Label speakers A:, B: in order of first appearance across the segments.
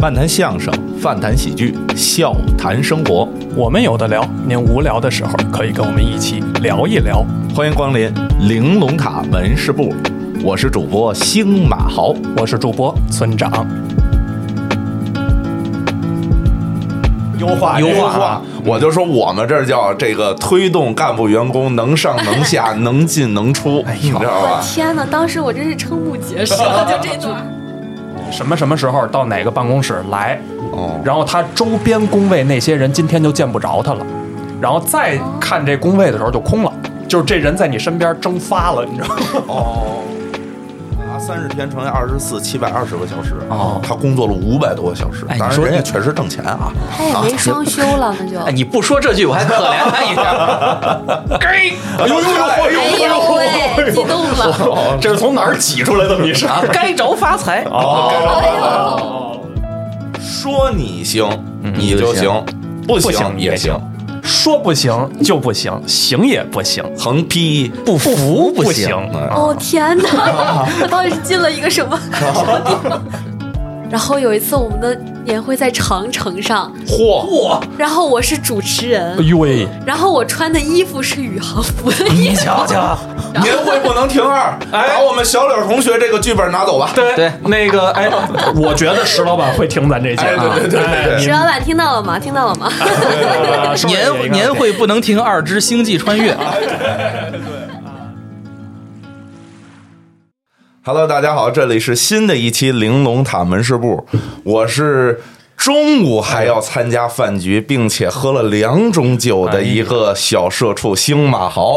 A: 漫谈相声，饭谈喜剧，笑谈生活。
B: 我们有的聊，您无聊的时候可以跟我们一起聊一聊。
A: 欢迎光临玲珑塔门市部，我是主播星马豪。
B: 我是主播村长，
A: 优化
C: 优
A: 化
C: 化，我就说我们这儿叫这个推动干部员工能上能下、能进能出，你知道吧？
D: 天哪！当时我真是瞠目结舌，就这段儿。
B: 什么什么时候到哪个办公室来，
C: 哦，
B: 然后他周边工位那些人今天就见不着他了，然后再看这工位的时候就空了，就是这人在你身边蒸发了，你知道吗？
C: 哦，啊，三十天乘以二十四，七百二十个小时。
E: 哦，
C: 他工作了五百多个小时，
E: 哎你
C: 当然
E: 说
C: 人家
E: 你
C: 确实挣钱啊。
D: 他也没双休了，那就。
E: 哎，你不说这句我还可怜他一下。给，
C: 哎呦呦呦
D: 哎呦喂，激动了！
B: 这是从哪儿挤出来的？你是
E: 啊，该着发财。
D: 哎呦，
C: 说你行，你
E: 就
C: 就
E: 行
C: 行，不
B: 不行
C: 行
B: 也
C: 也行，
B: 说不行就不行，行也不行，
C: 横批
B: 不服
E: 不
B: 不
E: 行
B: 行。
C: 啊
D: 哦天哪！我到底是进了一个什么什么地方？然后有一次我们的年会在长城上，
C: 嚯，
D: 然后我是主持
B: 哎
D: 人，
B: 呦喂，
D: 然后我穿的衣服是宇航服的衣
E: 你
D: 服。
E: 瞧瞧，
C: 年会不能停二，把我们小柳同学这个剧本拿走吧。
B: 对
E: 对
B: 那个哎，我觉得石老板会听咱这节
C: 哎，
B: 目。
C: 对对对对对。
D: 石老板听到了吗？听到了吗？
B: 呃收拾也
E: 年
B: 应该
E: 年会不能停，二之星际 穿越。
C: Hello，大家好，这里是新的一期玲珑塔门市部，我是中午还要参加饭局，并且喝了两种酒的一个小社畜星马豪。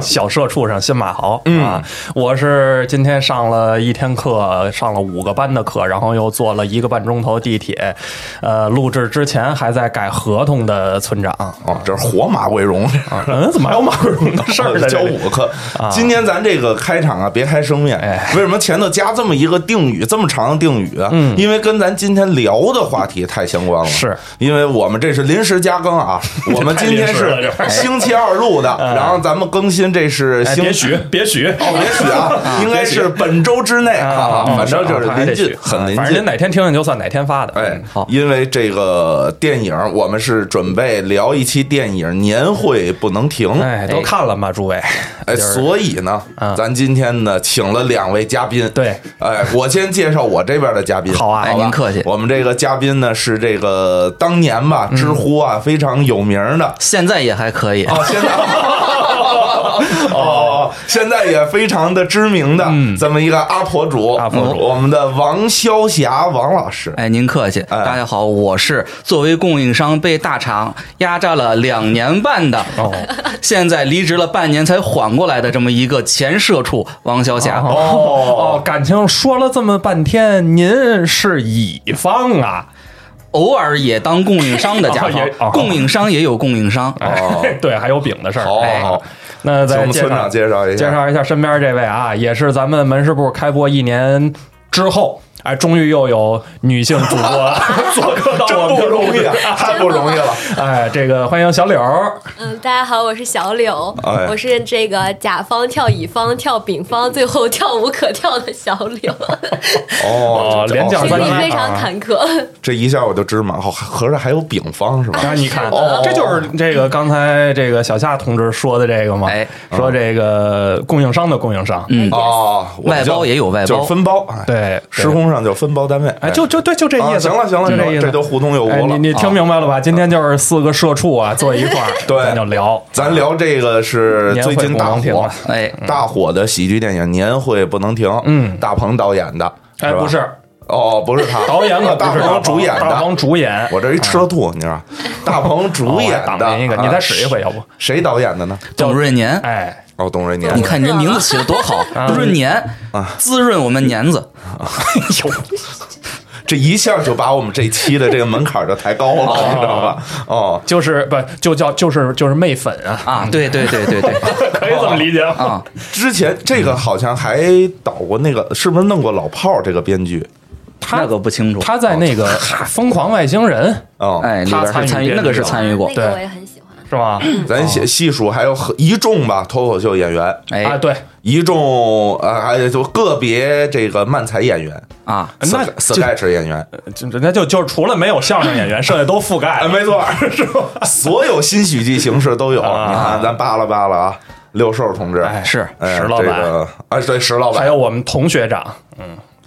B: 小社畜上新马豪、
C: 嗯
B: 啊！我是今天上了一天课，上了五个班的课，然后又坐了一个半钟头地铁。呃，录制之前还在改合同的村长，啊
C: 哦，这是活马桂荣。
B: 嗯，怎么还有马克龙的事儿在
C: 教
B: 这
C: 五
B: 里？
C: 个课，今天咱这个开场啊，别开生面。
B: 哎
C: 为什么前头加这么一个定语，这么长的定语啊？因为跟咱今天聊的话题太相关了。
B: 嗯是，
C: 因为我们这是临时加更 啊，我们今天
B: 太临时
C: 是
B: 了这
C: 星期二录的，然后咱们更新这是
B: 哎
C: 星
B: 别许，别许，
C: 哦，别许啊， 应该是本周之内啊，反正就是
B: 还得
C: 临近
B: 许，
C: 很临
B: 反正您
C: 近。
B: 哪天听听就算哪天发的。
C: 哎
B: 嗯好，，
C: 因为这个电影，我们是准备聊一期电影《年会不能停》。
B: 哎，都看了吗？诸位，
C: 哎，
B: 就是
C: 所以呢
B: 啊，
C: 咱今天呢，请了两位嘉宾。
B: 对，
C: 哎，我先介绍我这边的嘉宾。
B: 好啊
C: 吧
E: 哎您客气
C: 我们这个嘉宾呢，是这个当年吧，知
B: 嗯
C: 乎啊非常有名的。
E: 现在也还可以。
C: 哦，现 在。哦，现在也非常的知名的这么一个阿婆主，
B: 嗯阿婆主
C: 我们的王潇霞王老师，
E: 哎，您客气。
C: 哎
E: 大家好，我是作为供应商被大厂压榨了两年半的，
B: 哦，
E: 现在离职了半年才缓过来的这么一个前社畜王小霞。
B: 哦，感情说了这么半天，您是乙方啊？
E: 偶尔也当供应商的 甲
B: 哦也哦哎
E: 方，供应商也有供应商。
C: 哦
B: 对，还有饼的事儿。
C: 好
B: 哎
C: 好，
B: 那
C: 请我
B: 再
C: 们
B: 介
C: 村
B: 绍
C: 长介绍一
B: 介
C: 下。
B: 绍一下身边这位啊，也是咱们门市部开播一年之后，哎，终于又有女性主 播做客到
C: 真
B: 我们
C: 不
B: 这
C: 容易，啊太不容易了。
B: 哎，这个欢迎小柳儿，
D: 嗯，大家好，我是小柳，
C: 哎
D: 我是这个甲方跳乙方跳丙方，最后跳无可跳的小柳，
C: 哦
B: 哦，连角
C: 哦
B: 三
D: 经
B: 级
D: 历非常坎坷。
C: 这一下我就知嘛，哦，合着还有丙方是吧？
B: 啊，你看
C: 哦，
B: 这就是这个刚才这个小夏同志说的这个嘛
E: 哎，
B: 说这个供应商的供应商，
E: 嗯
C: 哦，我们
E: 外
C: 叫
E: 包也有外包
C: 就是分包。哎，
B: 对，
C: 施工上就分包单位。
B: 哎，就就对，就这
C: 啊
B: 意思。
C: 行了行了，
B: 就
C: 你
B: 这意
C: 这
B: 思，
C: 就互通有无
B: 哎，
C: 了。
B: 你你听
C: 啊
B: 明白了吧？今天就是四个社畜啊，坐一块儿，
C: 对
B: 咱就聊。
C: 咱聊这个是
B: 年
C: 最
B: 会
C: 近
B: 不
C: 大
B: 能停
C: 火
B: 了，
E: 哎，
C: 大火的喜剧电影《年会不能停》，
B: 嗯
C: 大鹏导演的，
B: 哎，
C: 吧
B: 不是
C: 哦，不是他，
B: 导演可
C: 大
B: 不是
C: 鹏主演
B: 大
C: 的。
B: 鹏主演，
C: 我这一吃了吐，你知道？大鹏主演
B: 哦我
C: 的
B: 挡，您一个，
C: 啊
B: 你再使一回，要不？
C: 谁导演的呢？
E: 董润年，
B: 哎，啊
C: 哦，董瑞年。
E: 你看你这名字起的 多好，润年，滋润我们年子。
C: 这一下就把我们这期的这个门槛儿就抬高了， 你知道吧？哦，
B: 就是不就叫就是就是媚粉啊，
E: 啊，对对对 对对，
B: 可以这么理解吗？
E: 啊，
C: 之前这个好像还导过那个，是不是弄过老炮儿这个编剧？
E: 那个不清楚。
B: 他在那个《疯狂外星人
C: 哦，
E: 哎，里边
B: 他参
E: 是
B: 与
E: 参与，
B: 编
E: 那个
B: 剧
E: 是
B: 了
E: 参与过
D: 那，个
B: 对
D: 我也很喜欢。》
B: 是吧？
C: 咱细细数还有很一众吧脱口秀演员，
E: 哎
B: 啊，对，
C: 一众啊，还有就个别这个漫才演员
E: 啊，
B: 哎那
C: Sky-，sketch 演员，
B: 呃就人家就就是除了没有相声演员，剩下都覆盖
C: 哎，
B: 了。
C: 没 错，是吧？所有新喜剧形式都有。
B: 啊
C: 你看，咱扒拉扒拉啊，六兽同志，
B: 哎，
E: 是
C: 哎
B: 石老
C: 这
B: 板，
C: 个哎，对，石老
B: 还
C: 板，
B: 有我们童学长，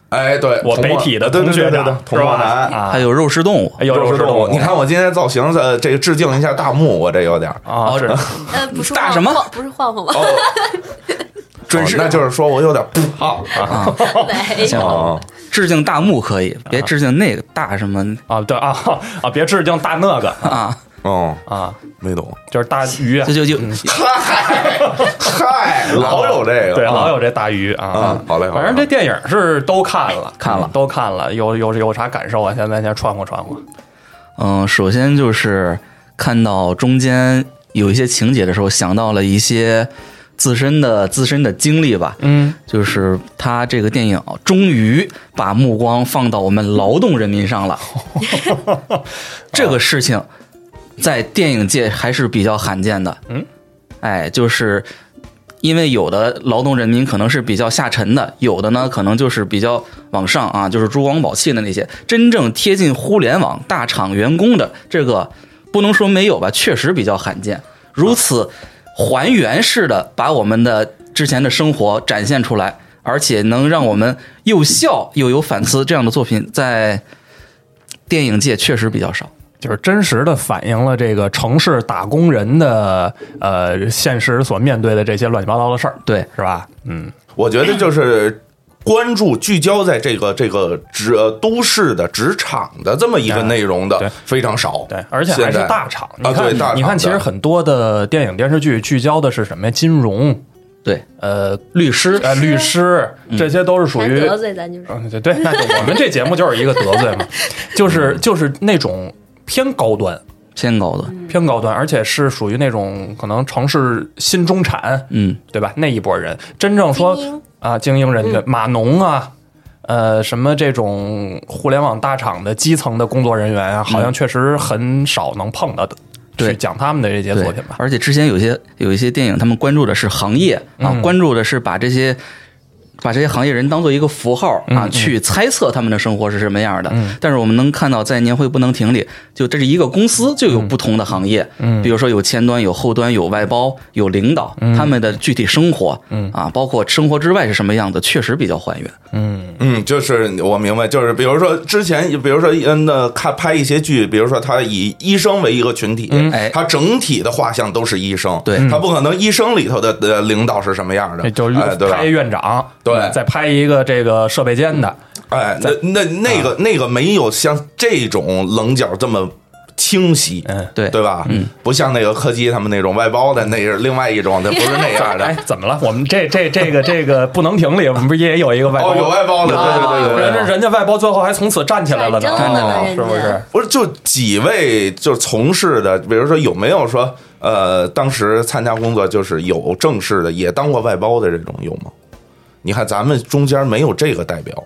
C: 哎，对，
B: 我
C: 童
B: 北
C: 漠
B: 体的
C: 对对
B: 同学
C: 对对
B: 长
C: 对，
B: 是
C: 童漠
B: 吧？
C: 男，
B: 啊
E: 还，有肉食动物，
B: 有
C: 肉
B: 肉
C: 食
B: 食
C: 动物。你看
B: 我
C: 我今天造型，呃，这个致敬一下大木，我这有点儿
B: 啊，这
D: 呃，不是
E: 大
D: 晃
E: 什么
D: 晃不是晃晃吧？
C: 哦，
E: 准
C: 哦
E: 是
C: 那就是说我有点不好哦
D: 没有，
C: 啊，
E: 致敬大木可以，别致敬那个大什么
B: 啊，对啊啊，别致敬大那个
E: 啊，
C: 哦，
B: 啊，
C: 没懂，
B: 就是大鱼啊
E: 这，就就
C: 嗨，老有这个，
B: 对，
C: 啊
B: 老有这大鱼啊
C: 啊。好嘞好嘞
B: 反正这电影是都看了，
E: 看了
B: 嗯都看了，有有有啥感受啊？现在先穿过穿过
E: 嗯、首先就是看到中间有一些情节的时候，想到了一些自身的自身的经历吧。
B: 嗯，
E: 就是他这个电影终于把目光放到我们劳动人民 上了，这个事情在电影界还是比较罕见的。
B: 嗯，
E: 哎，就是因为有的劳动人民可能是比较下沉的，有的呢可能就是比较往上啊，就是珠光宝气的那些，真正贴近互联网大厂员工的这个，不能说没有吧，确实比较罕见。如此还原式的把我们的之前的生活展现出来，而且能让我们又笑又有反思，这样的作品在电影界确实比较少。
B: 就是真实的反映了这个城市打工人的呃现实所面对的这些乱七八糟的事儿，
E: 对，
B: 是吧？嗯，
C: 我觉得就是关注聚焦在这个这个职呃都市的职场的这么一个内容
B: 哎对
C: 的非常少，
B: 对，而且还
C: 现
B: 是
C: 在
B: 大厂。你
C: 啊，
B: 看，
C: 对大厂的，
B: 你看，其实很多的电影电视剧聚焦的是什么呀？金融、
E: 对，
B: 呃
E: 律师
B: 呃律师，这些都是属
D: 咱
B: 于
D: 得罪咱就是。
B: 嗯，对对，那就我们这节目就是一个得罪嘛，就是就是那种偏高端，
E: 偏高的，
B: 偏高端，而且是属于那种可能城市新中产，
E: 嗯，
B: 对吧？那一波人真正说
D: 精英嗯
B: 啊，精英人家、码农啊，呃，什么这种互联网大厂的基层的工作人员啊，好像确实很少能碰到的。
E: 嗯对
B: 去讲他们的这些
E: 对
B: 作品吧，
E: 而且之前有些有一些电影，他们关注的是行业啊，
B: 嗯
E: 关注的是把这些把这些行业人当做一个符号啊，
B: 嗯
E: 去猜测他们的生活是什么样的。
B: 嗯
E: 但是我们能看到，在年会不能停里，就这是一个公司就有不同的行业，
B: 嗯
E: 比如说有前端、有后端、有外包、有领导，他们的具体生活，
B: 嗯
E: 啊，包括生活之外是什么样子，确实比较还原。
B: 嗯，
C: 嗯，就是我明白，就是比如说之前，比如说嗯，那看拍一些剧，比如说他以医生为一个群体，
E: 哎
C: 他整体的画像都是医生，
E: 对嗯
C: 他不可能医生里头的呃领导是什么样的，
B: 这就是
C: 哎对吧
B: 拍？院长，
C: 对
B: 再拍一个这个设备间的，
C: 哎，那那那个那个没有像这种棱角这么清晰，
B: 嗯，
E: 对
C: 对吧？嗯，不像那个柯基他们那种外包的，那是另外一种，那不是那样
B: 哎
C: 的。，
B: 怎么了？我们这这这个这个不能停里，我们不是也哎有一个外包？
C: 哦，有外包的，对对对对
B: 人
C: 对
B: 家人家外包最后还从此站起来了呢，哦
D: 转正
E: 了
D: 呢
B: 是不
D: 人
B: 是
D: 家？
C: 不是，就几位就是从事的，比如说有没有说，呃，当时参加工作就是有正式的，也当过外包的这种有吗？你看咱们中间没有这个代表，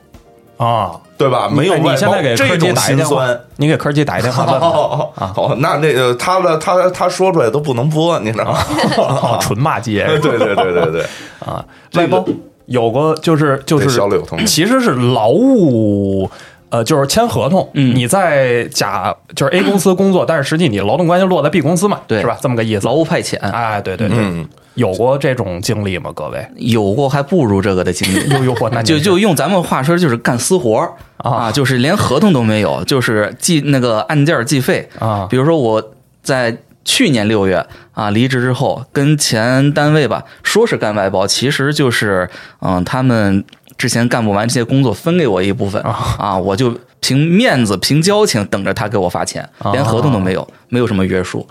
B: 啊，
C: 对吧？没有
B: 哎
C: 外
B: 你现
C: 包
B: 在给
C: 这
B: 科技
C: 种
B: 打一
C: 心
B: 电话啊
C: 酸。，
B: 你给科技打一电话问问，
C: 哦， 哦，那那个他的他他说出来都不能播，你知 道吗？
B: 哦纯骂街
C: 对对对对对，
B: 啊！
C: 这
B: 外
C: 个
B: 包有个就是就
C: 对
B: 是
C: 小柳同志
B: 其实是劳务。呃，就是签合同，你在甲就是 A 公司工作，但是实际你劳动关系落在 B 公司嘛，
E: 对
B: 是吧？这么个意思
E: 劳。务派遣
B: 哎，对对对，
C: 嗯，
B: 有过这种经历吗？各位，
E: 有过还不如这个的经 历，
B: 呦呦嚯，那
E: 就
B: 您
E: 就用咱们话说，就是干私活儿
B: 啊
E: 啊，就是连合同都没有，就是计那个按件儿计费
B: 啊
E: 比如说我在去年六月啊离职之后，跟前单位吧说是干外包，其实就是嗯他们之前干不完这些工作分给我一部分
B: 啊
E: 啊，我就凭面子凭交情等着他给我发钱，
B: 啊
E: 连合同都没有，没有什么约束。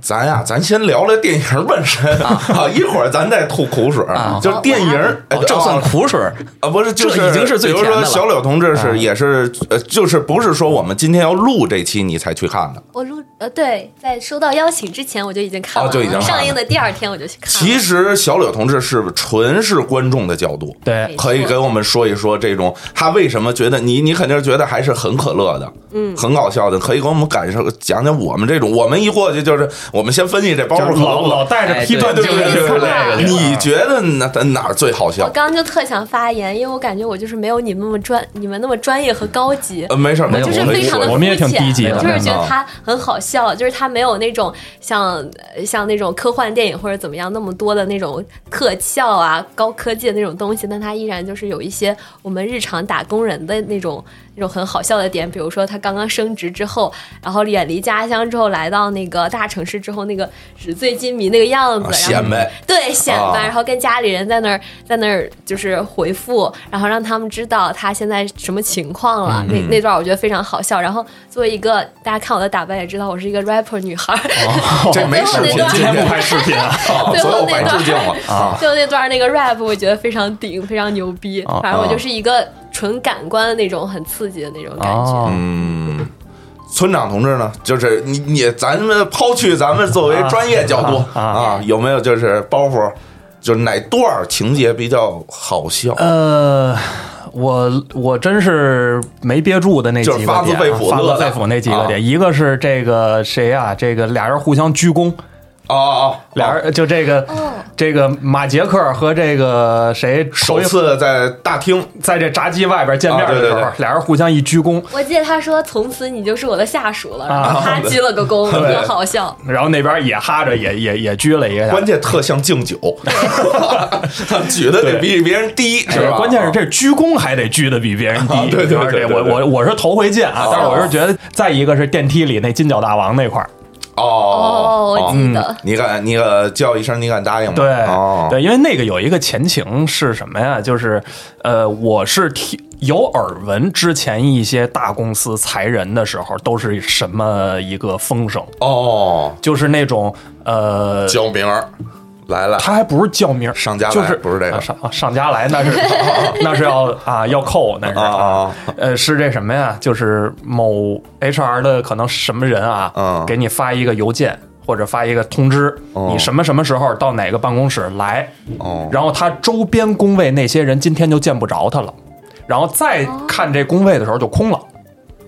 C: 咱呀，咱先聊聊电影本身啊，一会儿咱再吐苦水儿
E: 啊。
C: 就是电影儿，哎
E: 哦，这算苦水儿
C: 啊，不是，就是
E: 这已经是最
C: 比如
E: 甜
C: 说
E: 的了嗯
C: 小柳同志是也是呃，就是不是说我们今天要录这期你才去看的，
D: 我录呃，对，在收到邀请之前我就已经看
C: 哦
D: 完了，
C: 就已经看了
D: 上映的第二天我就去看了。
C: 其实小柳同志是纯是观众的角度。
B: 对
D: 没错
C: 可以给我们说一说这种他为什么觉得你你肯定觉得还是是很可乐的，嗯，很搞笑的，可以给我们感受讲讲我们这种，我们一过去就是我们先分析这包袱可
B: 老
C: 乐，
B: 老带着批
E: 哎
B: 判
C: 对
B: 精
C: 对
B: 神
C: 对
B: 去看
C: 对
B: 这个
C: 对，
B: 去，
C: 你觉得哪哪儿最好
D: 我
C: 笑？
D: 刚刚就特想发言，因为我感觉我就是没有你们那么专，你们那么专业和高级。
C: 呃，没事儿，
E: 没有
D: 就
C: 事
D: 是
C: 儿
E: 们
D: 非常的
B: 我们也挺低级的
D: 就是觉
C: 嗯
D: 得它很好笑，就是它没有那种像呃像那种科幻电影或者怎么样那么多的那种特效啊、高科技的那种东西，但它依然就是有一些我们日常打工人的那种那种很好笑的点，比如说他刚刚升职之后，然后远离家乡之后来到那个大城市之后那个纸醉金迷那个样
C: 啊
D: 子，然后
C: 显摆，
D: 对显摆，
C: 啊
D: 然后跟家里人在那儿在那儿就是回复，然后让他们知道他现在什么情况
B: 嗯
D: 了。那那段我觉得非常好笑。然后作为一个大家看我的打扮也知道我是一个 rapper 女孩，
B: 哦
C: 这没视频
D: 最后那，
B: 今
D: 段
C: 今
B: 天
C: 天
B: 不拍视频 啊，
C: 啊
D: 最
C: 所
D: 后
C: 有
D: 那
C: 白
D: 段
C: 致敬了 啊！
D: 最后那段那个 rap 我觉得非常顶，非常牛逼。
B: 哦
D: 反正我就是一个纯感官的那种很刺激的那种感觉。
B: 哦，
C: 嗯，村长同志呢？就是你你，咱们抛去咱们作为专业角度
B: 啊
C: 啊，有没有就是包袱，就是哪段儿情节比较好笑？
B: 呃。我我真是没憋住的那几个
C: 就是
B: 点，啊
C: 发自肺腑
B: 发
C: 乐
B: 自
C: 的
B: 肺腑那几个
C: 啊
B: 点，一个是这个谁啊，这个俩人互相鞠躬，
D: 啊
C: 哦哦，
B: 俩人就这个
D: 哦
B: 这个马杰克和这个谁
C: 首
B: 头一
C: 次在大厅
B: 在这炸鸡外边见面
C: 啊对
B: 的时
C: 对
B: 候
C: 对，
B: 俩人互相一鞠躬，
D: 我记得他说从此你就是我的下属了，
B: 啊
D: 然后他鞠了个 躬，
C: 对
D: 特好笑。
B: 然后那边也哈着也也也鞠了一个
C: 关。键特像敬 酒，举的得比别人低，
B: 哎
C: 是吧？
B: 关键是这鞠躬还得鞠的比别人低，
C: 啊对对对对对
B: 我我我是头回见啊，但是我是觉得，再一个是电梯里那金角大王那块儿，
C: 哦哦，
D: 哦，我记得。
C: 你敢你敢叫一声，你敢答应吗？
B: 对、
C: 哦，
B: 对，因为那个有一个前情是什么呀？就是呃，我是听有耳闻，之前一些大公司裁人的时候都是什么一个风声，
C: 哦，
B: 就是那种呃，
C: 叫名儿来了，
B: 他还不是叫名儿，
C: 上家来
B: 就是
C: 不是这个
B: 啊上啊上家来那是那是要啊要扣那是
C: 啊啊
B: 呃是这什么呀？就是某 HR 的可能什么人啊，
C: 嗯
B: 给你发一个邮件或者发一个通知，
C: 哦
B: 你什么什么时候到哪个办公室来，
C: 哦
B: 然后他周边工位那些人今天就见不着他了，然后再看这工位的时候就空了。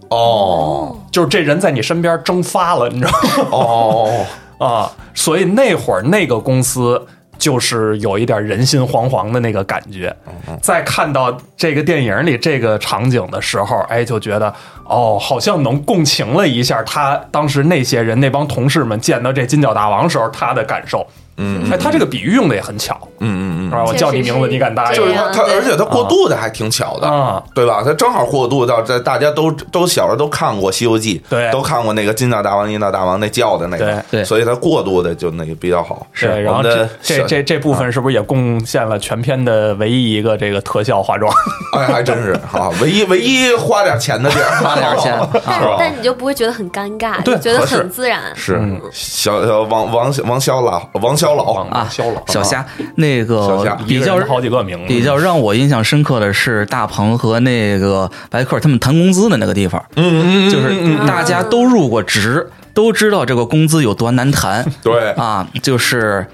C: 哦
B: 就是这人在你身边蒸发了，你知道吗？
C: 哦 哦
B: 啊，所以那会儿那个公司就是有一点人心惶惶的那个感觉。在看到这个电影里这个场景的时候，哎，就觉得哦，好像能共情了一下他当时那些人那帮同事们见到这金角大王时候他的感受。嗯，哎，他这个比喻用的也很巧，
C: 嗯嗯嗯，
B: 是吧？我
D: 确
B: 叫
D: 实
B: 你
D: 是
B: 名字，你敢答应？
C: 就是
D: 这样
C: 他他，
D: 对
C: 而且他过渡的还挺巧的。
B: 啊，
C: 对吧？他正好过渡到这，大家都都小时候都看过《西游记》，
B: 对
C: 都看过那个金角大王、银角大王那叫的那个，
E: 对对
C: 所以他过渡的就那个比较好。
B: 对然
C: 我
B: 后
C: 们
B: 这
C: 的
B: 这
C: 小嗯
B: 这这部分是不是也贡献了全片的唯一一个这个特效化妆？
C: 哎，还真是啊，唯一唯一花点钱的地儿，
E: 花点 钱啊
D: 但
C: 是吧
D: 但你就不会觉得很尴尬，
B: 对
D: 你觉得
C: 合适
D: 很自然。
C: 是
B: 嗯
C: 小小王王王小老王小老
E: 啊，
B: 肖老
E: 小虾那
C: 小虾
E: 个比较
B: 一个人好几个名字，
E: 比较让我印象深刻的是大鹏和那个白客他们谈工资的那个地方，嗯嗯，就是大家都入过职，都知道这个工资有多难谈
C: 对
E: 啊，就是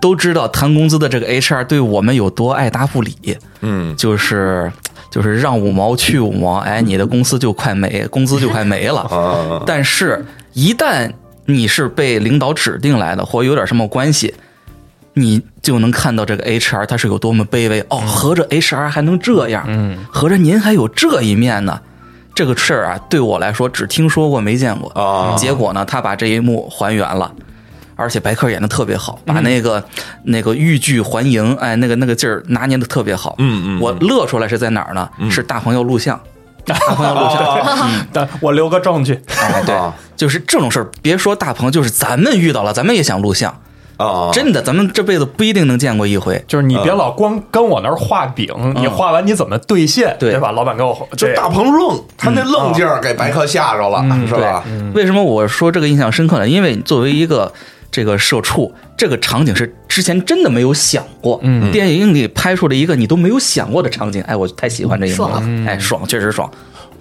E: 都知道谈工资的这个 HR 对我们有多爱答不理，
C: 嗯，
E: 就是就是让五毛去五毛，哎，你的公司就快没，工资就快没了，
C: 啊，
E: 但是，一旦你是被领导指定来的，或有点什么关系，你就能看到这个 HR 他是有多么卑微
C: 嗯
E: 哦。合着 HR 还能这样，嗯，合着您还有这一面呢。这个事儿啊，对我来说只听说过没见过
C: 啊
E: 结果呢，他把这一幕还原了。而且白客演的特别好，把
C: 嗯
E: 那个、那个欲拒还迎，哎，那个那个劲儿拿捏的特别好。
C: 嗯嗯嗯嗯
E: 我乐出来是在哪儿呢？是大鹏要录像，大鹏要录 像，
B: 但我留个证据，
E: 哎，对
C: 啊，
E: 就是这种事儿，别说大鹏，就是咱们遇到了，咱们也想录像，
C: 啊，
E: 真的，咱们这辈子不一定能见过一回。
B: 就是你别老光跟我那儿画饼，你画完你怎么兑现，
E: 对
B: 对吧？老板给我
C: 就
B: 这
C: 大鹏愣，他那愣劲儿给白客吓着了，是
E: 对
C: 吧？，
E: 为什么我说这个印象深刻呢？因为你作为一个这个社畜，这个场景是之前真的没有想过，嗯，电影里拍出了一个你都没有想过的场景，哎，我太喜欢这一幕了，哎，爽，确实爽，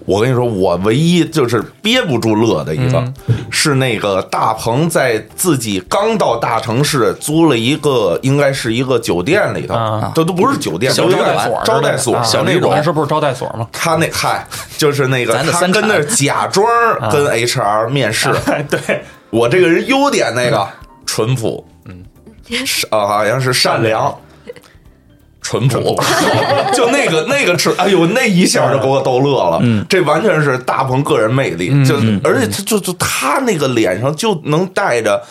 C: 我跟你说，我唯一就是憋不住乐的一个，是那个大鹏在自己刚到大城市租了一个，应该是一个酒店里头
B: 啊，
C: 这都不是酒店，
E: 小
C: 都有
E: 旅
C: 点
E: 馆
C: 招待所，
B: 小
C: 那
B: 旅
C: 种
B: 馆是不是招待所吗？
C: 他那嗨，就是那个
E: 咱的
C: 他
E: 三
C: 跟
E: 产
C: 那儿假装跟 HR 面试。
B: 啊
C: 对，我这个人优点那个淳朴，嗯，是啊，好像是善良。淳朴， 就那个那个是，哎呦，那一下就给我逗乐了。嗯，这完全是大鹏个人魅力，就而且他就就他那个脸上就能带着，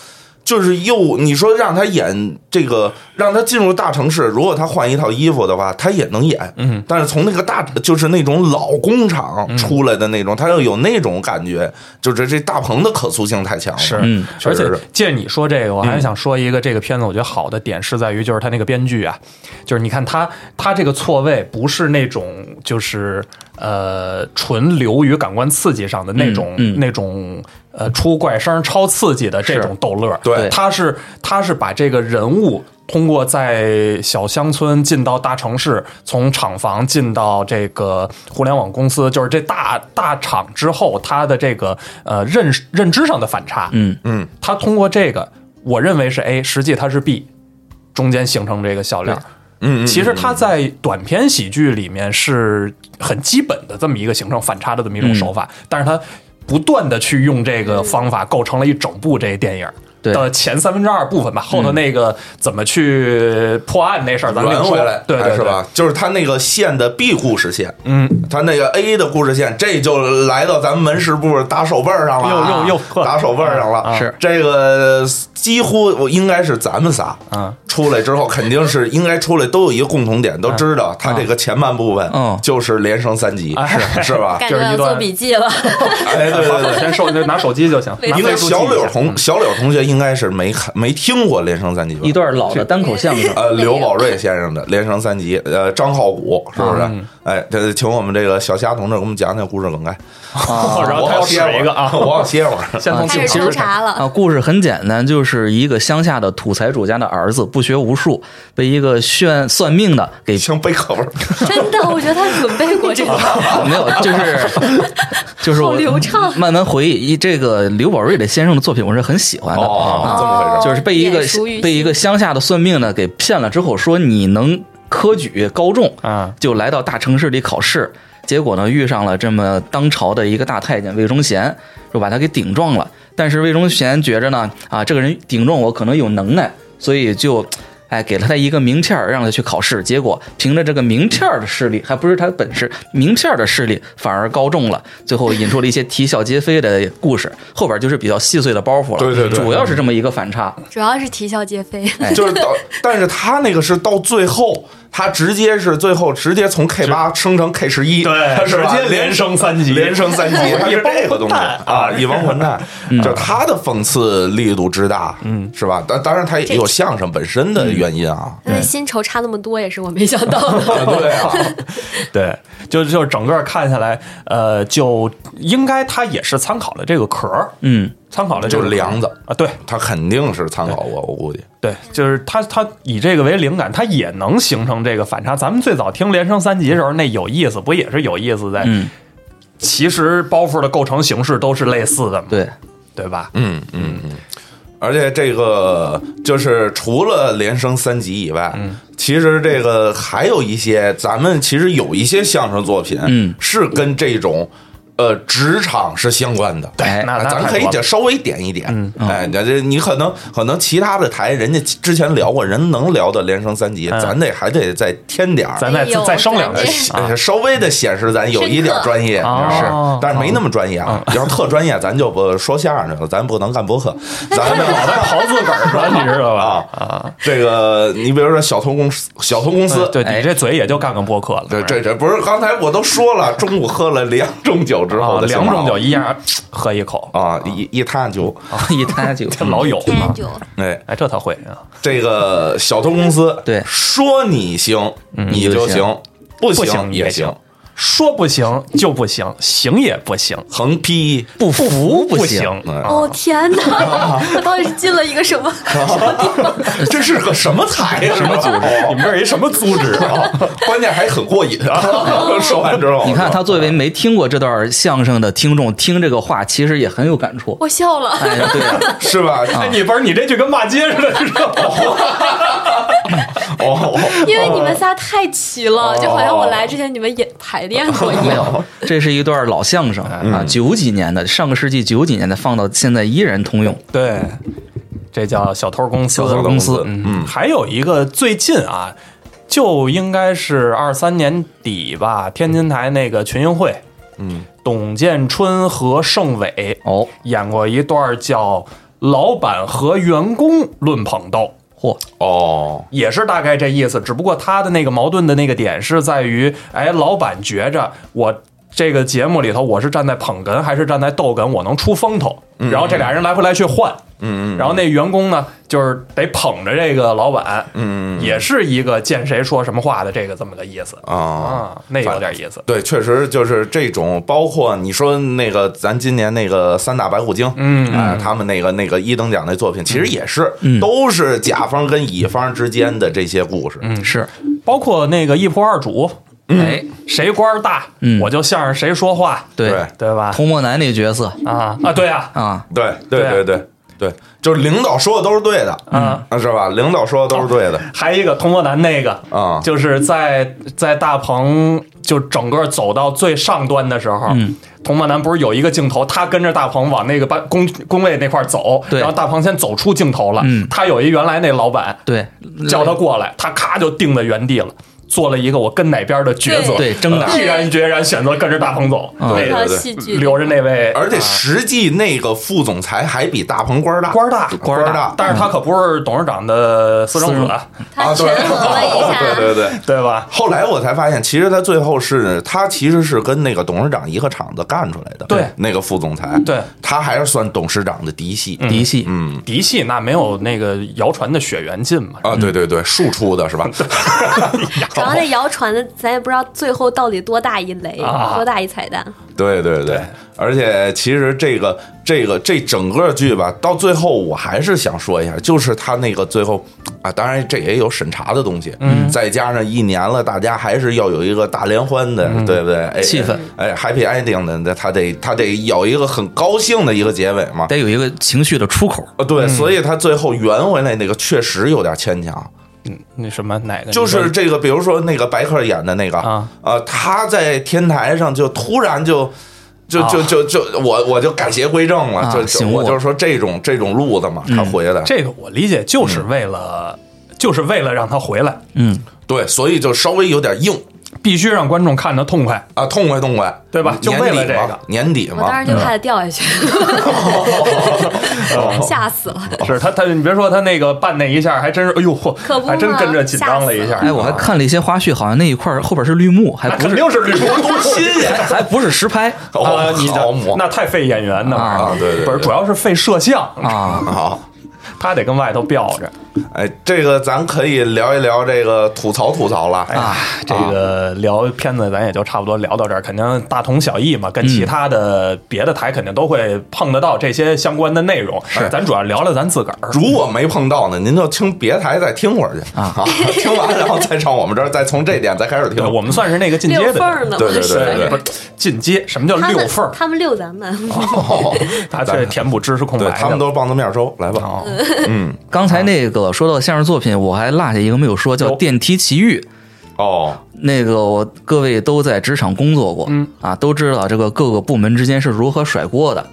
C: 就是又你说让他演这个，让他进入大城市，如果他换一套衣服的话，他也能演。嗯，但是从那个大就是那种老工厂出来的那种，他要有那种感觉，就是这大鹏的可塑性太强了。
B: 是，
E: 嗯
C: 确
B: 而
C: 实
B: 且
C: 是
B: 借你说这个，我还想说一个这个片子，我觉得好的点是在于，就是他那个编剧啊，就是你看他他这个错位不是那种就是呃纯流于感官刺激上的那种、
E: 嗯嗯
B: 那种呃出怪声超刺激的这种逗乐，
C: 对
B: 他是他是把这个人物。通过在小乡村进到大城市，从厂房进到这个互联网公司，就是这大大厂之后，他的这个呃认识认知上的反差，嗯，他通过这个，我认为是 A，实际它是 B，中间形成这个笑料。
C: 嗯，嗯
B: 其实它在短篇喜剧里面是很基本的这么一个形成反差的这么一种手法，
C: 嗯
B: 但是它不断的去用这个方法构成了一整部这电影。
E: 对
B: 的前三分之二部分吧，后头那个怎么去破案那事儿，咱们
C: 圆
B: 另说
C: 回来，
B: 对对
C: 哎是？吧？就是他那个线的 B 故事线，嗯，他那个 A 的故事线，这就来到咱们门市部打手背儿上了啊，
B: 又又又
C: 打手背儿上了，
B: 啊
E: 是
C: 这个几乎我应该是咱们仨，
B: 嗯，
C: 出来之后肯定是应该出来都有一个共同点，都
B: 嗯
C: 知道他这个前半部分
E: 嗯
C: 就是连升三级，
B: 哎
C: 是是吧？
D: 感
B: 就
D: 觉
B: 是一
D: 要做
B: 段
D: 笔记了。
C: 哎，对对 对。
B: 呃先手就拿手机就行，拿
C: 应该
B: 飞书
C: 小
B: 记一
C: 柳
B: 下嗯
C: 同小柳同学应该是没看没听过连升三级吧？
E: 一段老的单口 相声，
C: 呃，刘宝瑞先生的《连升三级》，呃，张浩古是
B: 啊
C: 不是？哎，这请我们这个小虾同志给我们讲讲故事梗概。
B: 然后
C: 我
B: 啊他要
C: 好歇会
B: 使
C: 儿
B: 一个啊，
C: 我好歇会儿。
B: 先从
D: 开始
B: 其
D: 抽
B: 实
D: 查了，
E: 啊，故事很简单，就是一个乡下的土财主家的儿子不学无术，被一个炫算命的给
C: 行，背课文。
D: 真的，我觉得他准备过这个。
E: 没有，就是 就是我
D: 好
E: 嗯
D: 流 畅
E: 慢慢回忆一这个刘宝瑞的先生的作品，我是很喜欢的。
C: 哦，这么回事。
E: 就是被一个
D: 眼熟于心
E: 被一个乡下的算命的给骗了之后，说你能科举高中，
B: 啊，
E: 就来到大城市里考试。结果呢，遇上了这么当朝的一个大太监魏忠贤，就把他给顶撞了。但是魏忠贤觉着呢，啊，这个人顶撞我可能有能耐，所以就，哎，给了他一个名片儿，让他去考试。结果凭着这个名片儿的势力，还不是他本事，名片儿的势力反而高中了。最后引出了一些啼笑皆非的故事，后边就是比较细碎的包袱了。
C: 对对对
E: 主要是这么一个反差。
D: 主要是啼笑皆非，
C: 就是到，但是他那个是到最后，他直接是最后直接从 K 八升成 K 十一，他
B: 对，
C: 是
B: 直
C: 吧
B: 接连升三级，
C: 连 升三级，他是这个东西
B: 一帮混蛋
C: 啊，一帮混蛋，就他的讽刺力度之大，嗯，是吧？但当然他也有相声本身的原因啊，
D: 他的薪酬差那么多也是我没想到的。
C: 对啊，
B: 对，就就是整个看下来，呃，就应该它也是参考了这个壳儿，
E: 嗯，
B: 参考了这
C: 就
B: 个
C: 是
B: 壳儿
C: 梁子，
B: 啊，对
C: 他肯定是参考过，我估计。
B: 对，就是它它以这个为灵感，它也能形成这个反差。咱们最早听连升三级的时候，那有意思不也是有意思在？
E: 嗯
B: 其实包袱的构成形式都是类似的嘛，
E: 对，
B: 对吧？
C: 嗯嗯嗯，而且这个就是除了连升三级以外，其实这个还有一些，咱们其实有一些相声作品，
E: 嗯
C: 是跟这种。呃，职场是相关的，哎
E: 对
B: 那那
C: 咱
B: 太
C: 可以
B: 多了
C: 就稍微点一点，
E: 嗯
C: 哎，这这你可能可能其他的台人家之前聊过，人能聊的连升三级，
B: 嗯
C: 咱得还得再添点儿，
B: 咱再
D: 哎呦
B: 再升两
D: 咱
B: 句
D: 这
B: 啊，
C: 呃稍微的显示咱有一点专业，
B: 深刻
C: 你知道吗
B: 哦嗯
C: 但是没那么专业啊。要是特专业，咱就不说相声了，咱不能干博客，咱们
B: 老在刨自个儿呢，你知道吧？
C: 啊这个，你比如说小偷公司，小偷公司，
B: 嗯对
E: 哎
B: 你这嘴也就干个播客了，
C: 这这这不是刚才我都说了，中午喝了两盅酒之后
B: 啊，
C: 的
B: 两种酒
C: 酒
B: 一样，喝一口，
C: 啊，一一塌酒，
E: 啊一搭就
B: 这老有啊，
D: 酒
C: 哎，
B: 哎，这他会啊。
C: 这个小偷公司，
E: 对
C: 说你行你就
E: 你就
C: 行，不
B: 嗯不行
C: 行
B: 你也
C: 行
B: 行。说不行就不行，行也不行，
C: 横批
B: 不服
E: 不
B: 不
E: 行
B: 行啊！
D: 哦天哪，我到底是进了一个什么？
C: 这是个什么财呀？什么组
B: 啊你
C: 织？
B: 们这是一什么组织啊？
C: 关键还很过瘾啊！ 说完之后，
E: 你看他作为没听过这段相声的听众，听这个话其实也很有 感触。
D: 我笑了。
E: 哎呀，对呀、
C: 是吧？
B: 哎，你不是你这句跟骂街似的，你知道吗？
C: 哦，
D: 因为你们仨太齐了，就好像我来之前你们演排练过一
E: 没
D: 样。
E: 有，这是一段老相声啊，九几年的，上个世纪九几年的，放到现在依然通用。
B: 对，这叫小偷公司。
E: 小偷公司
B: 嗯，还有一个最近啊，就应该是二三年底吧，天津台那个群英会，嗯，董建春和盛伟
E: 哦，
B: 演过一段叫《老板和员工论捧逗》。
E: 嚯，
C: 哦，
B: 也是大概这意思，只不过他的那个矛盾的那个点是在于，哎，老板觉着我这个节目里头我是站在捧哏还是站在逗哏，我能出风头，然后这俩人来回来去换，
C: 嗯嗯嗯，
B: 然后那员工呢就是得捧着这个老板，
C: 嗯
B: 也是一个见谁说什么话的这个这么个意思
C: 啊。
B: 啊，那有点意思，
C: 对，确实就是这种，包括你说那个咱今年那个三大白骨精，
B: 嗯
C: 哎他们那个那个一等奖那作品，其实也是、
E: 嗯
C: 都是甲方跟乙方之间的这些故事，嗯
E: 是，
B: 包括那个一仆二主，
E: 哎，
B: 谁官儿大，
E: 嗯
B: 我就向着谁说话，
E: 对，
C: 对
B: 对吧？
E: 童漠男那角色
B: 啊啊，对啊，
E: 啊，
C: 对对
B: 对
C: 对对对，就是领导说的都是对的，
B: 嗯哦
C: 啊，是吧？领导说的都是对的
B: 还有一个童漠男那个，
C: 啊，
B: 就是在在大鹏就整个走到最上端的时候，
E: 嗯，
B: 童漠男不是有一个镜头，他跟着大鹏往那个班工工位那块儿走，
E: 对
B: 然后大鹏先走出镜头了，
E: 嗯
B: 他有一原来那老板
E: 对，
B: 叫他过来，他咔就定在原地了。做了一个我跟哪边的抉择，
E: 对对挣扎
B: 毅然决然选择跟着大鹏走，
E: 嗯
B: 那
D: 非常戏剧，
B: 留着那位
C: 而且实际那个副总裁还比大鹏官儿大，
B: 官儿大，
C: 官儿大
B: 但是他可不是董事长的私生
E: 私
B: 子，
E: 生
D: 他
C: 啊，对，
D: 权衡了 一
C: 对
D: 下，
C: 对对。
B: 对吧？
C: 后来我才发现，其实他最后是他其实是跟那个董事长一个厂子干出来的，
B: 对
C: 那个副总裁，
B: 对，
C: 他还是算董事长的嫡系，
E: 嫡系，
C: 嗯
B: 嫡系那没有那个谣传的血缘近嘛，
C: 啊，对对对，庶出的是吧？
D: 主要那谣传的，咱也不知道最后到底多大一雷，
B: 啊
D: 多大一彩蛋。
C: 对对对，而且其实这个这个这整个剧吧，到最后我还是想说一下，就是他那个最后啊，当然这也有审查的东西，嗯，再加上一年了，大家还是要有一个大联欢的，对不对？哎、
E: 气氛，
C: 哎，happy ending 的，那他得他得有一个很高兴的一个结尾嘛。
E: 得有一个情绪的出口。
C: 呃，对，所以他最后圆回来那个确实有点牵强，
B: 那什么哪个？
C: 就是这个，比如说那个白客演的那个
B: 啊，
C: 呃，他在天台上就突然就。就就
B: 啊
C: 就就我我就改邪归正了，
E: 啊
C: 就
E: 醒
C: 就
E: 悟
C: 我就是说这种这种路子嘛，他回来，
B: 嗯这个我理解就是为了，就是为了让他回来，
E: 嗯，
C: 对，所以就稍微有点硬
B: 必须让观众看得痛快。
C: 啊，痛快痛快，
B: 对吧就
C: 年
B: 为了
C: 底
B: 这
C: 嘛
B: 个
C: 年底
D: 我当
C: 嘛
D: 时，就怕他掉下 去，吓死了。
B: 是哦他他，你别说他那个办那一下，还真是，哎呦，嚯
D: 可不嘛
B: 还真跟着紧张了一下。
E: 哎，我还看了一些花絮，好像那一块儿后边是绿幕，还
B: 那
E: 不
B: 肯
E: 是，
B: 定是绿幕多新鲜
E: 还不是实拍
B: 啊！你
C: 哦好
B: 这
C: 母
B: 那太费演员的
E: 啊
C: 啊对对对
B: 不是主要是费摄像，
E: 啊。
C: 好，
B: 他得跟外头吊着。
C: 哎，这个咱可以聊一聊这个吐槽吐槽了
B: 啊， 这个聊片子咱也就差不多聊到这儿，肯定大同小异嘛，跟
C: 嗯
B: 其他的别的台肯定都会碰得到这些相关的内容。是，咱主要聊聊咱自个儿。
C: 如果没碰到呢，您就听别台再听会儿去啊，听完然后再上我们这儿，再从这点再开始听
B: 对，。我们算是那个进阶
D: 溜
B: 的
D: 缝儿呢，
C: 对对
D: 我是
C: 对对对
B: 不是进阶，什么叫
D: 他
B: 六
D: 们
B: 缝儿？
D: 他们溜咱们，
C: 哦
B: 他却填补知识空白
C: 对
B: 的。
C: 他们都是棒子面收，来吧，
B: 哦，
E: 刚才那个说到相声作品，我还落下一个没有说，叫
B: 有
E: 《电梯奇遇》。
C: 哦，
E: 那个我各位都在职场工作过，
B: 嗯
E: 啊，都知道这个各个部门之间是如何甩锅的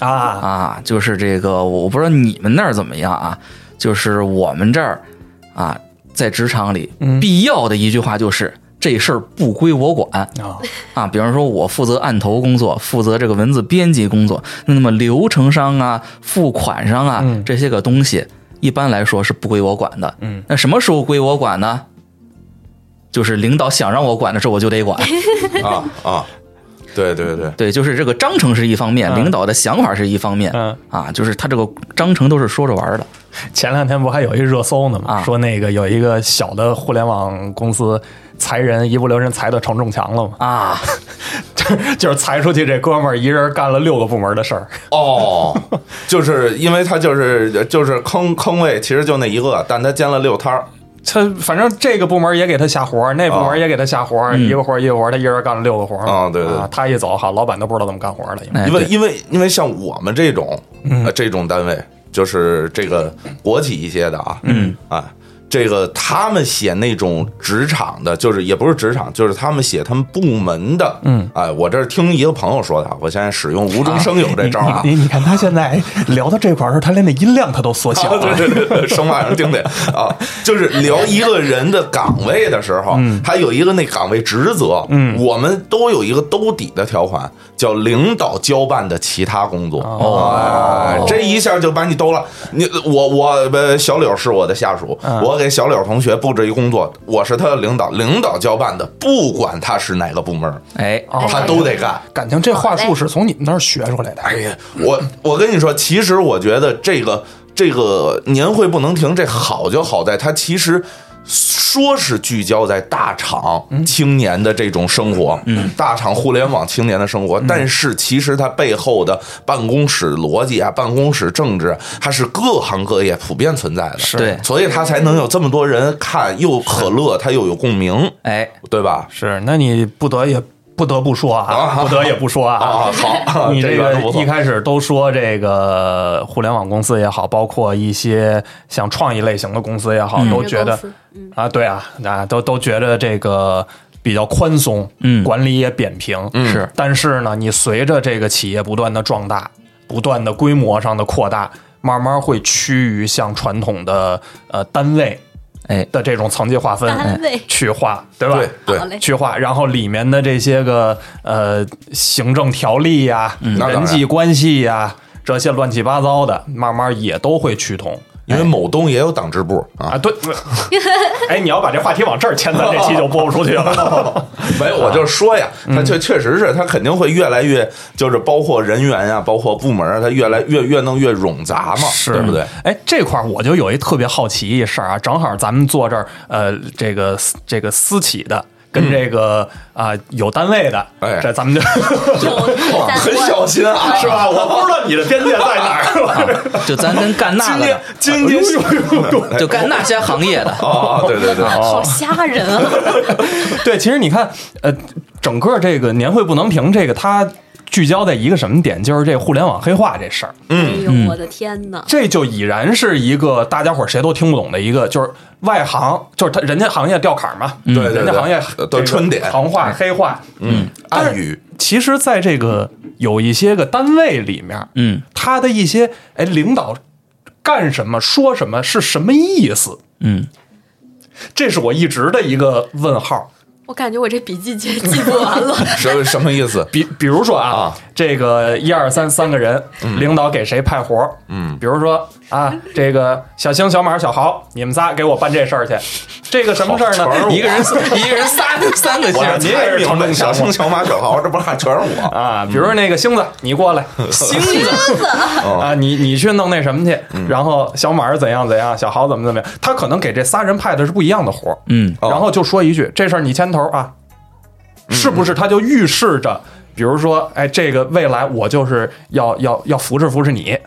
B: 啊，
E: 啊。就是这个，我不知道你们那儿怎么样啊，就是我们这儿啊，在职场里
B: 嗯
E: 必要的一句话就是。这事儿不归我管
B: 啊
E: 啊！比方说，我负责案头工作，负责这个文字编辑工作，那么流程上啊、付款上啊、
B: 嗯
E: 这些个东西，一般来说是不归我管的。
B: 嗯，
E: 那什么时候归我管呢？就是领导想让我管的时候，我就得管。
C: 啊啊，对对对，
E: 对，就是这个章程是一方面，
B: 嗯
E: 领导的想法是一方面
B: 嗯
E: 啊，就是他这个章程都是说着玩儿的。
B: 前两天不还有一热搜呢
E: 啊
B: 吗？说那个有一个小的互联网公司裁人，一不留神裁到承重墙了嘛，
E: 啊，
B: 就是裁出去这哥们儿一人干了六个部门的事儿。
C: 哦， 就是因为他就是就是坑坑位，其实就那一个，但他兼了六摊儿。
B: 他反正这个部门也给他下活儿，那部门也给他下活儿，一个活儿一个活儿，他一人干了六个活儿嘛。
C: 哦嗯啊对对
B: 啊，他一走，好，老板都不知道怎么干活儿了。因为
E: 哎
C: 因为
E: 对
C: 因为因为像我们这种呃这种单位，就是这个国企一些的啊，嗯啊，这个他们写那种职场的，就是也不是职场，就是他们写他们部门的，嗯，哎，我这是听一个朋友说的啊，我现在使用无中生有这招 啊
B: 你。你你看他现在聊到这块儿的时候，他连那音量他 都缩小
C: 啊，
B: 了。
C: 对对对对，生怕人听见啊！就是聊一个人的岗位的时候，他有一个那岗位职责，嗯，我们都有一个兜底的条款，叫领导交办的其他工作。哦，这一下就把你兜了。你我我呃小柳是我的下属，我给小柳同学布置一工作，我是他的领导，领导交办的，不管他是哪个部门，
E: 哎，
C: 他都得干。
B: 哦感情这话术是从你们那儿学出来的。
C: 哎呀，我我跟你说，其实我觉得这个这个年会不能停，这好就好在它其实。说是聚焦在大厂
B: 嗯
C: 青年的这种生活，嗯，大厂互联网青年的生
B: 嗯
C: 活，但是其实它背后的办公室逻辑啊、办公室政治啊，它是各行各业普遍存在的，是
E: 对
C: 所以它才能有这么多人看，又可乐，它又有共鸣，
E: 哎，
C: 对吧？
B: 是，那你不得也不得不说啊，
C: 啊
B: 不得也不说
C: 啊，
B: 啊。
C: 好，
B: 你这
C: 个
B: 个
C: 不错
B: 一开始都说这个互联网公司也好，包括一些像创意类型的公司也好，都觉得
D: 公司嗯
B: 啊，对啊，啊，都都觉得这个比较宽松，
E: 嗯
B: 管理也扁平，
C: 嗯
E: 是，
B: 但是呢，你随着这个企业不断的壮大，不断的规模上的扩大，慢慢会趋于向传统的呃单位
E: 哎，
B: 的这种层级划分
D: 单位
B: 去划，对吧？
C: 对对
D: 好，嘞，
B: 去化，然后里面的这些个呃行政条例呀、
C: 嗯那当然
B: 人际关系呀、这些乱七八糟的，慢慢也都会趋同
C: 因为某东也有党支部啊
B: 啊。，对，哎，你要把这话题往这儿牵，咱这期就播不出去 了。
C: 没有，我就说呀，他
B: 嗯
C: 确确实是，他肯定会越来越，就是包括人员呀，包括部门啊，他越来越越弄越冗杂嘛，对不对？？
B: 哎，这块儿我就有一特别好奇一事儿啊，正好咱们坐这儿，呃，这个私这个私企的。跟这个啊、有单位的，
C: 嗯哎
B: 这咱们就
D: 有在
C: 哦很小心啊，
B: 是吧？我不知道你的边界在哪 儿。
E: 就咱跟 干那
C: 今
E: 个
C: 天
E: 的，
C: 今天
B: 哎
E: 就干那些行业 的，
C: 哦，对对对，
D: 好吓人啊！
B: 对，其实你看，呃，整个这个年会不能停，这个它聚焦在一个什么点？就是这互联网黑化这事儿，
D: 哎
B: 嗯
D: 呦，我的天哪！
B: 这就已然是一个大家伙儿谁都听不懂的一个，就是外行，就是他人家行业掉坎儿嘛，
C: 嗯
B: 对
C: 对对
B: 人家行业
C: 对
B: 这个
C: 春点
B: 行话黑话，嗯，
C: 暗语。
B: 其实，在这个有一些个单位里面，
E: 嗯，
B: 他的一些哎领导干什么说什么是什么意思？
E: 嗯，
B: 这是我一直的一个问号。
D: 我感觉我这笔记记记不完 了。
C: 什什么意思？
B: 比比如说啊，
C: 啊嗯
B: 这个一二三三个人，领导给谁派活儿？嗯，比如说啊，这个小星、小马、小豪，你们仨给我办这事儿去。这个什么事儿
C: 好全是
B: 呢？
C: 我
B: 一个人
E: 一个人仨三个
C: 我
E: 姓，
B: 你也是
C: 明
B: 成
C: 白，
B: 龙
C: 小
B: 小
C: 青、
B: 虎
C: 小马、小豪，这不还全是我？
B: 啊，比如说那个星子，你过来，星子啊，你你去弄那什么去，然后小马儿怎样怎样，小豪怎么怎么样，他可能给这仨人派的是不一样的活儿，
E: 嗯，
C: 哦
B: 然后就说一句这事儿你牵头啊，是不是？他就预示着，比如说，哎，这个未来我就是要要要扶持扶持你，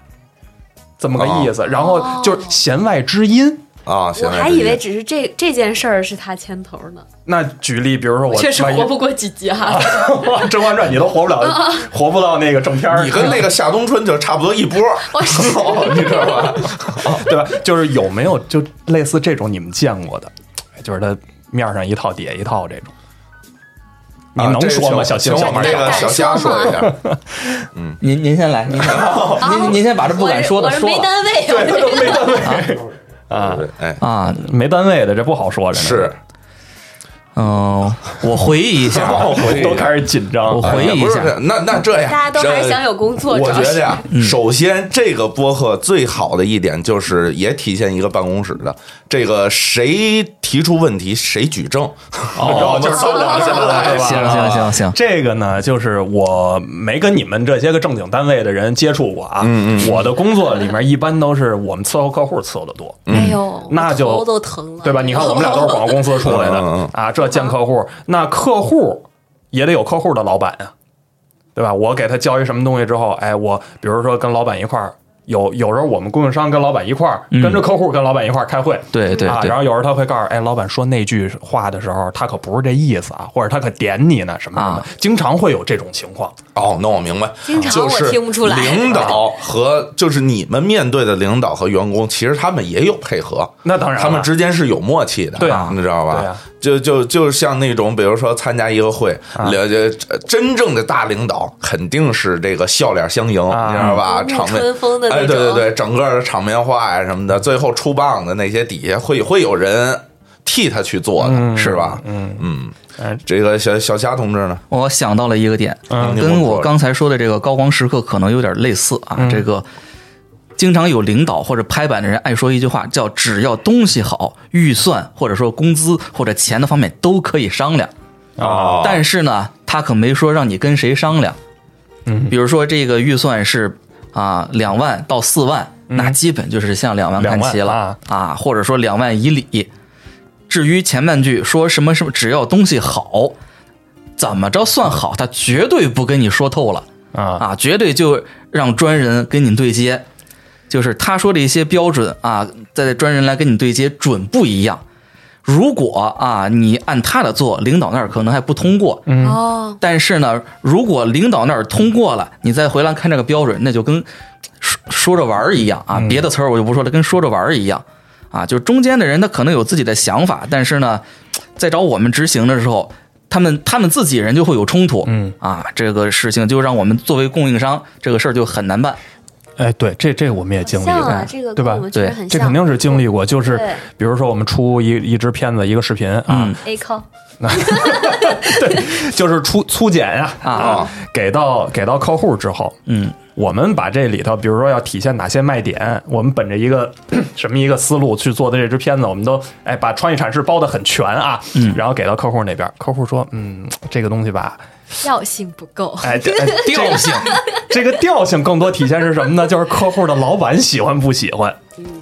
B: 这么个意思，然后
D: 哦
B: 就是弦外之音。
C: 啊，现
D: 我
C: 在
D: 还以为只是这这件事儿是他牵头呢，
B: 那举例，比如说我
D: 确实
B: 万一
D: 活不过嗯几集啊哈。
B: 《 甄嬛传》，你都活不了，活不到那个正片儿。
C: 你跟那个夏冬春就差不多一波，
D: 我是
C: 哦你知道吧？
B: 对吧？就是有没有就类似这种你们见过的，哎就是它面上一套底下一套这种，你能说吗？
C: 啊
B: 小星
C: 请
B: 小
C: 我
B: 马
C: 们这
B: 小
C: 个
B: 孩
C: 小虾说一下，
E: 您您先来，您先来您您先把这不敢说的
D: 哦啊我是
E: 说
D: 没
E: 了
D: 单位，我这个
C: 啊，哎，
E: 啊，
B: 没单位的这不好说着呢。
C: 是
E: 嗯、我回忆一下啊，
C: 我回忆
B: 都开始紧张
E: 我。回忆一下
C: 哎呀不是那那这样，
D: 大家都还是
C: 这
D: 想有工作，
C: 我
D: 主要
C: 觉
D: 是
C: 得呀，
E: 嗯
C: 首先这个播客最好的一点就是也体现一个办公室的这个谁提出问题谁举证，然后
B: 哦，就是都聊起来了，是吧？
E: 行行行行，
B: 这个呢，就是我没跟你们这些个正经单位的人接触过啊。
C: 嗯
B: 我的工作里面一般都是我们伺候客户伺候的多，
D: 哎呦，
B: 那就
D: 我头都疼了，
B: 对吧？你看我们俩都是广告公司出来
C: 嗯嗯嗯
B: 的啊，这见客户，那客户也得有客户的老板呀，对吧？我给他交一什么东西之后，哎，我比如说跟老板一块儿。有有时候我们供应商跟老板一块儿，跟着客户跟老板一块儿开会，
E: 嗯对对
B: 啊，
E: 对
B: 然后有时候他会告诉，哎，老板说那句话的时候，他可不是这意思啊，或者他可点你呢，什么什么的
E: 啊，
B: 经常会有这种情况。
C: 哦，那我明白，
D: 经常
C: 就
D: 我
C: 是
D: 听不出来
C: 领导和就是你们面对的领导和员工，其实他们也有配合，
B: 那当然了
C: 他们之间是有默契的，
B: 对啊
C: 你知道吧？
B: 对啊
C: 就就就像那种，比如说参加一个会，了解真正的大领导肯定是这个笑脸相迎，
B: 啊
C: 你知道吧？
D: 嗯
C: 场面
D: 春风的那
C: 哎，
D: 种
C: 对对对，整个的场面话呀什么的，最后出棒的那些底下会会有人替他去做的，是吧？嗯嗯，
B: 嗯，
C: 这个小小虾同志呢？
E: 我想到了一个点，
C: 嗯
E: 跟我刚才说的这个高光时刻可能有点类似啊。这个经常有领导或者拍板的人爱说一句话，叫“只要东西好，预算或者说工资或者钱的方面都可以商量”
B: 啊
C: 哦
E: 但是呢，他可没说让你跟谁商量。嗯，比如说这个预算是啊两万到四万，那基本就是向两万看
B: 嗯
E: 齐
B: 两
E: 了
B: 万啊
E: 啊，或者说两万以里。至于前半句说什么什么，只要东西好，怎么着算好，他绝对不跟你说透了
B: 啊
E: 啊，绝对就让专人跟你对接。就是他说的一些标准啊，在专人来跟你对接准不一样。如果啊，你按他的做，领导那儿可能还不通过，
D: 哦，
E: 但是呢，如果领导那儿通过了，你再回来看这个标准，那就跟说说着玩儿一样啊。别的词儿我就不说了，跟说着玩儿一样啊。就中间的人他可能有自己的想法，但是呢，在找我们执行的时候，他们他们自己人就会有冲突。嗯啊，这个事情就让我们作为供应商，这个事儿就很难办。
B: 哎，对，这这我们也经历
D: 像
B: 过
D: 啊，，这个
B: 嗯对
D: 跟
B: 吧
D: 我？们确实
E: 对
D: 很像，
B: 这肯定是经历过，就是
D: 对
B: 比如说我们出一一支片子、一个视频啊，
E: 嗯
D: A 靠，
B: 就是出粗剪呀啊
C: 啊
B: 给到给到客户之后，
E: 嗯，
B: 我们把这里头，比如说要体现哪些卖点，我们本着一个 什么一个思路去做的这支片子，我们都哎把创意阐释包的很全啊，嗯，然后给到客户那边，客户说，嗯，这个东西吧，
D: 药性不够，
B: 哎，这哎
E: 调性
B: 这个调性更多体现是什么呢？就是客户的老板喜欢不喜欢，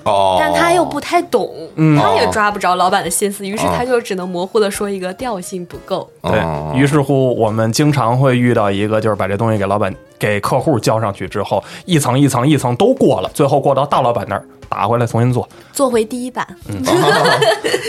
C: 哦，嗯
D: 但他又不太懂，他也抓不着老板的心思，于是他就只能模糊的说一个调性不够。
C: 哦
B: 对于是乎，我们经常会遇到一个，就是把这东西给老板、给客户交上去之后，一层一层一层都过了，最后过到大老板那儿打回来重新做。
D: 做回第一版，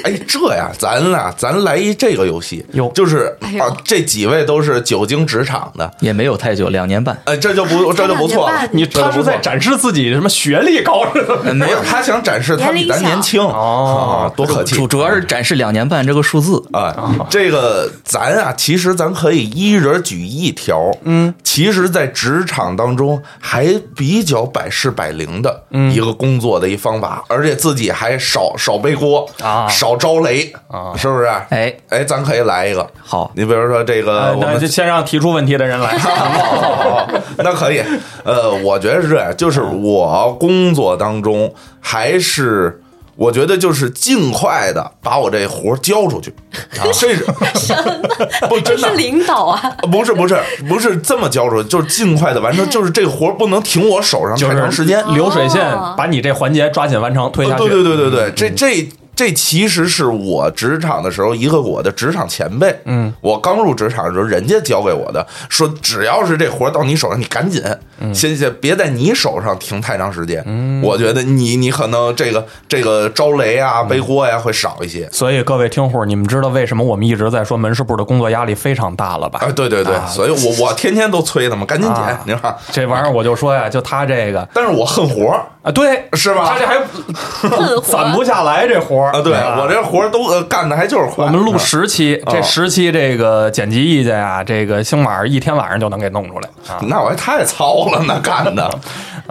C: 哎，这呀，咱俩咱来一这个游戏
B: 哟，
C: 就是
D: 哎呦
C: 啊，这几位都是久经职场的，
E: 也没有太久，两年半。
C: 呃，这就不这就不错了
D: 才两年半。
B: 你
C: 这
B: 他
C: 就不错
B: 是在
C: 了，
B: 展示自己什么学历高是怎么？
C: 呃没有他想展示他比咱年轻
B: 哦
C: 啊，多可气
E: 主！主要是展示两年半这个数字，
C: 啊，这个咱啊，其实咱可以一人举一条。嗯，其实，在职场当中还比较百试百灵的
B: 嗯
C: 一个工作的一方法，而且自己还少少背锅
B: 啊
C: 少招雷
B: 啊
C: 是不是？
E: 哎
C: 哎，咱可以来一个。
E: 好
C: 你比如说这个，我
B: 啊那
C: 们
B: 呃就先让提出问题的人来。
C: 哦， 那可以。呃，我觉得是这样，就是我工作当中还是。我觉得就是尽快的把我这活儿交出 去，这是 不
D: 这
C: 真的
D: 是领导 啊，
C: 不是不是不是这么交出去，就是尽快的完成，就是这活儿不能停我手上
B: 就
C: 太长
B: 是
C: 时间。
B: 流水线
D: 哦，
B: 把你这环节抓紧完成，推下去。嗯
C: 对对对对对，这这这其实是我职场的时候一个我的职场前辈，嗯，我刚入职场的时候，人家教给我的，说只要是这活儿到你手上，你赶紧，
B: 嗯
C: 先先别在你手上停太长时间。我觉得你你可能这个这个招雷
B: 嗯
C: 啊、背锅呀、会少一些。
B: 所以各位听户，你们知道为什么我们一直在说门市部的工作压力非常大了吧
C: 啊，？对对对，所以我我天天都催他们赶紧减，
B: 啊
C: 你看，
B: 这玩意儿我就说呀，就他这个
C: 但是我恨活儿
B: 啊，对，
C: 是吧
B: 他这还
D: 活
B: 攒不下来这活儿
C: 啊，对
B: 吧
C: 我这活儿都呃干的还就是快。
B: 我们录十期，
C: 啊
B: 这十期这个剪辑意见啊，这个星马儿一天晚上就能给弄出来啊
C: 那我还太糙了，那干的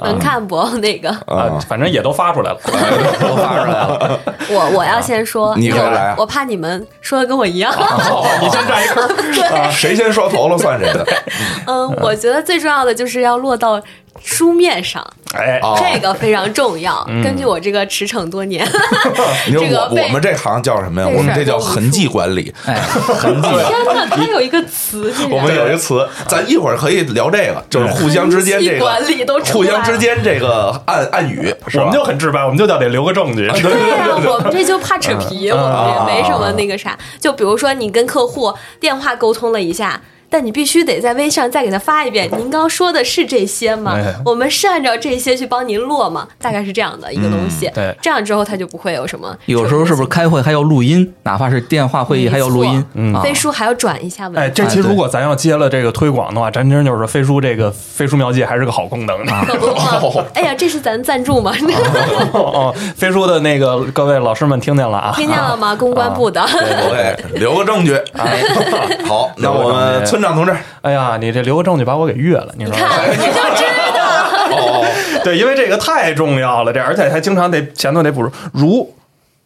D: 能看不？那个，
C: 嗯
B: 啊，反正也都发出 来了，都发出来了。
D: 我我要先说，
C: 你
D: 因为
C: 快来啊啊
D: 我怕你们说的跟我一样。
B: 你先占一坑儿，
C: 谁先说头了算谁的。
D: 嗯，我觉得最重要的就是要落到书面上，
B: 哎，
C: 哦嗯
D: 这个非常重要。根据我这个驰骋多年，
C: 你说
D: 这个
C: 我
D: 被
C: 我们这行叫什么呀？
D: 被
C: 我们
D: 甩
C: 这叫
D: 锅无
C: 痕迹管理。
E: 哎，
D: 天哪，它有一个词竟然，
C: 我们有一个词，咱一会儿可以聊这个，就是互相之间这
D: 信息
C: 个
D: 管理都出
C: 互
D: 来了
C: 相之间这个暗暗语，是
B: 我
C: 吧
B: 们就很直白，我们就得得留个证据。
D: 对呀、我们这就怕扯皮，我们也没什么那个啥。就比如说，你跟客户电话沟通了一下。但你必须得在微信上再给他发一遍，您刚说的是这些吗？
B: 哎
D: 我们是按照这些去帮您落吗？大概是这样的一个东西。
B: 对
D: 这样之后他就不会有什么。
E: 有时候是不是开会还要录音，哪怕是电话会议还要录音啊？
D: 飞书还要转一下文？
B: 哎，这期如果咱要接了这个推广的话，咱真就是飞书这个飞书妙计还是个好功能呢。
D: 可不嘛！哎呀，这是咱赞助吗？
B: 哦，飞书的那个各位老师们听见了啊，
D: 听见了吗？公关部的，
C: 哎对，留个证据。 好，那我们村长同志，
B: 哎呀，你这留个证据把我给越了，你说
D: 看你就知道。
B: 哎
C: 哦
B: 对，因为这个太重要了，这而且还经常得前头得补充，如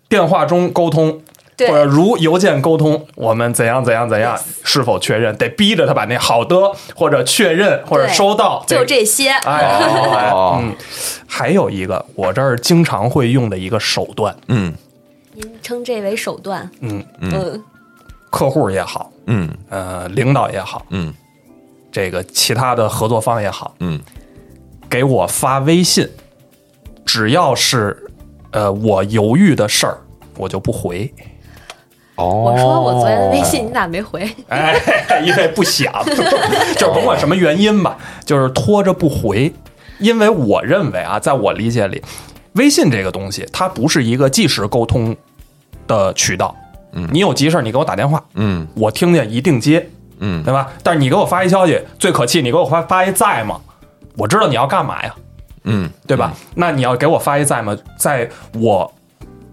B: 电话中沟通。
D: 对
B: 或者如邮件沟通，我们怎样怎样怎样，是否确认？得逼着他把那好的或者确认或者
D: 对
B: 收到，
D: 就
B: 得
D: 这些，
B: 哎，哎
C: 哦
B: 嗯，还有一个我这儿经常会用的一个手段，
C: 嗯
D: 您称这为手段。
B: 嗯，
D: 嗯，
B: 客户也好，
C: 嗯
B: 呃，领导也好，
C: 嗯
B: 这个其他的合作方也好，
C: 嗯，
B: 给我发微信，只要是呃我犹豫的事儿，我就不回。
C: 哦，
D: 我说我昨天的微
B: 哦
D: 信你咋没回？
B: 哎， 因为不想， 就是甭管什么原因吧，就是拖着不回。因为我认为啊，在我理解里，微信这个东西它不是一个即时沟通的渠道。嗯，你有急事儿你给我打电话，
C: 嗯
B: 我听见一定接，
C: 嗯
B: 对吧？但是你给我发一消息，最可气，你给我发发一在吗？我知道你要干嘛呀，
C: 嗯
B: 对吧？那你要给我发一在吗？在我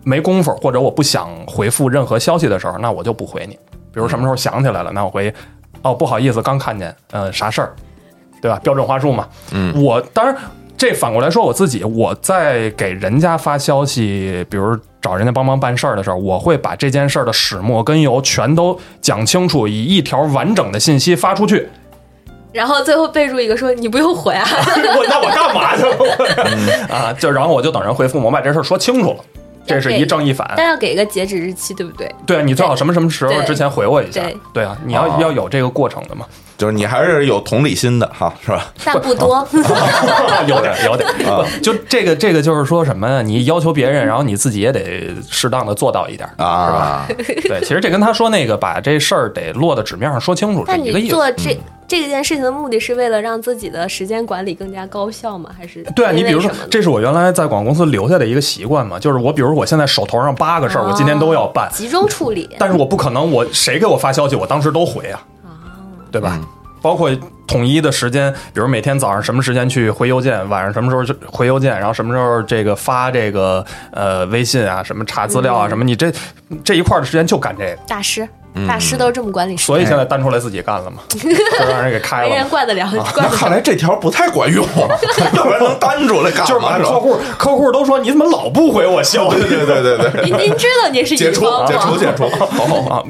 B: 没工夫或者我不想回复任何消息的时候，那我就不回你。比如什么时候想起来了，那我回，哦，不好意思，刚看见，呃，啥事儿，对吧？标准话术嘛。嗯，我当然这反过来说我自己，我在给人家发消息，比如找人家帮忙办事儿的时候，我会把这件事儿的始末根由全都讲清楚，以一条完整的信息发出去。
D: 然后最后备注一个说你不用回 啊，
B: 我那我干嘛去 了？啊，就然后我就等人回复我，我把这事儿说清楚了。这是一正一反，
D: 但要给一个截止日期，对不对？
B: 对啊你最好什么什么时候
D: 对
B: 之前回我一下
D: 对，
B: 对啊，你要
C: 哦
B: 要有这个过程的嘛，
C: 就是你还是有同理心的哈，是吧？
D: 但不 多，
B: 有点有点， 不就这个这个就是说什么呀？你要求别人，然后你自己也得适当的做到一点儿。
C: 啊，
B: 对，其实这跟他说那个把这事儿得落到纸面上说清楚是
D: 但
B: 一个嗯
D: 你
B: 意思。
D: 做这这件事情的目的是为了让自己的时间管理更加高效吗？还是
B: 对啊，你比如
D: 因为
B: 说
D: 什么，呢
B: 这是我原来在广告公司留下的一个习惯嘛，就是我比如我现在手头上八个事
D: 哦
B: 儿，我今天都要办，
D: 集中处理，
B: 但是我不可能我谁给我发消息，我当时都回啊，对吧？包括统一的时间，比如每天早上什么时间去回邮件，晚上什么时候去回邮件，然后什么时候这个发这个呃微信啊，什么查资
D: 嗯
B: 料啊，什么你这这一块儿的时间就干这个，
D: 大师大师都是这么管理时间，
B: 嗯所以现啊在单出来自己干了嘛， 就让人给开
D: 没
B: 了
D: 人
B: 嘛。
D: 惯得了，惯
C: 那
D: 不
C: 看
D: 了。
C: 来这条不太管用，要不然能单出来干嘛？
B: 就是把
C: 是
B: 客
C: 吧
B: 户客户都说你怎么老不回我消息
C: 对对对对 对，
D: 您您知道您是
C: 解
D: 乙
C: 除
D: 方
C: 解除
D: 吗？
C: 解除，好，
B: 啊？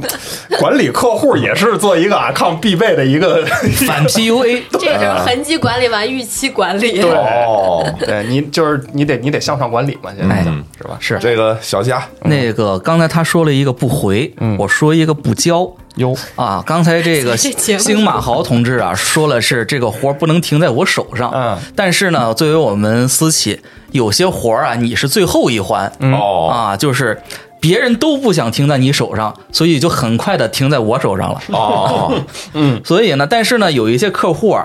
B: 管理客户也是做一个啊抗必备的一个
E: 反 PUA，
D: 这就是痕迹管理完预期管
B: 嗯
D: 理，
B: 对
C: 哦，
B: 对你就是你得你得向上管理嘛，现在是吧？
E: 是
C: 这个小虾，
E: 那个刚才他说了一个不回，我说一个不交。
B: 哟，
E: 啊，刚才这 个
D: 这节目
E: 星马豪同志啊，说了是这个活儿不能停在我手上。
B: 嗯，
E: 但是呢，作为我们私企，有些活儿啊，你是最后一环。嗯
C: 哦
E: 啊，就是别人都不想停在你手上，所以就很快的停在我手上了。
C: 哦，
E: 所以呢，但是呢，有一些客户啊，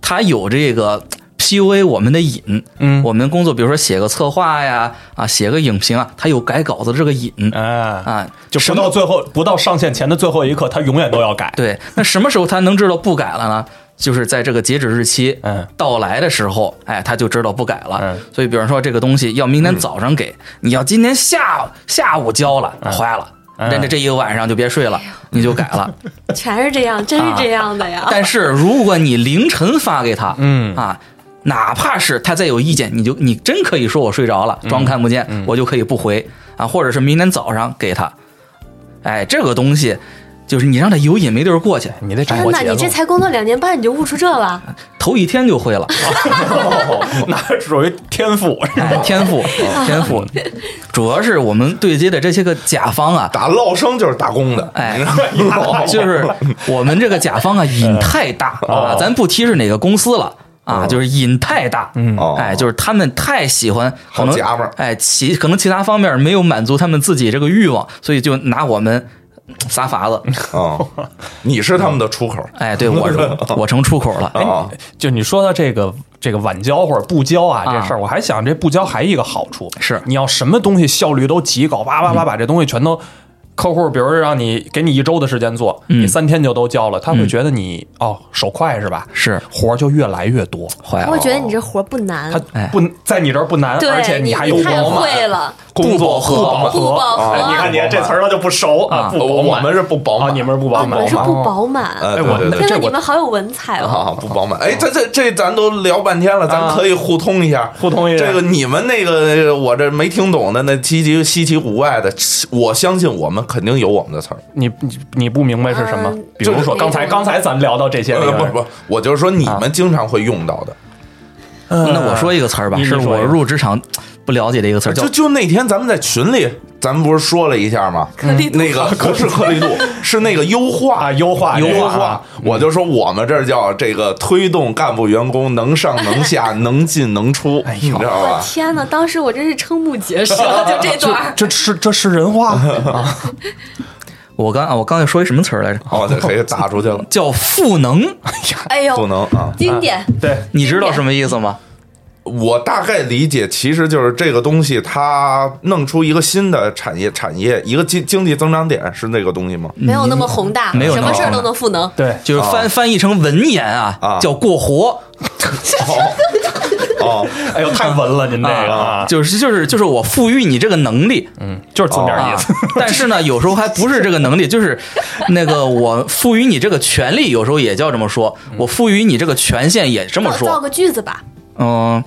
E: 他有这个 PUA 我们的瘾，嗯，我们工作比如说写个策划呀，啊，写个影评啊，他有改稿子这个瘾
B: 啊，
E: 啊，
B: 就
E: 什
B: 不
E: 么
B: 到最后，不到上线前的最后一刻，他永远都要改。
E: 对，那什么时候他能知道不改了呢？就是在这个截止日期
B: 嗯
E: 到来的时候，哎，他就知道不改了。
B: 嗯
E: 所以，比方说这个东西要明天早上给，你要今天下下午交了，坏了，
B: 嗯
E: 这这这一个晚上就别睡了，你就改了。
B: 啊
D: 全是这样，真是这样的呀。
E: 但是如果你凌晨发给他，
B: 嗯
E: 啊，哪怕是他再有意见，你就你真可以说我睡着了，
B: 嗯
E: 装看不见，我就可以不回啊，或者是明天早上给他。哎，这个东西就是你让他有瘾没地儿过去，
B: 你得掌
D: 天
B: 握
D: 哪，
B: 节
D: 啊你
B: 奏
D: 这。才工作两年半你就悟出这了？
E: 头一天就会了，
B: 那属于天赋。
E: 哎，天赋，天赋，主要是我们对接的这些个甲方啊，
C: 打落生就是打工的，
E: 哎
C: 你知道 吗哦
E: 就是我们这个甲方啊，瘾太大啊，咱不提是哪个公司了啊，就是瘾太大，嗯
C: 哦
E: 哎，就是他们太喜欢，可
C: 好
E: 能
C: 夹巴儿
E: 哎，其可能其他方面没有满足他们自己这个欲望，所以就拿我们嗯撒法子，
C: 啊，你是他们的出口
E: 哎，对我我成出口了，
C: 啊，
B: 哎就你说到这个这个晚交或者不交啊
E: 啊
B: 这事儿，我还想这不交还一个好处
E: 是
B: 你要什么东西效率都极高，叭叭
C: 嗯
B: 叭把这东西全都。客户，比如让你给你一周的时间做，
C: 嗯
B: 你三天就都交了，他会觉得你、哦手快是吧？
E: 是
B: 活儿就越来越多，
E: 坏
D: 他
E: 了
D: 会，觉得你这活儿不难
B: 哎哦他，
E: 哎
B: 不、在你这儿不难，
D: 对
B: 而且
D: 你
B: 还有
D: 你太
B: 饱满，
D: 会了，
C: 工作
B: 不饱
C: 和
B: 和，
D: 不饱和
B: 哎你看你这词儿他就不熟啊，不饱
C: 啊我
B: 满
C: 们是不饱
B: 啊，
C: 满，
B: 你们是不饱
D: 我
B: 满，
D: 们是不饱满。
C: 哎，
B: 哎我
C: 对对对
D: 天
B: 这
D: 哪，
B: 我
D: 你们好有文采 哦！
C: 啊，不饱满。哎，这这这咱都聊半天了，咱可以互通一下，
B: 互通一下
C: 这个你们那个我这没听懂的那稀奇稀奇古怪的，我相信我们肯定有我们的词儿。
B: 你你你不明白是什么？
D: 嗯
B: 比如
C: 就是
B: 说刚才
D: 那种
B: 刚才咱聊到这些
C: 呃
B: 里边，
C: 不不，我就是说你们经常会用到的。
B: 嗯，
E: 那我说一个词儿吧，
B: 你
E: 是
B: 你说
E: 我
B: 一个
E: 入职场不了解的一个词儿，叫
C: 就就那天咱们在群里，咱们不是说了一下吗？
D: 力度
C: 那个不是颗粒度，是那个优化
B: 啊优化
C: 优
B: 这个
C: 化
B: 啊。
C: 我就说我们这儿叫这个推动干部员工能上能下，能进能出，你知道
D: 我
C: 吧？
D: 天哪，当时我真是瞠目结舌，就这段儿。
B: 这是这是人话，
E: 我刚啊，我刚才说一什么词儿来着？
C: 哦，这可以砸出去了，
E: 叫赋能，
D: 哎
C: 不
D: 呦，
C: 能啊！
D: 经典！
B: 对，
E: 你知道什么意思吗？
C: 我大概理解，其实就是这个东西，它弄出一个新的产业，产业一个经经济增长点是那个东西吗？
D: 没有那么宏大，
E: 没有
D: 什
E: 那么
D: 么事儿
E: 宏
D: 都
E: 大
D: 能赋能。
B: 对，
E: 就是翻翻译成文言啊
C: 啊，
E: 叫过活。
C: 哦，
B: 哎呦，太文了，您这个啊，
E: 就是就是就是我赋予你这个能力
B: 嗯，就是字面
E: 啊
B: 意思，，
E: 但是呢，有时候还不是这个能力，就是那个我赋予你这个权利，有时候也叫这么说，我赋予你这个权限也这么
D: 造造
E: 说，
D: 个句子吧，
E: 嗯，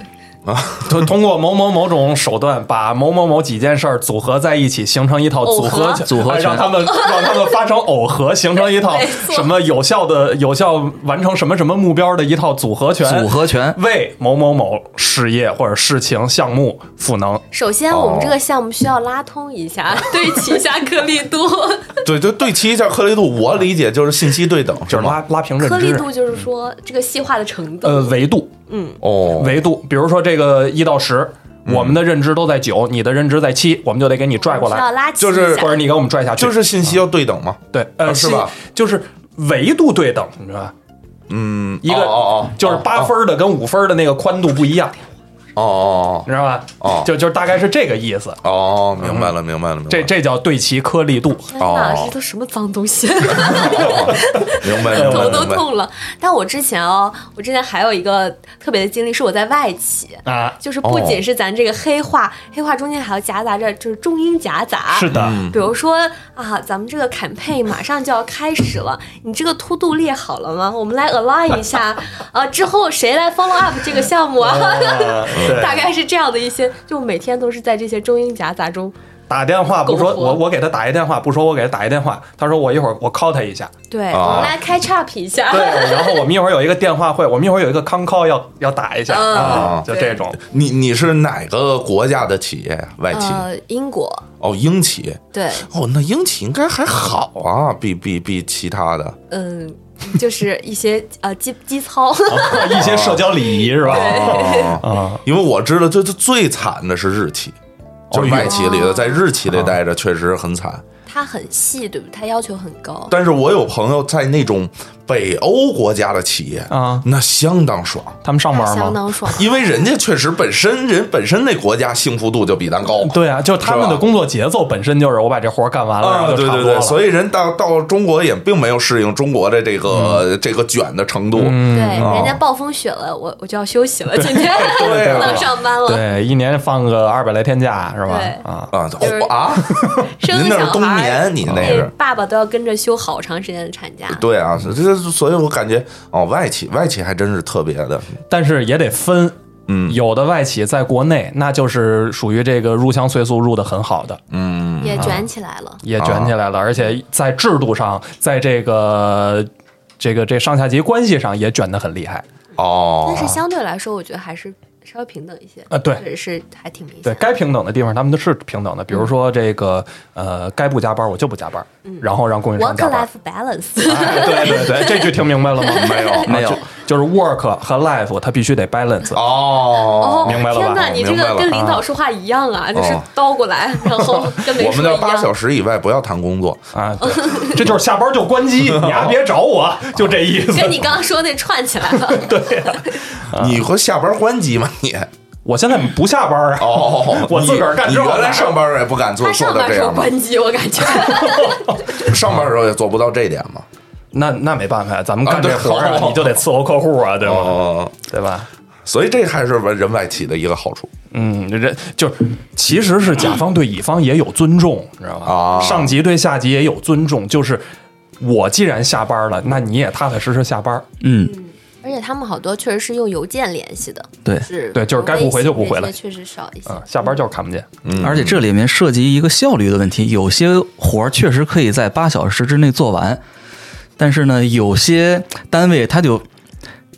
B: 就通过某某某种手段，把某某某几件事儿组合在一起，形成一套组合
D: 耦合
B: 拳
E: 组合
B: 哎
E: 拳
B: 让他们让他们发生耦合，形成一套
D: 没错
B: 什么有效的有效完成什么什么目标的一套组合拳，
E: 组合拳
B: 为某某某事业或者事情项目赋能，
D: 首先我们这个项目需要拉通一下，对齐一下颗粒度。
C: 对，就对齐一下颗粒度，我理解就是信息对等，
B: 就是
C: 是吗？
B: 拉拉平认
D: 颗粒
B: 知，
D: 度就是说这个细化的程度。
B: 呃，维度，
C: 哦，
B: 维度，比如说这个一到十，
C: 嗯
B: 我们的认知都在九，你的认知在七，我们就得给你拽过
D: 需要
B: 来，
D: 拉齐
C: 就
D: 一
C: 是
D: 下
B: 或者你给我们拽下去，
C: 就是信息要对等嘛。
B: 对，呃，
C: 啊是吧
B: 信？就是维度对等，你知道吧？
C: 嗯，
B: 一个
C: 哦哦哦，
B: 就是八分的跟五分的那个宽度不一样，
C: 哦哦
B: 你知道吧？
C: 哦
B: 就就大概是这个意思。
C: 哦哦，明白了，明白了，明白
B: 这
C: 了
B: 这叫对齐颗粒度，
D: 天哪，
C: 哦
D: 这都什么脏东西？
C: 明白明白
D: 头都
C: 明白。
D: 痛了。但我之前哦，我之前还有一个特别的经历，是我在外企，
B: 啊
D: 就是不仅是咱这个黑话，黑话中间还要夹杂着就是中英夹杂。
B: 是的，
C: 嗯
B: 嗯
D: 比如说啊，咱们这个 campaign 马上就要开始了，你这个 to do 列好了吗？我们来 align 一下啊，之后谁来 follow up 这个项目啊？
B: 呃哦 对
D: 大概是这样的一些，就每天都是在这些中英夹杂中，
B: 打电话不说，
D: 苟活
B: 我我给他打一电话，不说我给他打一电话，他说我一会儿我 call 他一下，
D: 对，
C: 啊
D: 我们来 catch up 一下。 呃
B: 对，然后我们一会儿有一个电话会，我们一会儿有一个 con call 要要打一下
C: 哦
D: 嗯
B: 啊，就这种，
C: 你你是哪个国家的企业呀？外企
D: 呃，英国，
C: 哦，英企
D: 对，
C: 哦，那英企应该还好啊，比比比其他 的
D: 嗯，就是一些呃基基操，
B: 一些社交礼仪是吧？
C: 哦。
B: 啊，
C: 因为我知道，这这最惨的是日企，
B: 哦
C: 就是外企里的，在日企里待着确实很惨。
D: 它很细，对不对？它要求很高。
C: 但是我有朋友在那种北欧国家的企业
B: 啊
C: 那相当爽，
B: 他们上
D: 它
B: 班
D: 相
B: 吗？
D: 当爽，
C: 因为人家确实本身人本身那国家幸福度就比咱高。
B: 对啊，就是他们
C: 是
B: 的
C: 吧
B: 工作节奏本身就是我把这活儿干完了，然
C: 啊，
B: 后就
C: 对
B: 差
C: 对
B: 不多
C: 对，
B: 了。
C: 所以人到到中国也并没有适应中国的这个、
B: 嗯
C: 这个卷的程度。
D: 对，
C: 哦
D: 人家暴风雪了，我我就要休息了，今天
C: 对啊
D: 不能上班了，
B: 对，一年放个二百来天假是吧
D: 对？
B: 啊，
C: 啊
D: 就是
C: 啊！
D: 生
C: 您
D: 个
C: 那是
D: 小
C: 东
D: 孩
C: 年，你那是。
D: 爸爸都要跟着休好长时间的产假。
C: 对啊，这这所以我感觉哦，外企外企还真是特别的，
B: 但是也得分。
C: 嗯
B: 有的外企在国内，那就是属于这个入乡随俗入的很好的，
C: 嗯，啊
D: 也卷起来了，
B: 也卷起来了，而且在制度上，在这个这个这上下级关系上也卷得很厉害。
C: 哦
D: 但，是相对来说，我觉得还是稍微平等一些
B: 啊对
D: 或者是还挺明显。
B: 对该平等的地方，他们都是平等的。比如说这个，呃，该不加班我就不加班，然后让供应商
D: work
B: 加班
D: life。balance，
B: 哎对 对对，这句听明白了吗？
C: 没有
E: 没有
B: 啊就就是 work 和 life 它必须得 balance。
C: 哦，
B: 明白了吧
D: 天哪，
C: 哦
D: 你这
C: 明白
D: 个
C: 了哦
D: 跟领导说话一样啊，就是倒 过来，然后跟没
C: 我们
D: 说
C: 的
D: 一
C: 八小
D: 样。
C: 时以外不要谈工作，
B: 啊，对，这就是下班就关 机，你还别找我，就这意思。
D: 跟你刚刚说那串起 来了，
B: 啊
C: 你和下班关机吗？你
B: 我现在不下班啊，
C: 哦，
B: 我自个儿干
C: 你
B: 这
C: 你
B: 个
C: 原来上班也不敢做
D: 他
C: 做
D: 上
C: 到
D: 班
C: 这
D: 时候
C: 样吗？
D: 关机，我感觉
C: 上班时候也做不到这一点吗？
B: 那那没办法，咱们
C: 啊
B: 干
C: 对
B: 这活儿
C: 好
B: 啊，
C: 好好
B: 你就得伺候客户啊，对吧？
C: 哦，
B: 对吧？
C: 所以这还是人外企的一个好处
B: 嗯，这就其实是甲方对乙方也有尊重，你知道吧？
C: 啊
B: 上级对下级也有尊重，就是我既然下班了，那你也踏踏实实下班。
E: 嗯，
D: 而且他们好多确实是用邮件联系的，
E: 对
D: 是
B: 对就是该不回就不回了
D: 微信这些确实少一些。
B: 嗯，下班就是看不见。
C: 嗯
E: 而且这里面涉及一个效率的问题，有些活儿确实可以在八小时之内做完，但是呢，有些单位他就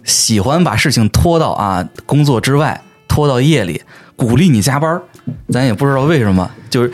E: 喜欢把事情拖到啊工作之外，拖到夜里，鼓励你加班儿，咱也不知道为什么，就是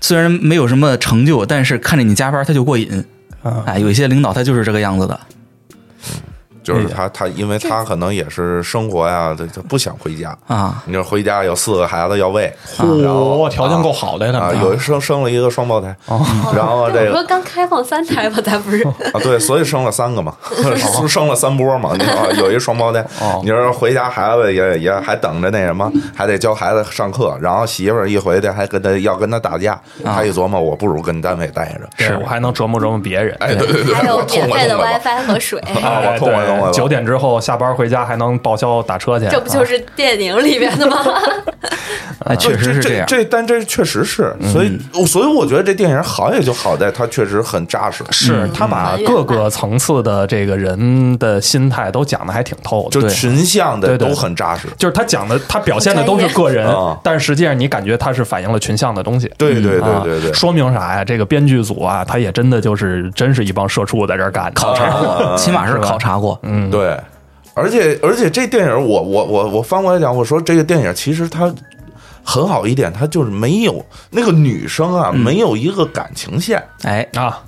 E: 虽然没有什么成就，但是看着你加班儿他就过瘾。
B: 啊
E: 哎，有一些领导他就是这啊个样子的，
B: 哎
C: 就是他他，因为他可能也是生活呀，他他不想回家
E: 啊。
C: 你说回家有四个孩子要喂
B: 啊
C: 然后
B: 嚯，条件够好的他
C: 啊，
B: 们
C: 有一生生了一个双胞胎，
B: 哦
C: 然后这
D: 我
C: 个
D: 说刚开放三胎吧，咱不 是
C: 啊，对，所以生了三个嘛，生生了三波嘛，你说啊有一双胞胎
B: 哦，
C: 你说回家孩子也也还等着那什么，还得教孩子上课，然后媳妇儿一回去还跟他要跟他打架，他一琢磨，我不如跟单位待着，
B: 啊是我还能折磨折磨别人。
C: 哎，对对对，
D: 还有
C: 我痛
D: 免
C: 快
D: 费的
C: 痛快 吧
D: WiFi 和水，
C: 啊我痛快痛快吧
B: 九点之后下班回家还能报销打车去，啊
D: 这不就是电影里边的吗？
E: 哎，确实是
C: 呃这
E: 样。
C: 这但这确实是，
B: 嗯
C: 所以、所以我觉得这电影好也就好在它确实很扎实，
D: 嗯
B: 是他把各个层次的这个人的心态都讲的还挺透的，
C: 就群像的
B: 对对
C: 都很扎实。
B: 就是他讲的，他表现的都是个人
C: 专
D: 啊
C: 业，
B: 但是实际上你感觉他是反映了群像的东西。
C: 对对对
B: 啊
C: 对对，
B: 说明啥呀？这个编剧组啊，他也真的就是真是一帮社畜在这儿干考察
C: 啊
E: 起码是考察过，嗯，
C: 对，而且而且这电影我，我我我翻过来讲，我说这个电影其实它很好一点，它就是没有那个女生啊，没有一个感情线，
E: 哎，
B: 啊。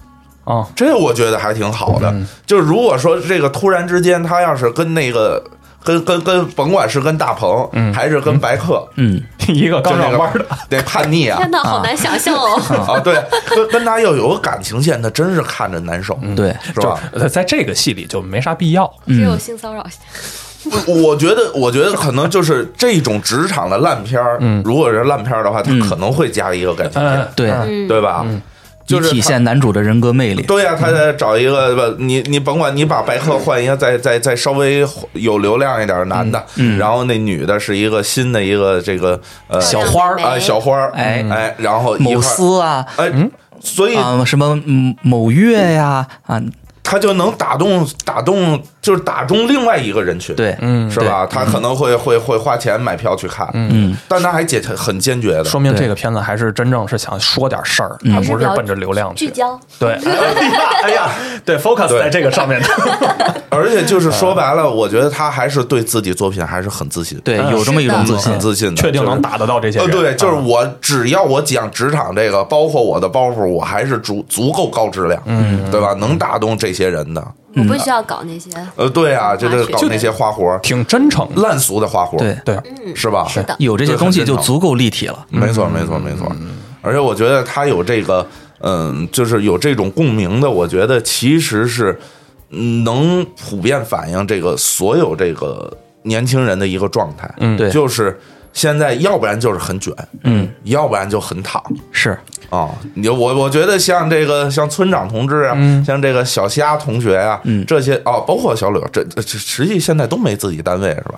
B: 啊，
C: 这我觉得还挺好的。就是如果说这个突然之间，他要是跟那个。跟跟跟，甭管是跟大鹏、还是跟白客，
E: 嗯，
B: 一个
C: 就
B: 刚
C: 那
B: 上
C: 个
B: 班的，
C: 那叛逆啊
D: 天哪，好难想象哦。
C: 啊，对，跟跟他要有个感情线，他真是看着难受，
E: 嗯对，
C: 是吧？
B: 呃在这个戏里就没啥必要。
D: 只有性骚 扰，
C: 我 我觉得，我觉得可能就是这种职场的烂片儿，
E: 嗯
C: 如果是烂片儿的话，它可能会加一个感情
B: 嗯
C: 线，，
E: 对
B: 嗯
C: 对吧？就是
E: 以体
C: 他
E: 现男主的人格魅力。
C: 对呀、他得找一个不，你你甭管，你把白客换一个，再再再稍微有流量一点的男的，
E: 嗯
C: 然后那女的是一个新的一个这个呃
E: 小花儿
C: 啊小花儿，
E: 哎
C: 哎，然后一块
E: 某
C: 儿
E: 司啊
C: 哎，所以
E: 啊，什么嗯某月呀啊，
C: 他就能打动打动，就是打中另外一个人群，
E: 对，
B: 嗯
C: 是吧？他可能会会会花钱买票去看，
E: 嗯，
C: 但他还坚很坚决的，
B: 说明这个片子还是真正是想说点事儿，他
D: 还是
B: 不
D: 比
B: 是
D: 较
B: 奔着流量
D: 嗯聚
B: 去。
D: 焦。
B: 对，哎呀，对，focus
C: 对嗯
B: 在这个上面的。
C: 而且
E: 嗯
C: 就是说白了，我觉得他还是对自己作品还是很自信，
E: 对，
B: 嗯
E: 有这么一种
D: 是
E: 自
D: 的
E: 信嗯
C: 很，自信的，
B: 确定
C: 就是
B: 能。打得到这些
C: 呃，
B: 人。
C: 对，就是
B: 啊
C: 我，只要我讲职场这个，包括我的包袱，我还是足足够高质量，嗯，对吧？能打动这些人的，
D: 我不需要搞那些，
B: 嗯
C: 呃，对啊，就是搞那些花活，
B: 挺真诚的。
C: 烂俗的花活，
E: 对，
B: 对，
C: 是吧？是
D: 的
E: 有这些东西就
C: 很正常
E: 足够立体了。
C: 没错，没错，没错。而且我觉得他有这个，嗯，就是有这种共鸣的，我觉得其实是嗯能普遍反映这个所有这个年轻人的一个状态。嗯
E: 对
C: 就是现在，要不然就是很卷，嗯，要不然就很躺。
E: 是，
C: 啊、你我我觉得像这个像村长同志啊，像这个小虾嗯同学啊，这些哦，包括小柳，这这这实际现在都没自己单位是吧？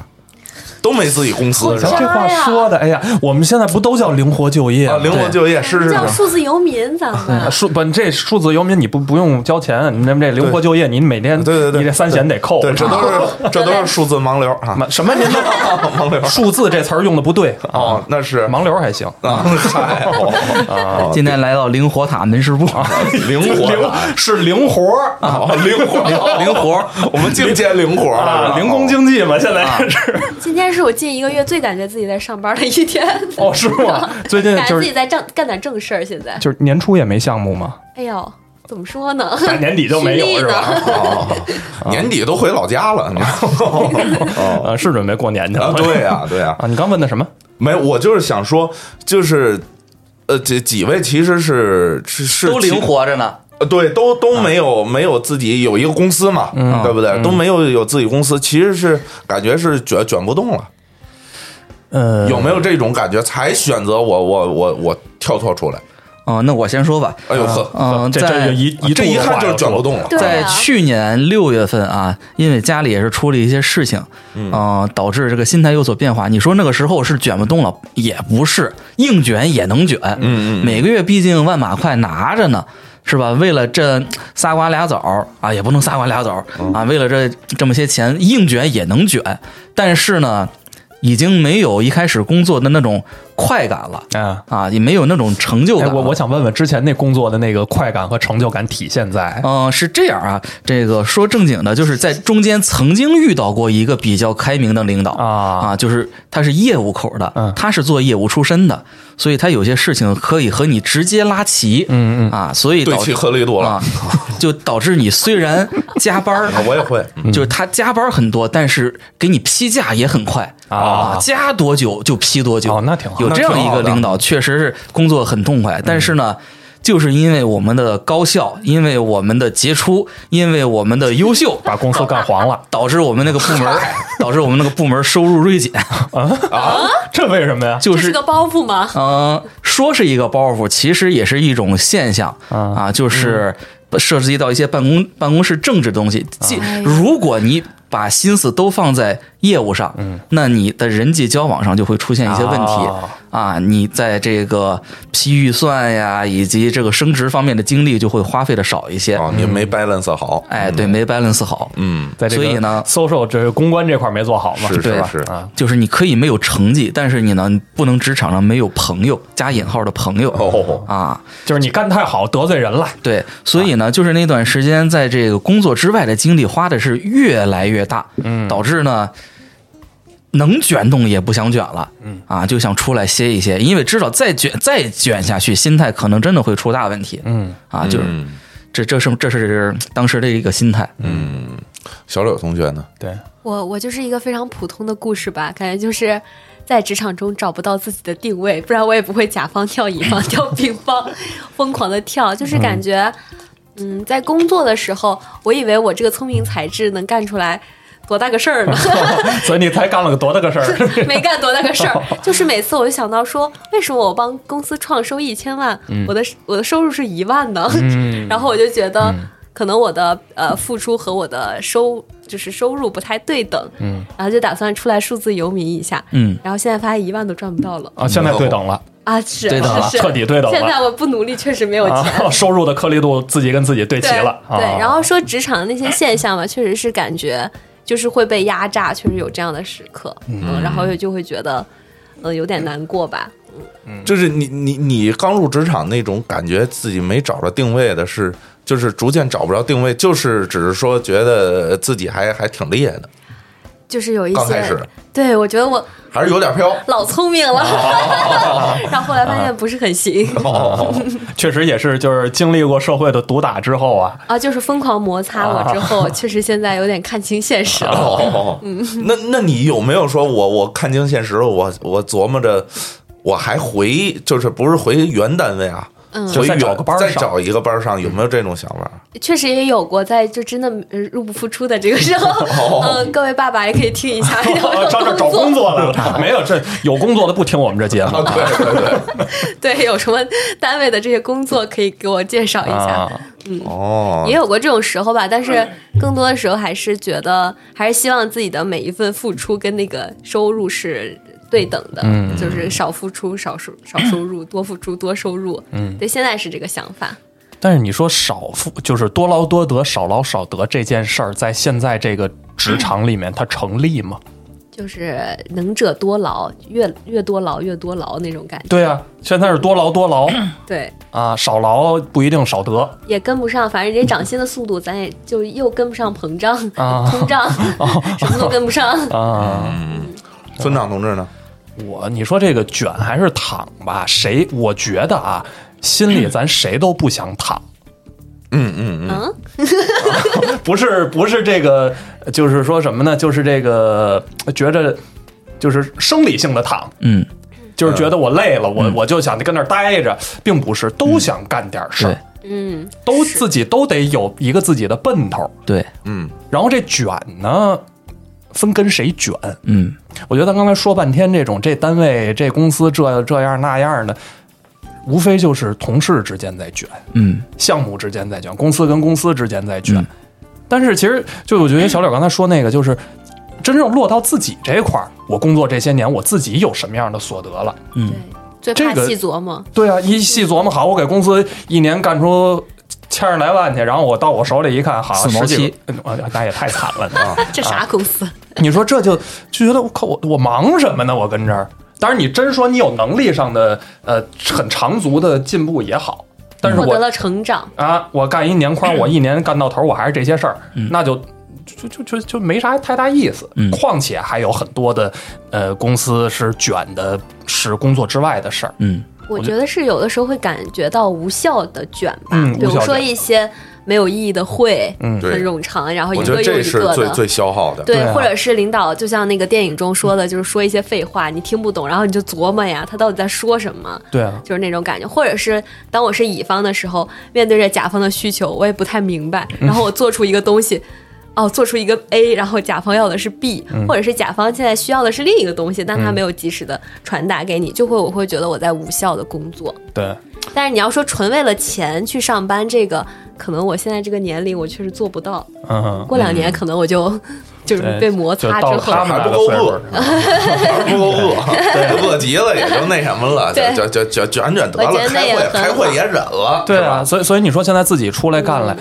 C: 都没自己公司是
B: 瞧
C: 吧？
B: 这话说的，哎呀，我们现在不都叫灵活就业吗
C: 啊，灵活就业是是
D: 叫
C: 是，
D: 数字游民，咱
B: 啊
D: 们
B: 数不，你这数字游民你不不用交钱，你那这灵活就业，你每天
C: 对对对
B: 你这三险得扣。
C: 对，这都是这都是数字盲流啊，
B: 什么您都
C: 盲流
B: 数字这词儿用的不对
C: 哦
B: 啊，，
C: 那是
B: 盲流还行，
C: 啊，嗨哦，
E: 今天来到灵活塔门市部，
C: 灵活了
B: 是灵活
C: 啊，灵活
E: 灵活，
C: 我们净见灵活了，
B: 啊，零工经济嘛，现在 是
D: 今天是我近一个月最感觉自己在上班的一天，
B: 哦，是 吗？最近
D: 感觉
B: 就
D: 自己
B: 是
D: 在正干点正事儿。现在，
B: 就是年初也没项目 嘛，
D: 哎呦，怎么说呢？
B: 大年底就没有
D: 蓄力
B: 是吧？
D: 呢？
C: 哦，年底都回老家了，你知道吗？哦，
B: 呃，是准备过年去
C: 啊
B: 了。
C: 对呀，对呀，
B: 啊，你刚问的什么？
C: 没，我就是想说，就是。呃，这几位其实是是是
E: 都
C: 其
E: 灵活着呢。
C: 呃，对，都都没有、没有自己有一个公司嘛，对不对？都没有有自己公司，其实是感觉是卷卷不动了，
B: 呃，
C: 有没有这种感觉？才选择我我我我跳脱出来。
E: 哦，那我先说吧。
C: 哎呦呵，
E: 嗯，
B: 这啊这
E: 在
B: 就一一
C: 这
B: 肚
C: 一
B: 子
C: 看
B: 话
C: 就是
B: 要
C: 卷不
B: 说
C: 动了。
D: 对
E: 在
D: 啊，
E: 去年六月份啊，因为家里也是出了一些事情，嗯、导致这个心态有所变化。你说那个时候是卷不动了，也不是，硬卷也能卷。嗯嗯，每个月毕竟万把块拿着呢。是吧？为了这仨瓜俩枣儿啊，也不能仨瓜俩枣儿啊。为了这这么些钱，硬卷也能卷，但是呢，已经没有一开始工作的那种快感了
B: 啊。
E: 啊，也没有那种成就
B: 哎，
E: 感了。
B: 我我想问问，之前那工作的那个快感和成就感体现 在
E: 嗯，是这样啊。这个说正经的，就是在中间曾经遇到过一个比较开明的领导
B: 啊
E: 就是他是业务口的，
B: 嗯
E: 他是做业务出身的，所以他有些事情可以和你直接拉齐，嗯嗯啊，所以
C: 对
E: 导
C: 齐
E: 致
C: 合力度了，
E: 啊，就导致你虽然加 班儿
C: 啊我也会。
B: 嗯
E: 就是他加班儿很多，但是给你批假也很快
B: 啊
E: 加多久就批多久，
B: 哦那挺好嗯
E: 有这样一
C: 那挺好
E: 个
C: 的
E: 领导，确实是工作很痛快，但是呢。就是因为我们的高效，因为我们的杰出，因为我们的优秀，
B: 把公司干黄了？
E: 导致我们那个部 门儿，导致我们那个部门收入锐减。
B: 这为什么呀？
E: 就
D: 这是
E: 是
D: 个包袱吗？
E: 嗯，说是一个包袱，其实也是一种现象啊，就是涉及到一些办公办公室政治的东西。即
D: 哎
E: 如果你把心思都放在业务上，那你的人际交往上就会出现一些问题
B: 哦
E: 嗯啊，你在这个批预算呀，以及这个升职方面的精力就会花费的少一些。
C: 啊，你没 balance 好，
E: 哎，对，没 balance 好，
C: 嗯，
B: 在这个
E: 所以呢
B: social 这个公关这块没做好嘛，
C: 是
B: 对
C: 是
B: 吧？
C: 是
B: 啊，
E: 就是你可以没有成绩，但是你呢你不能职场上没有朋友（加引号的朋友）
C: 哦
E: 啊。
B: 就是你干太好得罪人了，
E: 对，所以呢，就是那段时间在这个工作之外的精力花的是越来越大，嗯，导致呢。能卷动也不想卷了，嗯啊，就想出来歇一歇，因为知道再卷再卷下去，心态可能真的会出大问题，
B: 嗯
E: 啊，就是
C: 嗯
E: 这这是这是当时的一个心态，
C: 嗯，小柳同学呢？
B: 对，
D: 我我就是一个非常普通的故事吧，感觉就是在职场中找不到自己的定位，不然我也不会甲方跳乙方跳丙方，疯狂的跳，就是感觉，嗯，在工作的时候，我以为我这个聪明才智能干出来多大个事儿呢，
B: 所以你才干了个多大个事儿？
D: 没干多大个事儿，就是每次我就想到说，为什么我帮公司创收益一千万，我的我的收入是一万呢？ 然后我就觉得，可能我的呃付出和我的收就是收入不太对等，然后就打算出来数字游民一下，
E: 嗯，
D: 然后现在发现一万都赚不到了
B: 啊，现在对等了，
D: 啊，是
E: 对
D: 是
E: 等了
D: 是
B: 彻底对等了
D: 现在我不努力确实没有钱，
B: 啊， 收入的颗粒度自己跟自己对齐了，
D: 对，
B: 啊
D: 对然后说职场的那些现象嘛，确实是感觉就是会被压榨，确实有这样的时刻，嗯，然后也就会觉得，嗯，有点难过吧。嗯
C: 就是你你你刚入职场那种感觉，自己没找着定位的是，就是逐渐找不着定位，就是只是说觉得自己还还挺厉害的，
D: 就是有一
C: 刚开
D: 些
C: 始，
D: 对我觉得我
C: 还是有点飘。
D: 老聪明了， 然后后来发现不是很行
B: 啊哦 确实也是，就是经历过社会的毒打之后 啊，
D: 啊，就是疯狂摩擦我之后，确实现在有点看清现实了。
C: 哦，
D: 嗯
C: 那那你有没有说我我看清现实了？我我琢磨着，我还回就是不是回原单位啊？
D: 嗯
C: 所以
B: 就再找
C: 远
B: 个班儿
C: 再
B: 上
C: 找一个班儿上，有没有这种想法？
D: 确实也有过在就真的呃入不敷出的这个时候，嗯、各位爸爸也可以听一下，
B: 哦，找找找工作来 了，没有这有工作的不听我们这节目
D: 嗯
C: 啊，对对对，
D: 对，有什么单位的这些工作可以给我介绍一下。
B: 啊。
C: 哦
D: 也有过这种时候吧，但是
B: 哎
D: 更多的时候还是觉得，还是希望自己的每一份付出跟那个收入是对等的，
B: 嗯
D: 就是少付出少收少收入，多付出多收入。嗯，对，现在是这个想法。
B: 但是你说少付就是多劳多得，少劳少得这件事儿，在现在这个职场里面，它成立吗？
D: 就是能者多劳，越越多劳越多劳那种感觉。
B: 对啊，现在是多劳多 劳
D: 对，
B: 啊，少劳不一定少得。
D: 也跟不上，反正人家涨薪的速度，咱也就又跟不上膨胀、
B: 啊
D: 通胀，什么都跟不上。
B: 啊，
C: 村长同志呢？
B: 我你说这个卷还是躺吧？谁？我觉得啊，心里咱谁都不想躺，
C: 嗯嗯嗯，
D: 嗯，
B: 不是不是这个，就是说什么呢？就是这个觉着就是生理性的躺，
E: 嗯，
B: 就是觉得我累了，我我就想跟那儿待着，并不是都想干点事儿。
E: 对
D: 嗯，
B: 都自己都得有一个自己的奔头。
E: 对，
B: 然后这卷呢，分跟谁卷？
E: 嗯，
B: 我觉得咱刚才说半天这种这单位这公司这这样那样的，无非就是同事之间在卷，
E: 嗯，
B: 项目之间在卷，公司跟公司之间在卷。但是其实就我觉得小柳刚才说那个，就是真正落到自己这块儿，我工作这些年我自己有什么样的所得了？
D: 对，最怕
B: 嗯这个
D: 细琢磨。
B: 对啊，一细琢磨好，我给公司一年干出千十来万去，然后我到我手里一看，好
E: 四毛
B: 十几
E: 七
B: 个，嗯啊那也太惨了啊！
D: 这啥公司？
B: 你说这就就觉得我靠，我我忙什么呢？我跟这儿，当然你真说你有能力上的呃很长足的进步也好，但是
D: 获得
B: 我
D: 了成长，
B: 啊，我干一年宽，我一年干到头，我还是这些事儿，那就。就就就就没啥太大意思，
E: 嗯
B: 况且还有很多的，呃，公司是卷的，是工作之外的事儿，
E: 嗯，
D: 我觉得是有的时候会感觉到无效的卷吧，
B: 嗯
D: 比
B: 无
D: 如
B: 效
D: 说
B: 卷
D: 一些没有意义的会，
B: 嗯
C: 对
D: 很冗长，然后哦一
C: 我觉得
D: 个又
C: 这
D: 一
C: 是
D: 个
C: 最
D: 的。
C: 最消耗的。
B: 对
D: 对
B: 啊，
D: 或者是领导，就像那个电影中说的，就是说一些废话，你听不懂，然后你就琢磨呀，他到底在说什么，
B: 对啊，
D: 就是那种感觉。或者是当我是乙方的时候，面对着甲方的需求，我也不太明白，
B: 嗯
D: 然后我做出一个东西，哦，做出一个 A，然后甲方要的是 B，、
B: 嗯
D: 或者是甲方现在需要的是另一个东西，但他没有及时的传达给你，就会我会觉得我在无效的工作。
B: 对，
D: 但是你要说纯为了钱去上班，这个可能我现在这个年龄我确实做不到。
B: 嗯，
D: 过两年可能我就、 就是
B: 对
D: 被摩
B: 就
D: 擦
B: 到
D: 之
B: 了
D: 后，
B: 他们
C: 还
B: 那
C: 不
B: 个
C: 够
B: 岁数
C: 饿，还不够饿，饿极了也就那什么了，就
D: 对
C: 就就就卷卷得了
D: 我觉，得那
C: 开
D: 也
C: 会
D: 很
C: 开会
D: 好
C: 也忍了，
B: 对
C: 是吧
B: 啊，，所以所以你说现在自己出来干来，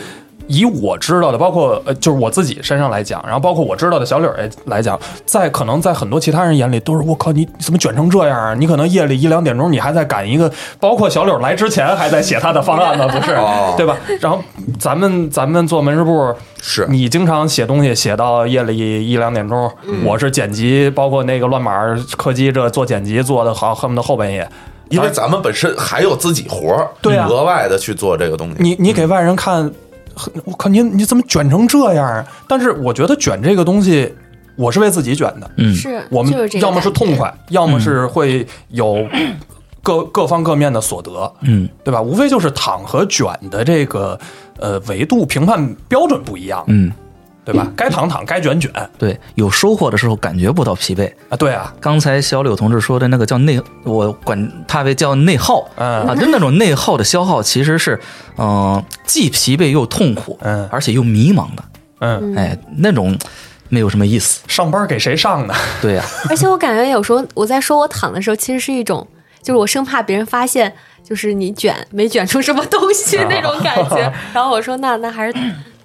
B: 以我知道的，包括呃，就是我自己身上来讲，然后包括我知道的小柳儿来讲，在可能在很多其他人眼里都是我靠，你怎么卷成这样啊？你可能夜里一两点钟你还在赶一个，包括小柳儿来之前还在写他的方 案呢，不是
C: 哦，
B: 对吧？然后咱们咱们做门市部，
C: 是
B: 你经常写东西写到夜里一两点钟，
C: 嗯
B: 我是剪辑，包括那个乱码儿柯基这做剪辑做的好，恨不得后半夜。
C: 因为咱们本身还有自己活儿，
B: 对啊
C: 额外的去做这个东西。
B: 你你给
E: 嗯
B: 外人看，很我靠你你怎么卷成这样啊？但是我觉得卷这个东西，我是为自己卷的，
E: 嗯
D: 是
B: 我们
D: 就是这个
B: 要么是
D: 感觉
B: 痛快，要么是会有各各方各面的所得，
E: 嗯，
B: 对吧？无非就是躺和卷的这个呃维度评判标准不一样，
E: 嗯，
B: 对吧？该躺躺，该卷卷啊，
E: 对，有收获的时候感觉不到疲惫。
B: 对啊，
E: 刚才小柳同志说的那个叫内，我管他为叫内耗，
B: 嗯
E: 啊，就那种内耗的消耗，其实是，嗯、既疲惫又痛苦，
B: 嗯
E: 而且又迷茫的，
B: 嗯，
E: 哎，那种没有什么意思。
B: 上班给谁上呢？
E: 对呀、
D: 而且我感觉有时候我在说我躺的时候，其实是一种，就是我生怕别人发现，就是你卷没卷出什么东
B: 啊
D: 西那种感 觉。然后我说那那还是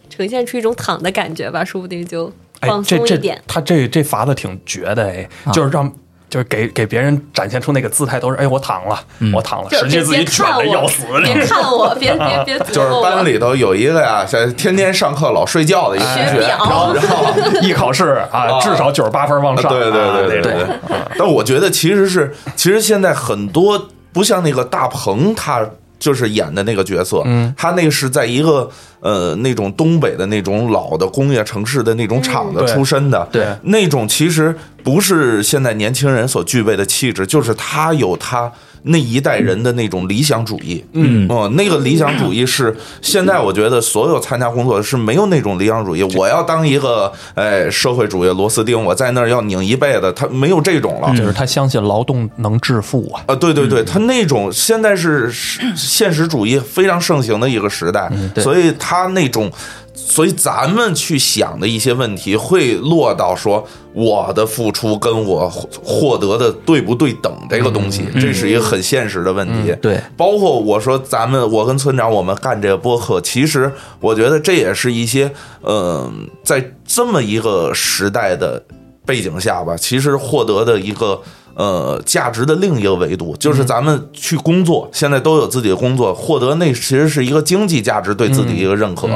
D: 呈现出一种躺的感觉吧，说不定就
B: 哎
D: 放，
B: 这
D: 松一
B: 这
D: 点。
B: 他这这法子挺绝的哎，就是让。就是给给别人展现出那个姿态，都是哎，我躺了，我躺了，
D: 就
B: 实际
D: 别
B: 自己
D: 别
B: 卷
D: 看
B: 的
D: 我
B: 要死，
D: 别看我，别别 别
C: 就
D: 琢
C: 是
D: 磨
C: 班
D: 我。
C: 里头有一个呀，像天天上课老睡觉的一个同
D: 学
C: 学，
D: 表
C: 然后然后
B: 一考试啊，
C: 啊
B: 至少九十八分往上。
C: 对对对
B: 啊
C: 对。但我觉得其实是，其实现在很多不像那个大鹏他。就是演的那个角色，
B: 嗯
C: 他那是在一个呃那种东北的那种老的工业城市的那种厂子
B: 嗯对
C: 出身的，
E: 对
C: 那种其实不是现在年轻人所具备的气质，就是他有他那一代人的那种理想主义。嗯，哦、那个理想主义是现在我觉得所有参加工作是没有那种理想主义，我要当一个哎社会主义螺丝钉，我在那儿要拧一辈子，他没有这种了。
B: 就是他相信劳动能致富啊。
C: 啊，对对
E: 嗯
C: 对，他那种现在是是现实主义非常盛行的一个时代，
E: 嗯对
C: 所以他那种，所以咱们去想的一些问题会落到说我的付出跟我获获得的对不对等这个东
E: 嗯
C: 西，这是一个很现实的问题。
E: 对，
C: 包括我说咱们，我跟村长我们干这个播客，其实我觉得这也是一些，嗯、在这么一个时代的背景下吧，其实获得的一个。呃，价值的另一个维度就是咱们去工作，现在都有自己的工作，获得那其实是一个经济价值对自己一个认可。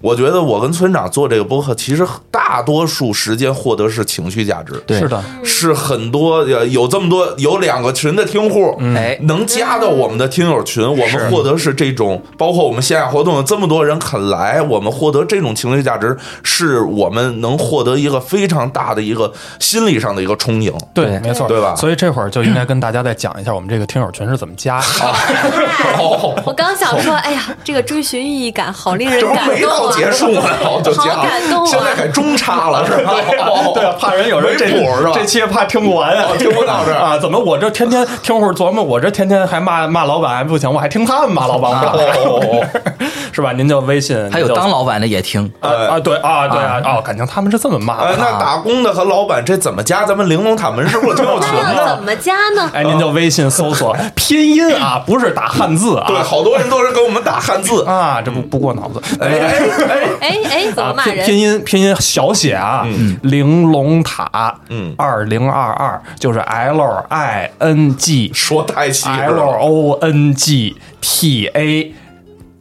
C: 我觉得我跟村长做这个播客，其实大多数时间获得是情绪价值。
E: 对
B: 是的，
D: 嗯
C: 是很多呃有这么多有两个群的听户，
E: 哎
C: 能加到我们的听友群，我们获嗯得是这种，包括我们线下活动有这么多人肯来，我们获得这种情绪价值，是我们能获得一个非常大的一个心理上的一个充盈。
B: 对，没错，
C: 对吧
B: 所以这会儿就应该跟大家再讲一下我们这个听友群是怎么加。
D: 我刚想说，哎呀，这个追寻意义感好令人
C: 这不
D: 感
C: 没
D: 动
C: 到
D: 啊！
C: 结束呢，就这样
D: 好感动啊
C: 现在改中差了是吧？ 对
B: 啊怕人有
C: 哎没谱是吧？
B: 期怕听不完啊
C: 哦听不到是吧
B: 啊！怎么我这天天听会儿琢磨，我这天天还骂骂老板还不行，我还听他们骂老板，
C: 哦哎
B: 我哦 是吧？您就微信
E: 还有
B: 您就
E: 当老板的也听，
B: 啊啊对啊对啊哦，感情他们是这么骂
C: 哎，
B: 的。
C: 呃
B: 啊
C: 那打工的和老板这怎么加？咱们玲珑塔门是不是挺有群
D: 那要
C: 的
D: 怎？么加呢？
B: 哎，您就微信搜索 拼音啊，不是打汉字
C: 呃对，
B: 啊
C: 好多人都是给我们打汉字。
B: 啊，这不不过脑子。
C: 哎哎哎，
D: 哎哎，怎么
B: 啊，
D: 骂
B: 拼拼
D: 人？
B: 音拼音小写啊，玲珑塔，
C: 嗯
B: 二零二二就是 L I N G
C: 说太细致
B: L
C: 了。
B: O N G T A，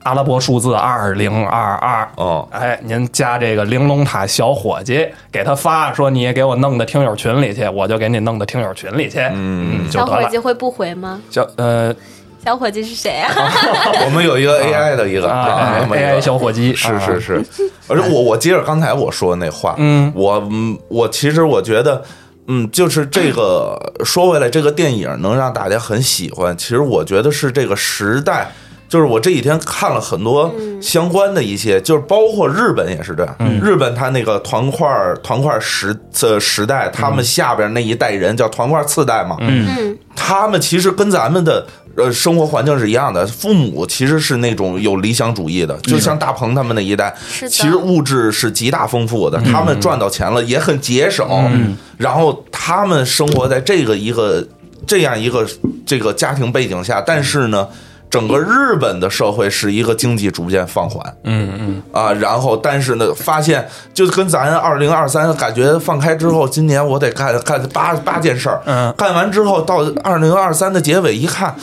B: 阿拉伯数字二零二二。
C: 哦
B: 哎，您加这个玲珑塔小伙计，给他发说你也给我弄到听友群里去，我就给你弄到听友群里去，嗯，就
D: 小
B: 得
D: 伙
B: 了
D: 计。会不回吗？
B: 小呃
D: 小伙计是谁啊？
C: 我们有一个 AI 的一个
B: 啊
C: 我们有一
B: ，AI
C: 个
B: 小啊伙计
C: 是是是，而且我我接着刚才我说的那话，嗯，我嗯我其实我觉得。嗯，就是这个。说回来，这个电影能让大家很喜欢，其实我觉得是这个时代。就是我这几天看了很多相关的一些，就是包括日本也是这样。日本它那个团块儿团块儿时呃时代，他们下边那一代人叫团块儿次代嘛。嗯，
D: 嗯，
C: 他们其实跟咱们的呃生活环境是一样的，父母其实是那种有理想主义的，就像大鹏他们那一代，
D: 是的
C: 其实物质是极大丰富的，他们赚到钱了也很节省，然后他们生活在这个一个这样一个这个家庭背景下，但是呢。整个日本的社会是一个经济逐渐放缓，啊，然后但是呢，发现就跟咱二零二三感觉放开之后，今年我得干干八八件事儿，
B: 嗯
C: 干完之后到二零二三的结尾一看，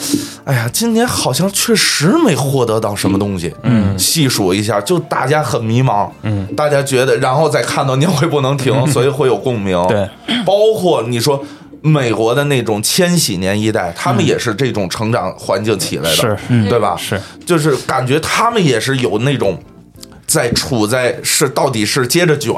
C: 哎呀，今年好像确实没获得到什么东西，嗯，细数一下，就大家很迷茫，嗯，大家觉得，然后再看到年会不能停，所以会有共鸣，
B: 对，
C: 包括你说。美国的那种千禧年一代，他们也是这种成长环境起来的，
B: 是嗯
C: 对吧？
B: 是，
C: 就是感觉他们也是有那种在处在是到底是接着卷，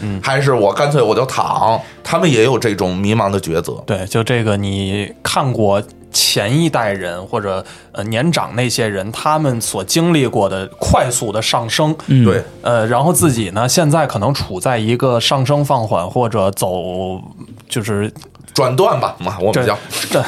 B: 嗯
C: 还是我干脆我就躺，他们也有这种迷茫的抉择。
B: 对，就这个你看过前一代人或者呃年长那些人，他们所经历过的快速的上升，嗯
C: 对，
B: 呃，然后自己呢，现在可能处在一个上升放缓或者走就是
C: 转段吧嘛，我
B: 这
C: 们叫
B: 这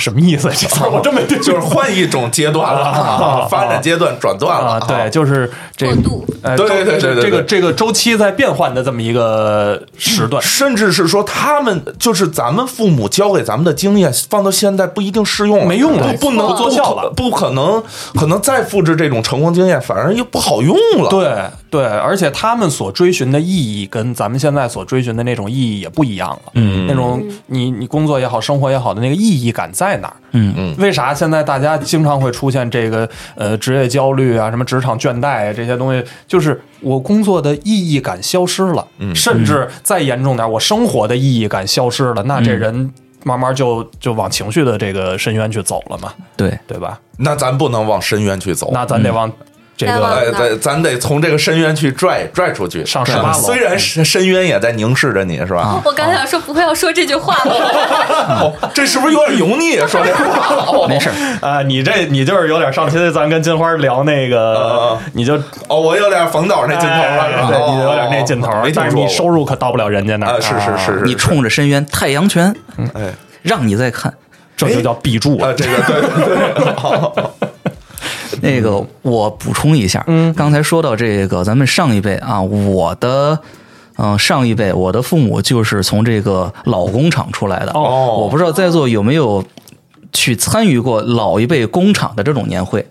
B: 什么意思？这词儿我 真没听
C: 就是换一种阶段了，啊发展阶段转段了。
B: 啊，
C: 啊
B: 对，，就是这
D: 过渡
B: 呃，
C: 对
B: 周
C: 对对对对
B: 这个
C: 对
B: 这个周期在变换的这么一个时段，
C: 甚至是说他们就是咱们父母教给咱们的经验，放到现在不一定适用了，
B: 没用了
C: 不
B: 没
C: 能
B: 错
C: 不可不可能，可能再复制这种成功经验，反而又不好用了。
B: 对对，而且他们所追寻的意义跟咱们现在所追寻的那种意义也不一样了。嗯，那种你你工作也好，生活也好的那个意义感在哪儿？嗯嗯，为啥现在大家经常会出现这个呃职业焦虑啊，什么职场倦怠啊这些东西？就是我工作的意义感消失了，甚至再严重点，我生活的意义感消失了，那这人慢慢就就往情绪的这个深渊去走了嘛，
E: 对，
B: 对吧？哦
C: 那咱不能往深渊去走，
B: 嗯那咱得往
A: 这
D: 在网
A: 个
C: 哎，咱咱得从这个深渊去拽拽出去，
B: 上
C: 是吧
B: 18楼
C: 虽然深深渊也在凝视着你，是
E: 啊
C: 吧？
D: 我刚才想说不会要说这句话吧？
C: 哦这是不是有点油腻？说这 话，哦
E: 没事儿，
B: 啊、你这你就是有点上期咱跟金花聊那个，
C: 呃
B: 你就
C: 哦，我有点冯导那劲头了，是吧
B: 哎对，你有点那劲头
C: 哦
B: 儿
C: 没，
B: 但
C: 听
B: 是
C: 说
B: 你
C: 过
B: 收入可到不了人家那
C: 啊，
B: 儿，
C: 是是是
B: 啊，
C: 是，
E: 你冲着深渊太阳拳，
C: 哎
E: 让你再看。
B: 这就叫必助
C: 啊，这个对对对， 哦
E: 那个我补充一下，嗯，刚才说到这个，咱们上一辈啊，我的。嗯，上一辈我的父母就是从这个老工厂出来的。
C: 哦
E: 我不知道在座有没有去参与过老一辈工厂的这种年会，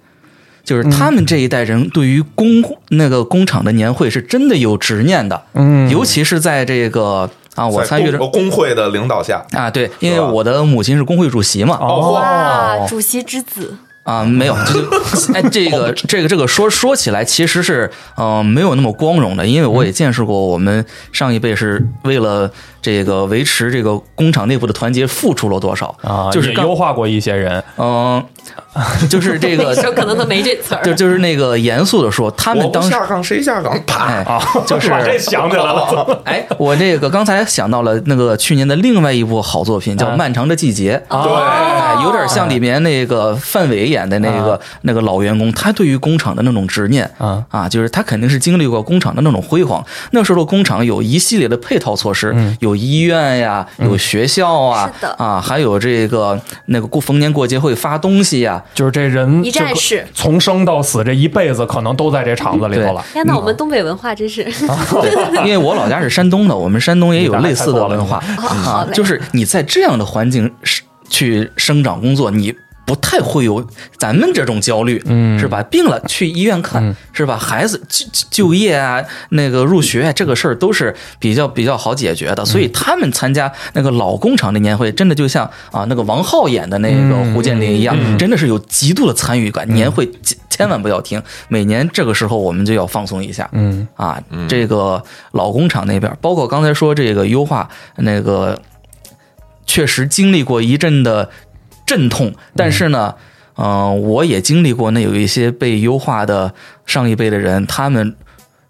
E: 就是他们这一代人对于工、那个工厂的年会是真的有执念的。嗯，尤其是在这个啊，我
C: 在
E: 参与着
C: 工工会的领导下，
E: 啊，对，因为
C: 是吧哦
E: 我的母亲是工会主席嘛。
B: 哦
D: 哇，主席之子，
E: 啊，没 有，这就哎，这个
C: 哦
E: 这个这个说说起来，其实是嗯、呃没有那么光荣的，因为我也见识过，我们上一辈是为了这个维持这个工厂内部的团结付出了多少
C: 哦
B: 啊，
E: 就是
B: 也
E: 刚
B: 优化过一 些人，
E: 嗯、就是这
D: 那
E: 个
D: 时候可能都没这词儿
E: 就。就是那个严肃的说，他
C: 我
E: 们
C: 不
E: 当
D: 啊
E: 时
C: 下岗谁下岗？啪，
D: 哦
E: 哎，就是
B: 把这想起来了，
E: 哎，我这个刚才想到了那个去年的另外一部好作品叫
B: 啊
E: 《漫长的季节》
D: 嗯 哦
E: 哎，有点像里面那个范伟演的那
D: 嗯
E: 个、那个老员工，他对于工厂的那种执念
B: 啊
E: 就是他肯定是经历过工厂的那种辉煌。那时候的工厂有一系列的配套措施，
D: 嗯
E: 有医院呀，有学校啊，
D: 是的
E: 啊，还有这个那个过逢年过节会发东西呀。
B: 就是这人
D: 一站式
B: 这个从生到死这一辈子可能都在这厂子里头了。
D: 天哪，我们东北文化真是
E: 因为我老家是山东的，我们山东也有类似的文化
D: 大概猜错了
E: 啊
D: 好，嘞
E: 就是你在这样的环境是去生长工作，你。不太会有咱们这种焦虑，嗯，是吧？病了去医院看，
D: 嗯
E: 是吧？孩子就就就业啊，那个入学啊，这个事儿都是比较比较好解决的。所
D: 嗯
E: 以他们参加那个老工厂的年会，真的就像啊那个王浩演的那个
D: 嗯
E: 胡建林一样，真的是有极度的参与感。年会千千万不要停，每年这个时候我们就要放松一下，
B: 嗯
E: 啊，这个老工厂那边儿，包括刚才说这个优化那个，确实经历过一阵的阵痛，但是呢，嗯、我也经历过那有一些被优化的上一辈的人，他们。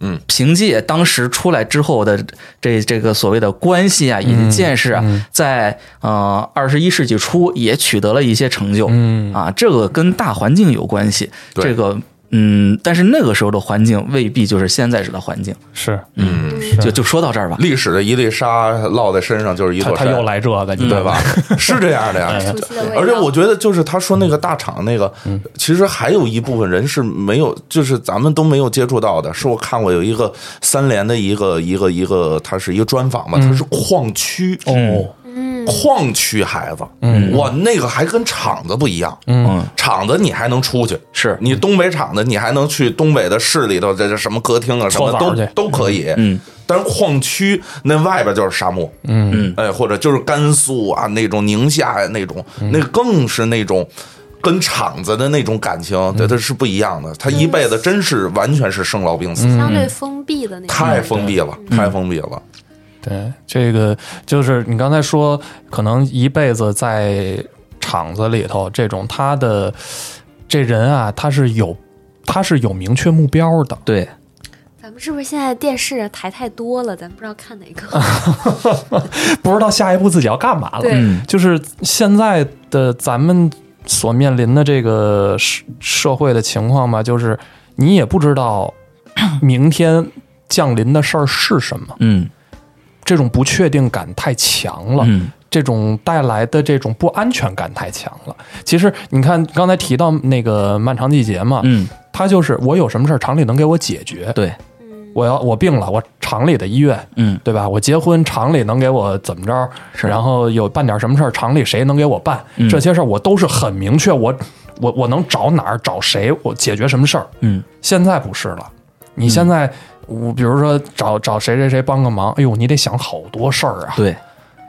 C: 嗯，
E: 凭借当时出来之后的这这个所谓的关系
B: 嗯
E: 啊，以及见识啊，在呃二十一世纪初也取得了一些成就。
B: 嗯
E: 啊，这个跟大环境有关系。
C: 对
E: 这个，嗯，但是那个时候的环境未必就是现在时的环境。
B: 是
C: 嗯，
E: 就就说到这儿吧。
C: 历史的一粒沙落在身上就是一
B: 他
C: 座
B: 他
C: 山，
B: 又来这个，你
C: 对吧？是这样的嗯哎呀。嗯
D: 熟悉的味道。
C: 而且我觉得，就是他说那个大厂那个，其实还有一部分人是没有，就是咱们都没有接触到的。是我看过有一个三联的一个一个一个，他是一个专访嘛，他是矿区嗯哦，
D: 嗯
C: 矿区孩子，哇，那个还跟厂子不一样，嗯，厂子你还能出去，
E: 是
C: 你东北厂子，你还能去东北的市里头，这这什么歌厅啊，什么
B: 搓澡
C: 都
B: 去
C: 都可以，
E: 嗯，
C: 但是矿区那外边就是沙漠，
E: 嗯，
C: 哎，或者就是甘肃啊那种宁夏呀、那种，那更是那种跟厂子的那种感情，对，它是不一样的。他一辈子真是完全是生老病死，
D: 相对封闭的那种，
C: 太封闭了，太封闭了。
B: 对，这个就是你刚才说，可能一辈子在厂子里头，这种他的这人啊，他是有他是有明确目标的。
E: 对，
D: 咱们是不是现在电视台太多了？咱不知道看哪 个。
B: 不知道下一步自己要干嘛了。
D: 对
E: 嗯
B: 就是现在的咱们所面临的这个社社会的情况吧，就是你也不知道明天降临的事儿是什么，
E: 嗯
B: 这种不确定感太强了。
E: 嗯
B: 这种带来的这种不安全感太强了。其实你看，刚才提到那个漫长季节嘛，
E: 嗯，
B: 它就是我有什么事儿，厂里能给我解决。
E: 对，
D: 嗯，
B: 我要我病了，我厂里的医院，
E: 嗯
B: 对吧？我结婚，厂里能给我怎么着？
E: 是
B: 然后有办点什么事儿，厂里谁能给我办？
E: 嗯
B: 这些事儿我都是很明确，我我我能找哪儿找谁，我解决什么事儿。
E: 嗯
B: 现在不是了，你现在、我比如说找找谁谁谁帮个忙，哎呦，你得想好多事儿啊，
E: 对，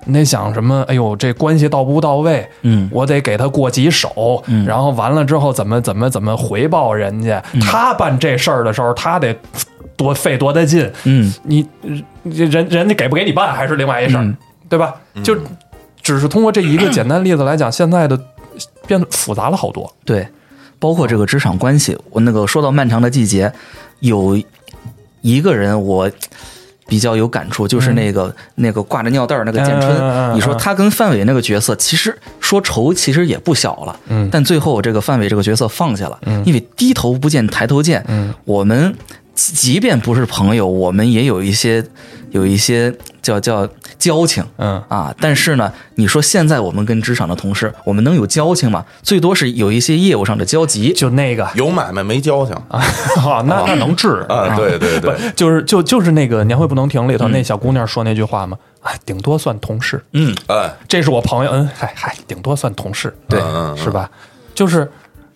B: 你得想什么？哎呦，这关系到不到位？
E: 嗯
B: 我得给他过几手，
E: 嗯
B: 然后完了之后怎么怎么怎么回报人家？他办这事儿的时候，他得多费多大劲，
E: 嗯
B: 你人人人家给不给你办还是另外一事儿，
E: 嗯
B: 对吧？就只是通过这一个简单例子来讲，现在的变得复杂了好多。
E: 对。包括这个职场关系。我那个说到漫长的季节，有一个人我比较有感触，就是那个、那个挂着尿袋儿那个简春。
B: 嗯嗯嗯嗯
E: 你说他跟范伟那个角色，其实说仇其实也不小了，
B: 嗯
E: 但最后这个范伟这个角色放下了，因为低头不见抬头见，
B: 嗯
E: 我们即即便不是朋友，我们也有一些有一些叫叫交情。
B: 嗯
E: 啊，但是呢，你说现在我们跟职场的同事，我们能有交情吗？最多是有一些业务上的交集。
B: 就那个
C: 有买卖没交情啊
B: 啊，
E: 哦
B: 那那能治
C: 对对对，
B: 就是就就是那个年会不能停里头那小姑娘说那句话嘛，哎，顶多算同事，
E: 嗯，
C: 哎，
B: 这是我朋友，嗯，嗨嗨，顶多算同事，
E: 对
C: 嗯
B: 是吧？就是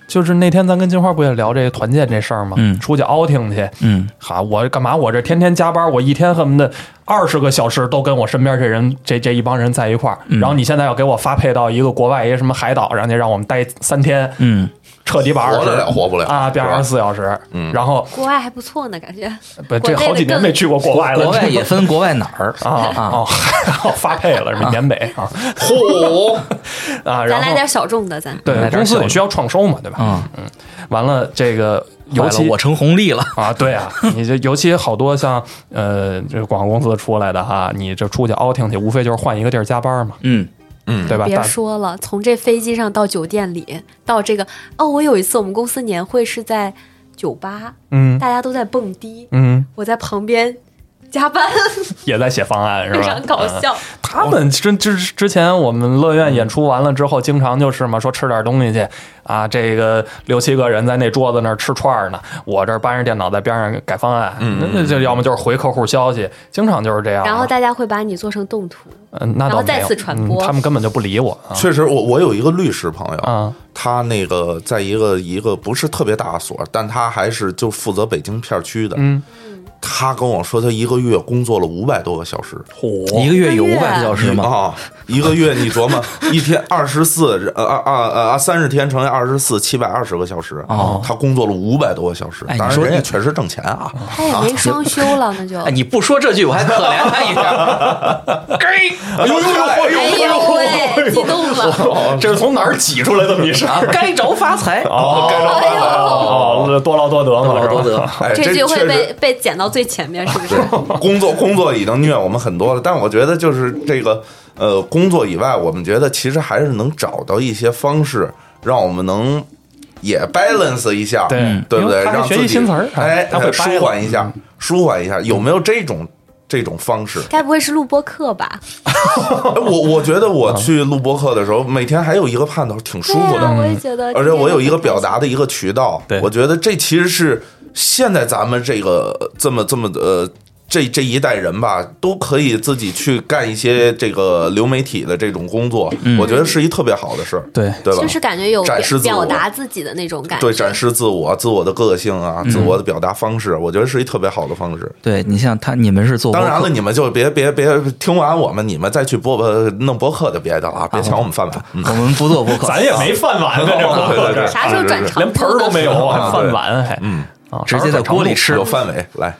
B: 就是那天咱跟金花不也聊这个团建这事儿吗？
E: 嗯
B: 出去 outing 去，
E: 嗯，
B: 哈，我干嘛？我这天天加班，我一天恨不得二十个小时都跟我身边这人这这一帮人在一块儿。然后你现在要给我发配到一个国外一个什么海岛，让你让我们待三天，
E: 嗯，
B: 彻底把二
C: 活得
B: 十
C: 了活不了
B: 啊变
C: 是吧嗯
B: 二十四小时。然后
D: 国外还不错呢，感觉。
B: 呃不，这
D: 国内
B: 好几
D: 的
B: 年
D: 更
B: 没去过国外了，
E: 国外也分国外哪儿
B: 啊
E: 啊
B: 哦， 哦发配了是吧缅北啊
C: 嚯，
B: 啊，然
D: 咱
B: 后
D: 来点小众的，咱
E: 来
B: 对
E: 点
B: 公司
E: 小
B: 也
E: 众
B: 需要创收嘛，对吧？嗯
E: 啊，
B: 完了这个尤
E: 完了
B: 其
E: 我成红利了。
B: 啊，对 啊，你这尤其好多像呃，这个广告公司出来的哈，你这出去 outing 去，无非就是换一个地儿加班嘛，
E: 嗯，
B: 对吧？
D: 别
B: 但
D: 说了，从这飞机上到酒店里，到这个哦，我有一次我们公司年会是在酒吧，
B: 嗯
D: 大家都在蹦迪，
B: 嗯，
D: 我在旁边加班，
B: 也在写方案是
D: 非
B: 吧？
D: 常搞
B: 嗯
D: 笑。
B: 他们之之之前我们乐院演出完了之后，经常就是嘛，说吃点东西去啊，这个六七个人在那桌子那儿吃串儿呢，我这儿搬着电脑在边上改方案，
E: 嗯
B: 那那就要么就是回客户消息，经常就是这样啊。
D: 然后大家会把你做成动图，
B: 嗯，那
D: 然
B: 倒
D: 后
B: 没
D: 再
B: 有
D: 次传
B: 嗯
D: 播
B: 他们根本就不理我啊
C: 确实，我我有一个律师朋友，
B: 啊
C: 他那个在一个一个不是特别大的所，但他还是就负责北京片区的。
B: 嗯，
C: 他跟我说，他一个月工作了五百多个小时。
E: 一个月有
D: 一个月
E: 五百个小时
C: 啊、
E: 吗？
C: 一个月你琢磨， 一天二十四，呃，二二呃三十天乘以二十四，七百二十个小时。
E: 哦
C: 他工作了五百多个小时，
E: 哎你
C: 当然
E: 说
C: 人家
E: 你
C: 确实挣钱啊。
D: 他也没双休了，那就
E: 哎，你不说这句，我还可怜他一下。 该
C: 哎呦呦呦
D: 哎呦哎喂，激动了，
B: 这是从哪儿挤出来的？你是
E: 啊，该着发
D: 哎
E: 财。
B: 哦，哦，多劳多得嘛，
E: 多劳多
B: 是吧。
E: 得，
C: 哎，
D: 这句
C: 确
D: 会
C: 实
D: 被被剪到最前面，是不是？
C: 工作工作已经虐我们很多了，但我觉得就是这个呃，工作以外，我们觉得其实还是能找到一些方式，让我们能也 balance 一下，
B: 对
C: 对不
B: 因为
C: 对？
B: 他还
C: 让
B: 学
C: 自
B: 习
C: 己
B: 新词儿
C: 哎，
B: 他会嗯
C: 哎舒
B: balance
C: 缓一下，舒缓一下，有没有这种？这种方式，
D: 该不会是录播课吧？
C: 哎我我觉得
B: 嗯
C: 我去录播课的时候，每天还有一个盼头，挺舒
D: 对
C: 服
D: 啊，
C: 的。嗯
D: 我也觉得。
C: 而且我有一个表达的一个渠道，
E: 对
C: 我觉得这其实是现在咱们这个呃这么这么呃。这这一代人吧，都可以自己去干一些这个流媒体的这种工作，我觉得是一特别好的事儿，
E: 对
C: 对吧？
D: 就是感觉有
C: 展示
D: 表
C: 自我
D: 表达自己的那种感觉，
C: 对展示自我、自我的个性啊、自我的表达方式，我觉得是一特别好的方式。
E: 对你像他，你们是做
C: 当然
E: 播
C: 了，
E: 客
C: 你们就别别别听完我们，你们再去播播弄博客就别的了啊，别抢我们饭碗。嗯，
E: 我们不做播客，
B: 咱也没饭碗呢，这播客
C: 哦对对
B: 这
C: 对
D: 啥时候转场
B: 连盆儿都没有，还
C: 啊
B: 饭碗还
C: 嗯
B: 啊
E: 直接在锅里吃
C: 有范伟来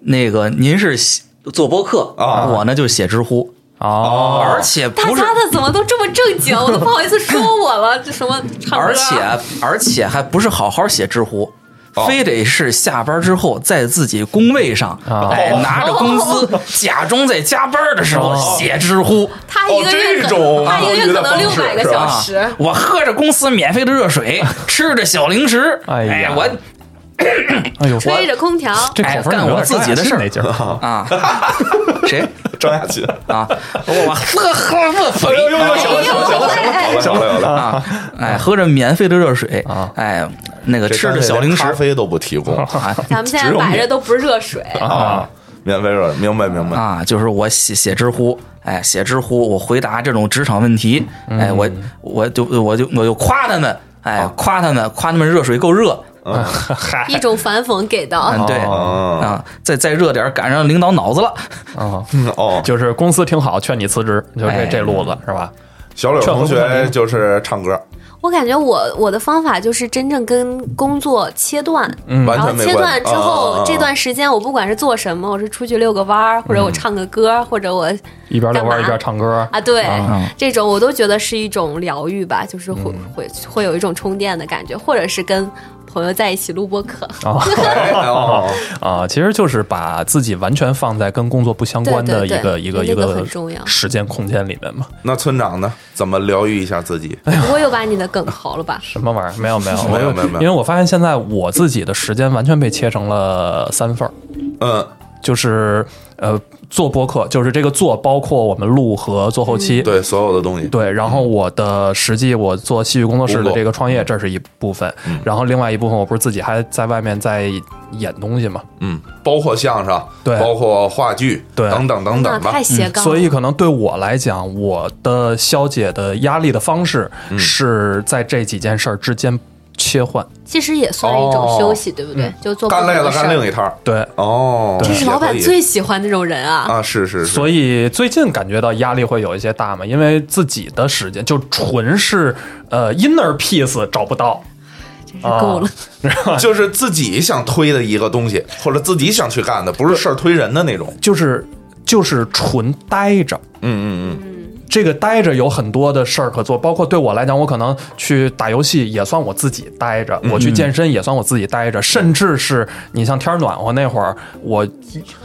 E: 那个您是写做播客
C: 啊
E: 我呢就写知乎，
B: 哦，
E: 而且
D: 大
E: 不是
D: 家的怎么都这么正经，我都不好意思说我了。这什么唱歌啊？
E: 而且而且还不是好好写知乎。非得是下班之后，在自己工位上，
B: 啊
E: 哎，拿着工资，假装在加班的时候
B: 哦
E: 写知乎
D: 他一个
C: 哦
D: 月
C: 这
D: 可
C: 种
D: 他一个月可能
C: 啊
D: 六百个小
E: 啊
D: 时，！
E: 我喝着公司免费的热水，吃着小零食，
B: 哎呀
E: 哎，我
B: 哎呦，
D: 吹着空调，
B: 这口风有点张亚勤那劲儿
E: 啊，谁
C: 张亚勤。
E: 啊？我喝喝热水，
D: 了行了行了行了好了
C: 行了，行了。
E: 啊，哎，喝着免费的热水
B: 啊，
E: 哎，那个吃着小零食
C: 咖啡都不提供
E: 啊
D: 咱们现在摆着都不是热水，
C: 啊，免费热，明白明白。
E: 啊，就是我写写知乎，哎，写知乎，我回答这种职场问题，哎，我我就我就我就夸他们，哎，夸他们，夸他们热水够热，
B: 嗨
D: 一种反讽给到。
E: 嗯，对
C: 啊
E: 啊，再再热点儿赶上领导脑子了，
B: 啊，
C: 哦，
B: 就是公司挺好，劝你辞职，就这
E: 哎
B: 这路子是吧？
C: 小柳同
B: 劝和不劝
C: 学
B: 离
C: 就是唱歌，
D: 我感觉我我的方法就是真正跟工作切断，
C: 完
D: 然后
C: 全没
D: 切
C: 关
D: 断
C: 系
D: 之后
C: 啊，
D: 这段时间我不管是做什么，我是出去遛个弯儿，或者我唱个歌，
C: 嗯
D: 或者我
B: 一边遛弯
D: 干
B: 儿
D: 嘛
B: 一边唱歌。
D: 啊，对
B: 啊，
D: 这种我都觉得是一种疗愈吧，就是会
C: 嗯
D: 会会有一种充电的感觉，或者是跟朋友在一起录播课，
B: 啊
C: 哎 哦
B: 啊，其实就是把自己完全放在跟工作不相关的
D: 对
B: 一
D: 对
B: 个
D: 对
B: 一个
D: 那
B: 一
D: 个
B: 个
D: 很重要
B: 时间空间里面嘛。
C: 那村长呢？怎么疗愈一下自己？
D: 不会又把你的梗刨了吧？
B: 什么玩意儿？没有没有
C: 没有没有没有
B: 因为我发现现在我自己的时间完全被切成了三份儿，
C: 嗯，
B: 就是呃做播客，就是这个做包括我们录和做后期。
C: 对，所有的东西，
B: 嗯对，然后我的实际我做戏剧工作室嗯的这个创业，这是一部分，然后另外一部分我不是自己还在外面在演东西嘛，
C: 嗯，包括相声，
B: 对
C: 包括话剧，
B: 对
C: 等等等
D: 那
C: 等吧嗯
D: 太。斜杠了，
B: 所以可能对我来讲，我的消解的压力的方式是在这几件事儿之间切换。
D: 其实也算一种
C: 哦
D: 休息，对不对？就做不
C: 干
D: 同
C: 累
D: 的
C: 了
D: 事儿
C: 干另一摊儿。
B: 对，
C: 哦，
D: 这是老
C: 也
D: 板
C: 可以
D: 最喜欢那种人啊。
C: 啊，是是是，
B: 所以最近感觉到压力会有一些大嘛，因为自己的时间就纯是呃 inner peace 找不到，真
C: 啊
D: 是够了。
C: 就是自己想推的一个东西，或者自己想去干的，不是事儿推人的那种。
B: 就是就是纯待着。
C: 嗯嗯嗯，
B: 这个待着有很多的事儿可做，包括对我来讲，我可能去打游戏也算我自己待着，
C: 嗯
B: 我去健身也算我自己待着，甚至是你像天儿暖和那会儿，我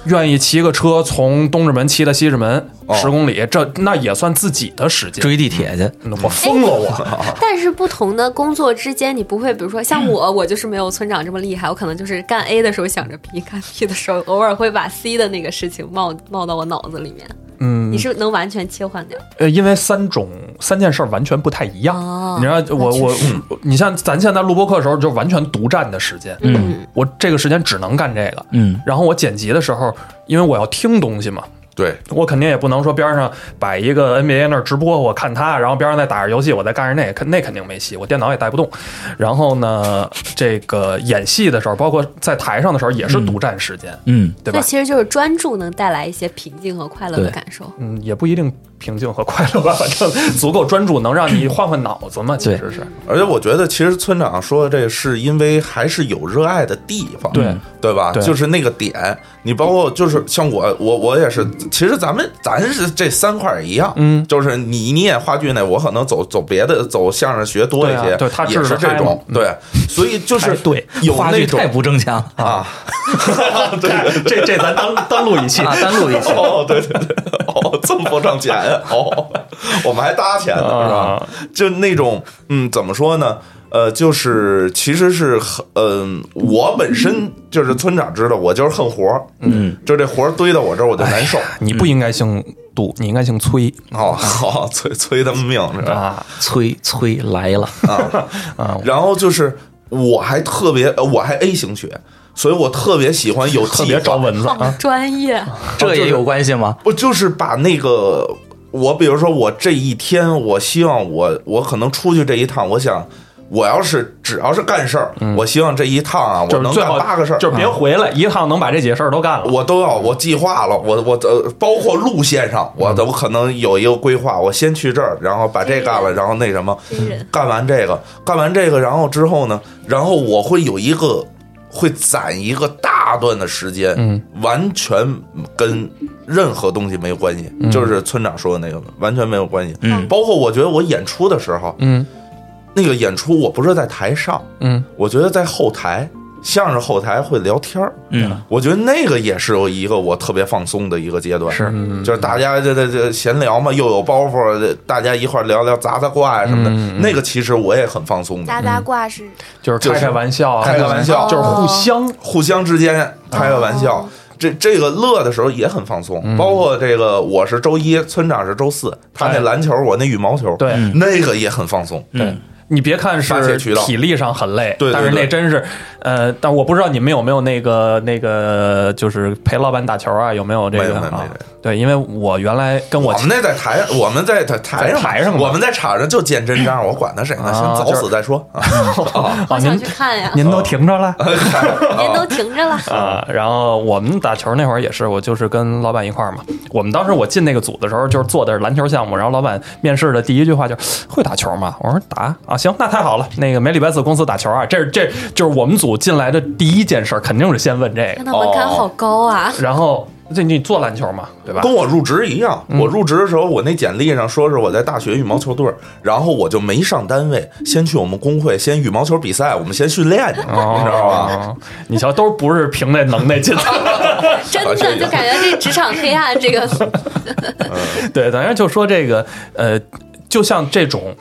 B: 愿意骑个车从东直门骑到西直门
C: 哦
B: 十公里，这那也算自己的时间。
E: 追地铁去。
B: 我疯了 我！
D: 但是不同的工作之间，你不会，比如说像我，我就是没有村长这么厉害，我可能就是干 A 的时候想着 B，干 B 的时候偶尔会把 C 的那个事情冒冒到我脑子里面。嗯，你是能完全切换掉。
B: 呃，因为三种三件事儿完全不太一样。
D: 哦
B: 你知道我
D: 那
B: 我
D: 确实
B: 我你像咱现在录播课的时候，就完全独占的时间。
D: 嗯，
B: 我这个时间只能干这个。
E: 嗯，
B: 然后我剪辑的时候，因为我要听东西嘛，
C: 对，
B: 我肯定也不能说边上摆一个 NBA 那儿直播，我看他，然后边上再打着游戏，我再干着那个，肯那肯定没戏，我电脑也带不动。然后呢，这个演戏的时候，包括在台上的时候，也是独占时间，
E: 嗯，
B: 对吧
D: 那？其实就是专注能带来一些平静和快乐的
E: 对
D: 感受。
B: 嗯，也不一定平静和快乐吧，反正足够专注，能让你换换脑子嘛，其
E: 对
B: 实是。
C: 而且我觉得，其实村长说的这是因为还是有热爱的地方，
B: 对
C: 对吧？
B: 对
C: 就是那个点，你包括就是像我，我我也是，其实咱们咱是这三块儿一样，嗯，就是你你演话剧那，我可能走走别的，走相声学多一些，
B: 对啊对他
C: 也
B: 治
C: 是
B: 得
C: 这
B: 开嘛嗯
C: 种，对，所以就是
B: 哎对
C: 有
E: 话
C: 那
E: 剧
C: 种
E: 太不争强了
C: 啊，
B: 这这这咱 单单录一期
E: 啊，单录一期。
C: 哦，对对对，哦，这么不挣钱啊哦，我们还搭钱呢，是吧
B: 啊？
C: 就那种，嗯，怎么说呢？呃，就是其实是很，嗯、我本身就是村长知道，我就是恨活儿，嗯，就这活儿堆到我这儿我就难受。
B: 你不应该姓杜，你应该姓崔
C: 哦， 好、催催他们命是吧？
B: 啊！
E: 催催来了，
C: 然后就是我还特别，呃我还 A 型血，所以我特别喜欢有
B: 特
C: 计
B: 别招
C: 划。
B: 蚊子
D: 好
B: 啊！
D: 专业啊！
E: 这也有关系吗？
C: 我就是把那个，我比如说我这一天，我希望我我可能出去这一趟，我想我要是只要是干事儿，我希望这一趟啊，我
B: 嗯就是
C: 能
B: 最
C: 干
B: 好
C: 八个事儿，
B: 就是别回来，一趟能把这几个事儿都干了。
C: 我都要我计划了，我我呃，包括路线上，我的我可能有一个规划，我先去这儿，然后把这干了，然后那什么
D: 真人，
C: 干完这个，干完这个，然后之后呢，然后我会有一个会攒一个大段的时间，嗯，完全跟任何东西没有关系，就是村长说的那个，完全没有关系，嗯，包括我觉得我演出的时候，
B: 嗯
C: 那个演出我不是在台上，
B: 嗯，
C: 我觉得在后台。相声后台会聊天儿，
E: 嗯，
C: 我觉得那个也是有一个我特别放松的一个阶段，
E: 是
D: 嗯
C: 就是大家这这这闲聊嘛，又有包袱，大家一块儿聊聊砸砸挂呀什么的，
B: 嗯
C: 那个其实我也很放松的，
D: 嗯
F: 砸砸挂是
B: 就是
C: 就是
B: 开开玩笑啊，
C: 开开玩笑
B: 就是互相
C: 互相之间开个玩
D: 啊
C: 笑。这这个乐的时候也很放松，
B: 嗯
C: 包括这个我是周一，村长是周四，他那
B: 哎
C: 篮球，我那羽毛球，
B: 对
D: 嗯
C: 那个也很放松。
E: 嗯，
B: 你别看
C: 发泄
B: 是
C: 渠道
B: 体力上很累，
C: 对对
B: 但是
C: 对
B: 那真是，呃，但我不知道你们有没有那个那个，就是陪老板打球啊，有没有这
C: 没
B: 个
C: 有没有
B: 啊
C: 没有？
B: 对，因为我原来跟
C: 我
B: 我
C: 们那在台，我们在台台上，
B: 在台上嘛
C: 我们在场上就见真章，我管他谁呢，先
B: 啊
C: 早
B: 就是
C: 死再 说。 啊
D: 好
B: 啊，
D: 想
B: 您
D: 去看呀！
B: 您都停着了。
D: 您都停着了，
B: 哦呃啊，然后我们打球那会儿也是，我就是跟老板一块儿嘛，我们当时我进那个组的时候，就是做的是篮球项目，然后老板面试的第一句话就是会打球吗？我说打啊，行，那太好了，那个每礼拜四公司打球啊，这是这就是我们组进来的第一件事儿，肯定是先问这
D: 看
B: 个，
D: 他门槛好高啊！
B: 然后这你做篮球嘛，对吧？嗯
C: 跟我入职一样，我入职的时候，我那简历上说是我在大学羽毛球队儿，然后我就没上单位，先去我们工会，先羽毛球比赛，我们先训练去，你知道吧？
B: 哦，你瞧，都不是凭这能耐进来的。
D: 真
C: 啊这
D: 的
C: 个
D: 就感觉这职场黑暗，这个
B: 对，咱正就说这个，呃，就像这种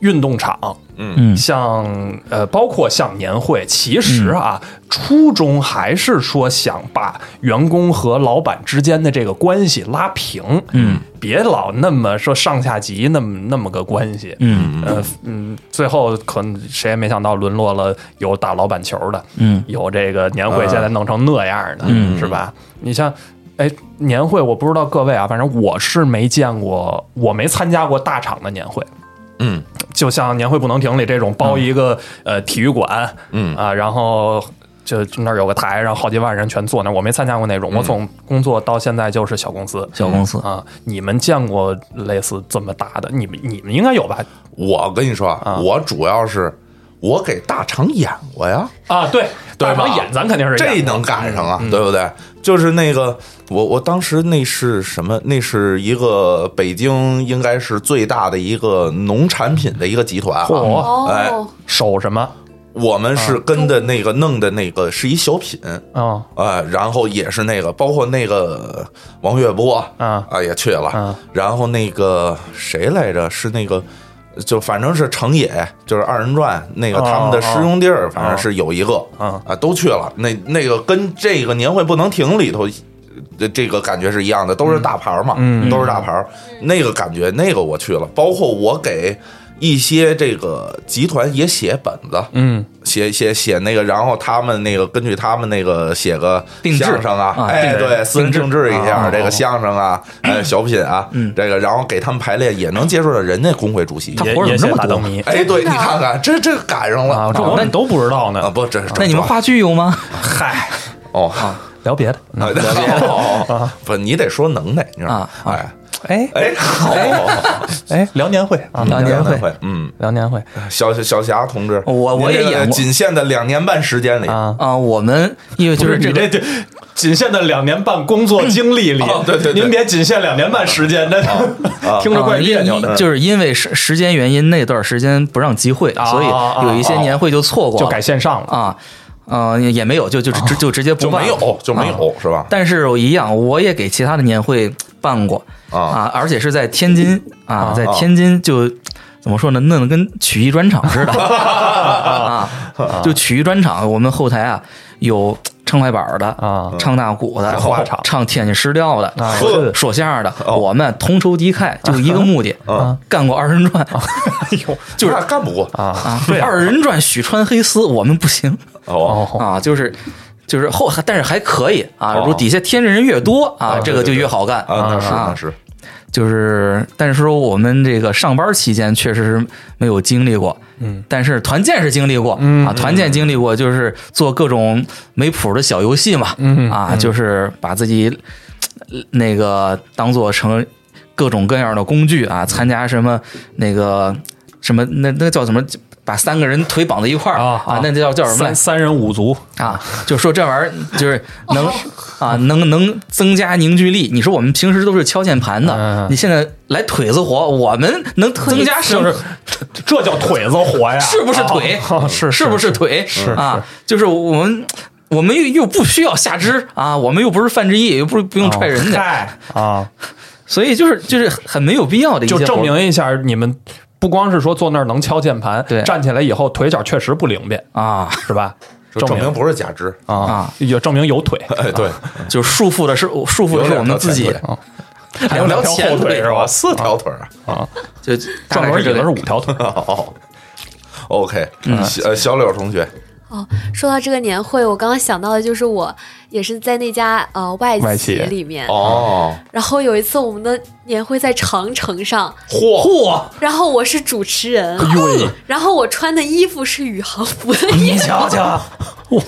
B: 运动场，
E: 嗯
B: 像呃，包括像年会，其实啊，初衷还是说想把员工和老板之间的这个关系拉平，嗯，别老那么说上下级那么那么个关系，嗯呃嗯，最后可能谁也没想到沦落了有打老板球的，嗯，有这个年会现在弄成那样的，嗯，是吧？你像。哎，年会我不知道各位啊，反正我是没见过，我没参加过大厂的年会。
C: 嗯，
B: 就像年会不能停里这种包一个、呃体育馆，嗯啊，然后就就那儿有个台，然后好几万人全坐那儿，我没参加过那种。我从工作到现在就是小公司，
E: 小公司
B: 啊，你们见过类似这么大的？你们你们应该有吧？
C: 我跟你说，啊，我主要是我给大厂演过呀，
B: 啊，对，
C: 对吧
B: 大厂演咱肯定是
C: 这
B: 演过
C: 能赶上啊，
B: 嗯
C: 对不对？就是那个，我我当时那是什么？那是一个北京应该是最大的一个农产品的一个集团
B: 嚯、啊
C: 啊。哎
D: 哦，
B: 手什么
C: 我们是跟的那个弄的那个是一小品，
B: 啊？
C: 啊，然后也是那个，包括那个王月波
B: 啊
C: 也去了，
B: 啊
C: 然后那个谁来着？是那个，就反正是程野，就是二人转那个
B: 哦
C: 他们的师兄弟儿，反
B: 哦
C: 正是有一个
B: 啊
C: 都去了。那那个跟这个年会不能停里头。呃这个感觉是一样的，都是大牌儿嘛，
B: 嗯
C: 都是大牌儿。那个感觉，那个我去了，包括我给一些这个集团也写本子，
B: 嗯，
C: 写写写那个，然后他们那个根据他们那个写个
E: 定制
C: 相声啊
E: 啊，
C: 哎，
E: 定制
C: 对，私人定制一
B: 啊
C: 下这个相声啊，哎，小品啊，这个，然后给他们排练，也能接触到人家工会主席。
E: 嗯他
B: 也
E: 活儿
B: 也
E: 怎
B: 写
E: 么
B: 大
E: 那
B: 灯
E: 么
B: 谜
C: 哎，对你看看，这这赶上
B: 啊，
C: 了
B: 这我
E: 那
B: 们
E: 你
B: 都不知道
C: 啊！
B: 呢。
C: 不，这
E: 那你们话剧有吗？
B: 嗨，
C: 哦，
B: 聊别的。
C: 啊 对哦哦哦不，你得说能耐，你知道吗？
E: 啊
C: 哎
B: 哎
C: 哎，好，
B: 哎，聊年会啊，
E: 聊年会
C: 会，嗯，
B: 聊年会
C: 小小小霞同志，
E: 我我
C: 您这
E: 也
C: 个
E: 演过
C: 仅限的两年半时间里，
B: 啊。
E: 啊，我们因为就是这
B: 你
E: 个啊
B: 这嗯啊这仅限的两年半工作经历里，
C: 哦对对对
B: 您别仅限两年半时间，那、
C: 啊
B: 听着怪别扭
E: 啊因
B: 的
E: 因，就是因为时时间原因，那段时间不让集会，
B: 啊
E: 所以有一些年会就错过了，
B: 就改线上了。
E: 啊，呃，也也没有，就就直就直接不
C: 就
E: 办
C: 没
E: 了啊
C: 有就没有是吧？
E: 但是我一样，我也给其他的年会办过
C: 啊
E: 而且是在天津啊
B: 啊，
E: 在天津就怎么说呢，弄得跟曲艺专场似 的啊，就曲艺专场，我们后台啊有唱快板的
B: 啊
E: 唱大鼓的，
B: 话场
E: 唱天津湿调的。
B: 啊，
C: 呵
B: 是
E: 说相声的，
C: 哦
E: 我们同仇敌忾，就一个目 的，干过二人转，就是
C: 那干不过
B: 啊，
E: 啊， 二人转许川黑丝，我们不行
C: 哦
B: 哦，
E: 啊，就是就是后，但是还可以啊。
C: 哦
E: 如果底下天津人越多啊，这个
C: 对对
E: 就
C: 对
E: 越好干。
C: 啊，那是
E: 啊
C: 那是。
E: 就是，但是说我们这个上班期间确实是没有经历过，嗯，但是团建是经历过
B: 嗯
E: 啊，团建经历过，就是做各种没谱的小游戏嘛，
B: 嗯
E: 啊，就是把自己呃那个当做成各种各样的工具
B: 嗯
E: 啊，参加什么那个什么那那个叫什么，把三个人腿绑在一块儿
B: 啊啊
E: 啊，那叫叫什么来
B: 三？三人五足
E: 啊，
B: 嗯
E: 就说这玩意儿就是能、
D: 哦
E: 啊，能能增加凝聚力。你说我们平时都是敲键盘的，
B: 嗯
E: 你现在来腿子活，我们能增加什
B: 就
E: 么
B: 是？这叫腿子活呀，
E: 是不是腿
B: 啊啊是
E: 是不是腿？
B: 是
E: 啊，就是我们。我们又又不需要下肢啊，我们又不是范志毅，又不不用踹人家，
B: 嗨啊，
E: 所以就是就是很没有必要的一些
B: 就
E: 活动。
B: 证明一下你们。不光是说坐那儿能敲键盘，
E: 对
B: 站起来以后腿脚确实不灵便，
E: 啊，
B: 是吧？
C: 就
B: 证
C: 证明不是假肢。
B: 啊
E: 啊，
B: 也证明有腿。
C: 哎，对，
E: 就束缚的是束缚的是我们自己
C: 有两，
E: 还有聊
B: 两条
E: 前
B: 后腿是吧
C: 啊，四条腿儿。
E: 就大
B: 转
E: 概
B: 轮椅
E: 这
B: 的
E: 个
B: 是五条腿，
C: 哦，OK，小呃，小柳同学，
D: 哦，说到这个年会，我刚刚想到的就是我也是在那家呃外
B: 外企
D: 企里面，
C: 哦，
D: 然后有一次我们的年会在长城上，
C: 嚯，
E: 嚯，
D: 然后我是主持人，然后我穿的衣服是宇航服的
E: 你
D: 衣服，
E: 瞧瞧，
D: 我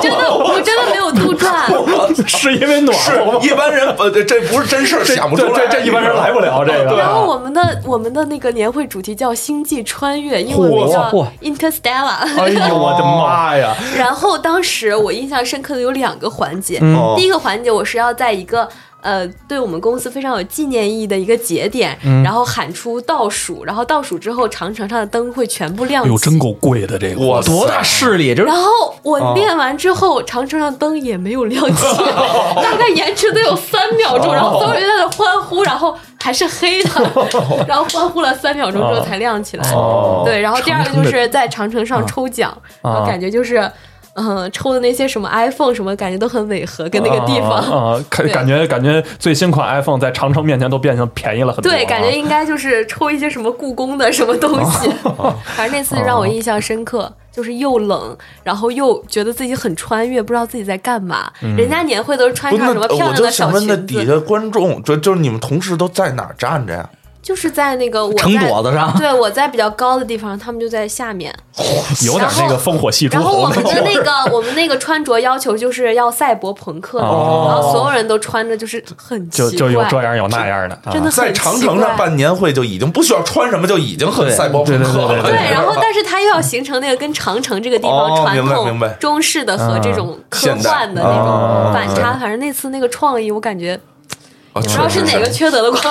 D: 真的我真的没有杜撰，
B: 是因为暖和吗？
C: 是一般人呃，这这不是真事儿，
B: 这
C: 想不出来，
B: 这这这一般人来不了这个
D: 然后我们的我们的那个年会主题叫《星际穿越》，英文名叫
E: 嚯
D: Interstellar。
B: 哎呦我的妈呀！
D: 然后当时我印象深刻的有两个环节，
B: 嗯
C: 哦
D: 第一个环节我是要在一个呃对我们公司非常有纪念意义的一个节点，
B: 嗯
D: 然后喊出倒数，然后倒数之后长城上的灯会全部亮
B: 哎
D: 起。
B: 呦，真够贵的这个，
C: 哇塞
E: 多大势力？这
D: 然后
B: 哦
D: 我练完之后，长城上灯也没有亮起， 大概延迟得有三秒钟，然
B: 哦
D: 后所有人在那欢呼，然后还是 黑的，然后欢呼了三秒钟之后才亮起来。
B: 哦
D: 对，然后第二个就是在长城
B: 嗯
D: 上抽奖，
B: 啊
D: 然后感觉就是。嗯，抽的那些什么 iPhone 什么，感觉都很违和，跟那个地方。
B: 啊，啊感
D: 对
B: 感觉感觉最新款 iPhone 在长城面前都变成便宜了很多啊，
D: 对，感觉应该就是抽一些什么故宫的什么东 西。
C: 哦
D: 反正那次让我印象深刻，就是又冷，然后又觉得自己很穿越，不知道自己在干嘛。人家年会都是穿
C: 嗯不是
D: 上哎什么
C: 那呃
D: 漂
C: 我
D: 亮
C: 就
D: 的
C: 想
D: 小
C: 问，那
D: 裙
C: 底
D: 子，
C: 下观众，就就是你们同事都在哪儿站着呀？
D: 就是在那个我
E: 城
D: 在
E: 垛子上
D: 对，我在比较高的地方，他们就在 下面。
B: 有点那个烽火戏诸
D: 然后我
B: 侯
D: 们
B: 那
D: 的
B: 种。
D: 那个我们那个穿着要求就是要赛博朋克那种，
B: 哦
D: 然后所有人都穿着就是很奇
B: 就
D: 怪，
B: 就有这样有那样的，啊
D: 真的
C: 在
D: 很奇怪。
C: 长城上办年会就已经不需要穿什么，就已经很
E: 对
C: 赛博朋克了。
B: 对
D: 对，然后但是它又要形成那个跟长城这个地方
C: 哦
D: 传
C: 明白明白嗯
D: 统中式的和这种科
C: 现代
D: 幻的那
C: 哦
D: 种反差，反正那次那个创意，我感觉
C: 哦
D: 不知道是哪个缺德的公 司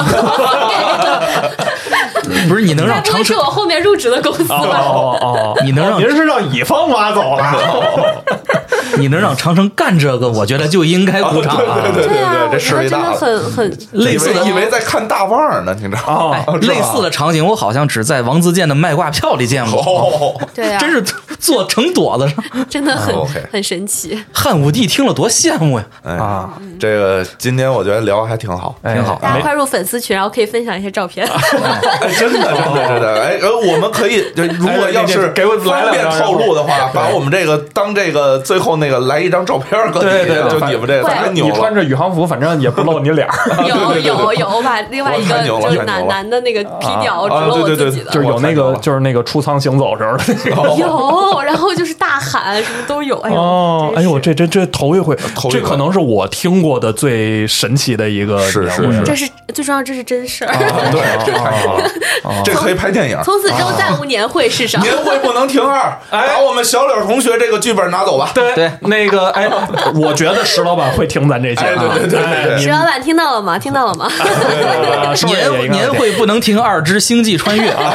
D: 给
E: 不是你能
D: 的，该
E: 让
D: 不会
E: 长
D: 是
E: 城
D: 我，后面入职的公司
B: 哦
D: 吧？
B: 哦哦哦，
E: 你能 让
B: 您是让乙方挖走了？
C: 哦
E: 你能让长城干这个，我觉得就应该鼓掌
C: 对 对对
E: 啊！
C: 对
D: 啊，
C: 对，
D: 我
C: 这
D: 觉
C: 势
D: 得
C: 力
D: 真
C: 大
D: 的
C: 了。
D: 很很
E: 类似的
C: 以为以为在看大腕儿呢，你知道啊吗？
E: 哎
B: 哦，
E: 类似的场景，我好像只在王自健的卖挂票里见过，
C: 哦，
D: 对啊，
E: 真是坐城垛子上。
D: 真的很
C: 啊，OK
D: 很神奇。
E: 汉武帝听了多羡慕呀！
C: 哎，
B: 啊，
C: 这个今天我觉得聊得还挺好，
B: 哎
E: 挺好
D: 大家
B: 没
D: 快入粉丝群，然后可以分享一些 照片。
C: 哎真的，真的，真的，哎，呃，我们可以，就如果要
B: 哎
C: 是
B: 给我来
C: 方
B: 两
C: 便
B: 张
C: 透露的话，把我们这个当这个最后那个来一张照片儿，搁
B: 对
C: 底
B: 对
C: 下，
B: 对
C: 就
B: 反
C: 你们这个
D: 对
C: 太牛
B: 你穿
C: 了，
B: 着宇航服，反正也不露你脸 儿，
D: 有有有，我把另外一
C: 我
D: 个
C: 太牛了
D: 就
C: 太牛
D: 是男
C: 了
D: 男的那个皮
C: 啊
D: 屌
C: 啊
D: 只露
C: 对
D: 我
C: 对
D: 自
C: 对
D: 己的
B: 就。是有那
C: 我看到
B: 个
C: 了
B: 就是那个出舱行走时候的那个。
C: 哦
D: 有，然后就是大喊，什么都有。哎呦，
B: 哦，哎
D: 真是
B: 呦，这这这头一回，
C: 头一回
B: 这可能是我听过的最神奇的一个
C: 是
B: 年
C: 是
B: 会
C: 是
D: 这是最重要，这是真事儿。
C: 对，这太牛了，哦这可以拍电影。
D: 从此之后再无年会是啥？
C: 年会不能停二，
B: 哎
C: 把我们小柳同学这个剧本拿走吧。
B: 对
E: 对
B: 那个哎， 我觉得石老板会听咱这节啊
C: 哎，
B: 目，
C: 对对对对对，
D: 石老板听到了吗？听到了吗？
B: 啊是不是也
E: 年
B: 应该
E: 年会不能停，二之星际穿越 啊！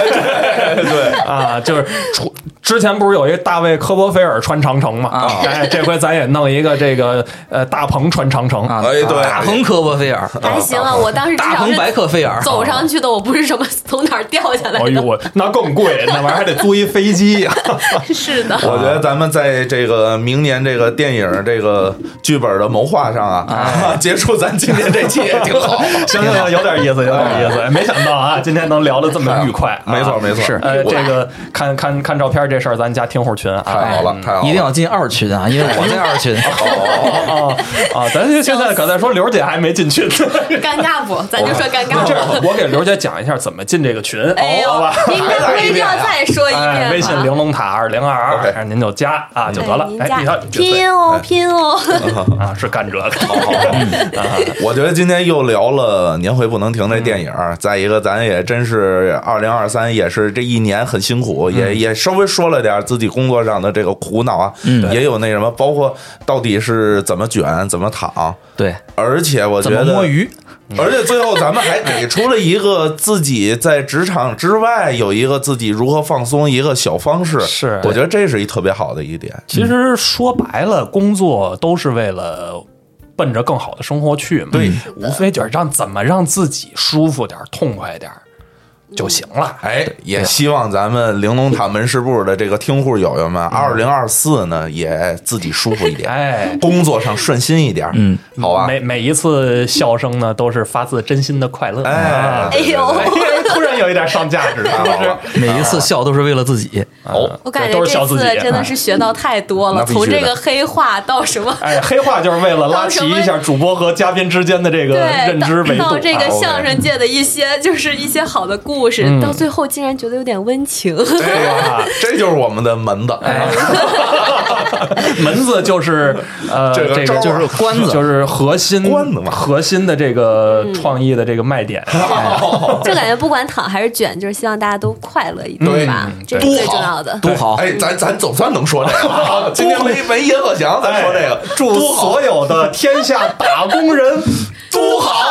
B: 啊，就是出之前不是有一个大卫科波菲尔穿长城嘛？
E: 啊
B: 哎，这回咱也弄一个这个呃大鹏穿长城
E: 啊，
C: 哎对
E: 大鹏科波菲 尔，
D: 还行啊，我当时至
E: 大
D: 少
E: 鹏白
D: 是
E: 克菲尔，
D: 走上去的，我不是什么 从哪儿掉下来
B: 哎呦
D: 的。
B: 我那更贵，那玩意儿还得租一飞机啊呀、
D: 是的，
C: 我觉
E: 啊
C: 得咱们在这个明年这个电影这个剧本的谋划上
E: 哎
C: 啊， 结束咱今天这期也挺 好。
B: 行行行，有点意思，有点意思。没想到啊，今天能聊得这么愉快、啊
C: 没错没错，
E: 是
B: 呃，
C: 我
B: 这个看看看照片这事儿，咱加听户群
C: 太
B: 啊。
C: 好了，太好了，
E: 哎一定要进二群啊，因为我在二 群。
B: 哦哦啊！咱现在可在说刘姐还没进群呢，
D: 尴尬不？咱就说尴尬
B: 这样
D: 不。
B: 我给刘姐讲一下怎么进这个群，
D: 哎呦啊
B: 好吧？，
D: 您该不会又要再说一遍
B: 哎，
D: 吧？
B: 微信玲珑塔二零二
C: OK
B: 二，您就加啊就得了
D: 哎。您
B: 哎，你
D: 家
B: 看
D: 拼哦拼哦，
B: 啊，是干这个。
C: 我觉得今天又聊了《年会不能停》这电影
E: 嗯
C: 儿，再一个咱也真是二零二三，也是这一年很辛苦，
E: 嗯
C: 也也稍微说了点儿自己工作上的这个苦恼啊，
E: 嗯
C: 也有那什么，包括到底是怎么卷、怎么躺，
E: 对，
C: 而且我觉
E: 怎么
C: 得
E: 摸鱼？
C: 而且最后咱们还给出了一个自己在职场之外有一个自己如何放松一个小方式，
B: 是
C: 我觉得这是一特别好的一点。
B: 其实说白了，工作都是为了。奔着更好的生活去嘛，对，无非就是让怎么让自己舒服点儿、痛快点儿就行了。
C: 哎，也希望咱们玲珑塔门市部的这个听户友友们，二零二四呢也自己舒服一点，
B: 哎，
C: 工作上顺心一点，嗯，好吧。
B: 每每一次笑声呢，都是发自真心的快乐。
C: 哎
B: 啊
D: 哎呦。
B: 突然有一点上价值，
C: 太好了
E: 每一次笑都是为了自己。
C: 哦，
D: 我感
B: 这
D: 觉
B: 都是
D: 这
B: 小自
D: 次
B: 己
D: 真的是学到太多
C: 那
D: 了，
C: 必须的
D: 从这个黑化到什么。
B: 哎，黑话就是为了拉齐一下主播和嘉宾之间的这个
D: 对，
B: 认
D: 到
B: 知维度
D: 到。这个
C: 啊，OK
D: 相声界的一些就是一些好的故事，到最后竟然觉得有点温情。
C: 这个这就是我们的门子。
E: 哎，
B: 门子就是呃，
C: 这
B: 这
C: 个招儿啊
B: 就是关子，就是核心
C: 关子嘛
B: 核心的这个创意的这个卖点。哎
D: 就感觉不管躺还是卷，就是希望大家都快乐一
C: 对
D: 点吧，这是
C: 多
D: 最
C: 好
D: 重要的。
E: 多好，
C: 哎，咱咱总算能说这个了， 今天没没野鹤翔，咱说这个，
B: 哎祝
C: 多好
B: 所有的天下打工人
C: 都好，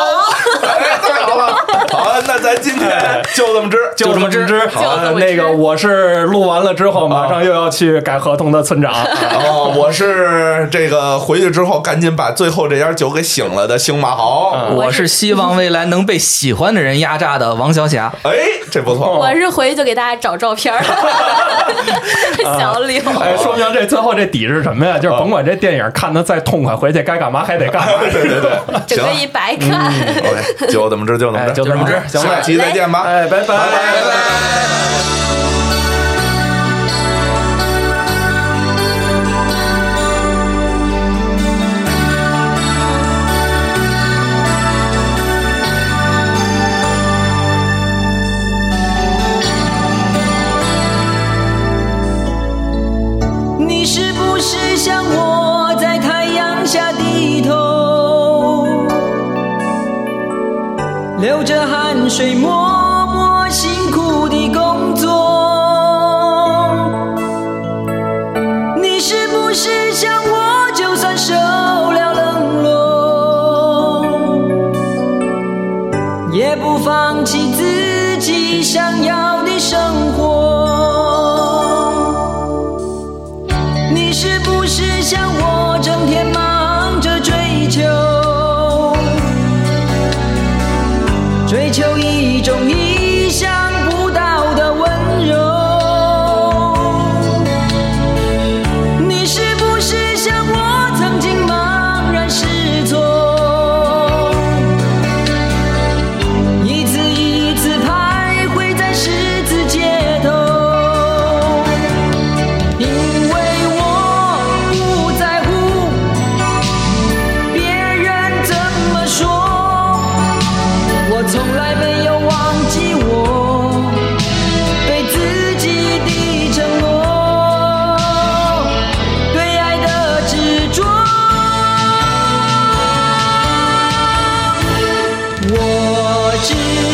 C: 哎，太好了，好，那咱今天就这么知，
B: 就这么
E: 就
B: 知。
D: 么
B: 啊
D: 知
B: 那个我是录完了之后，马上又要去改合同的村长。
C: 哦，我是这个回去之后赶紧把最后这家酒给醒了的星马豪，
B: 嗯
E: 我是希望未来能被喜欢的人压榨的王小霞。
C: 哎，这不错，
D: 我是回去就给大家找照片儿，小柳。
B: 哎，说明这最后这底是什么呀？就是甭管这电影看的再痛快，回去该干嘛还得干嘛。
C: 啊 对对对，
D: 整
C: 行啊
D: 个一白看。
C: ，OK，就这么知，就这么
B: 哎，
C: 知，
B: 就这么知，行
C: 下
B: 了。
C: 期再见吧，
B: 哎，拜
C: 拜
B: 拜。
C: 拜。
F: 你是不是像我在太阳下低头，流着汗水，默默辛苦地工作？你是不是像我，就算受了冷落，也不放弃自己想要的生活？你是不是像我整天忙着追求，追求一种意想不到的温柔？你是不是像我曾经茫然失措，一次一次徘徊在十字街头？因为我不在乎别人怎么说，我从来没有忘记我对自己的承诺，对爱的执着。我知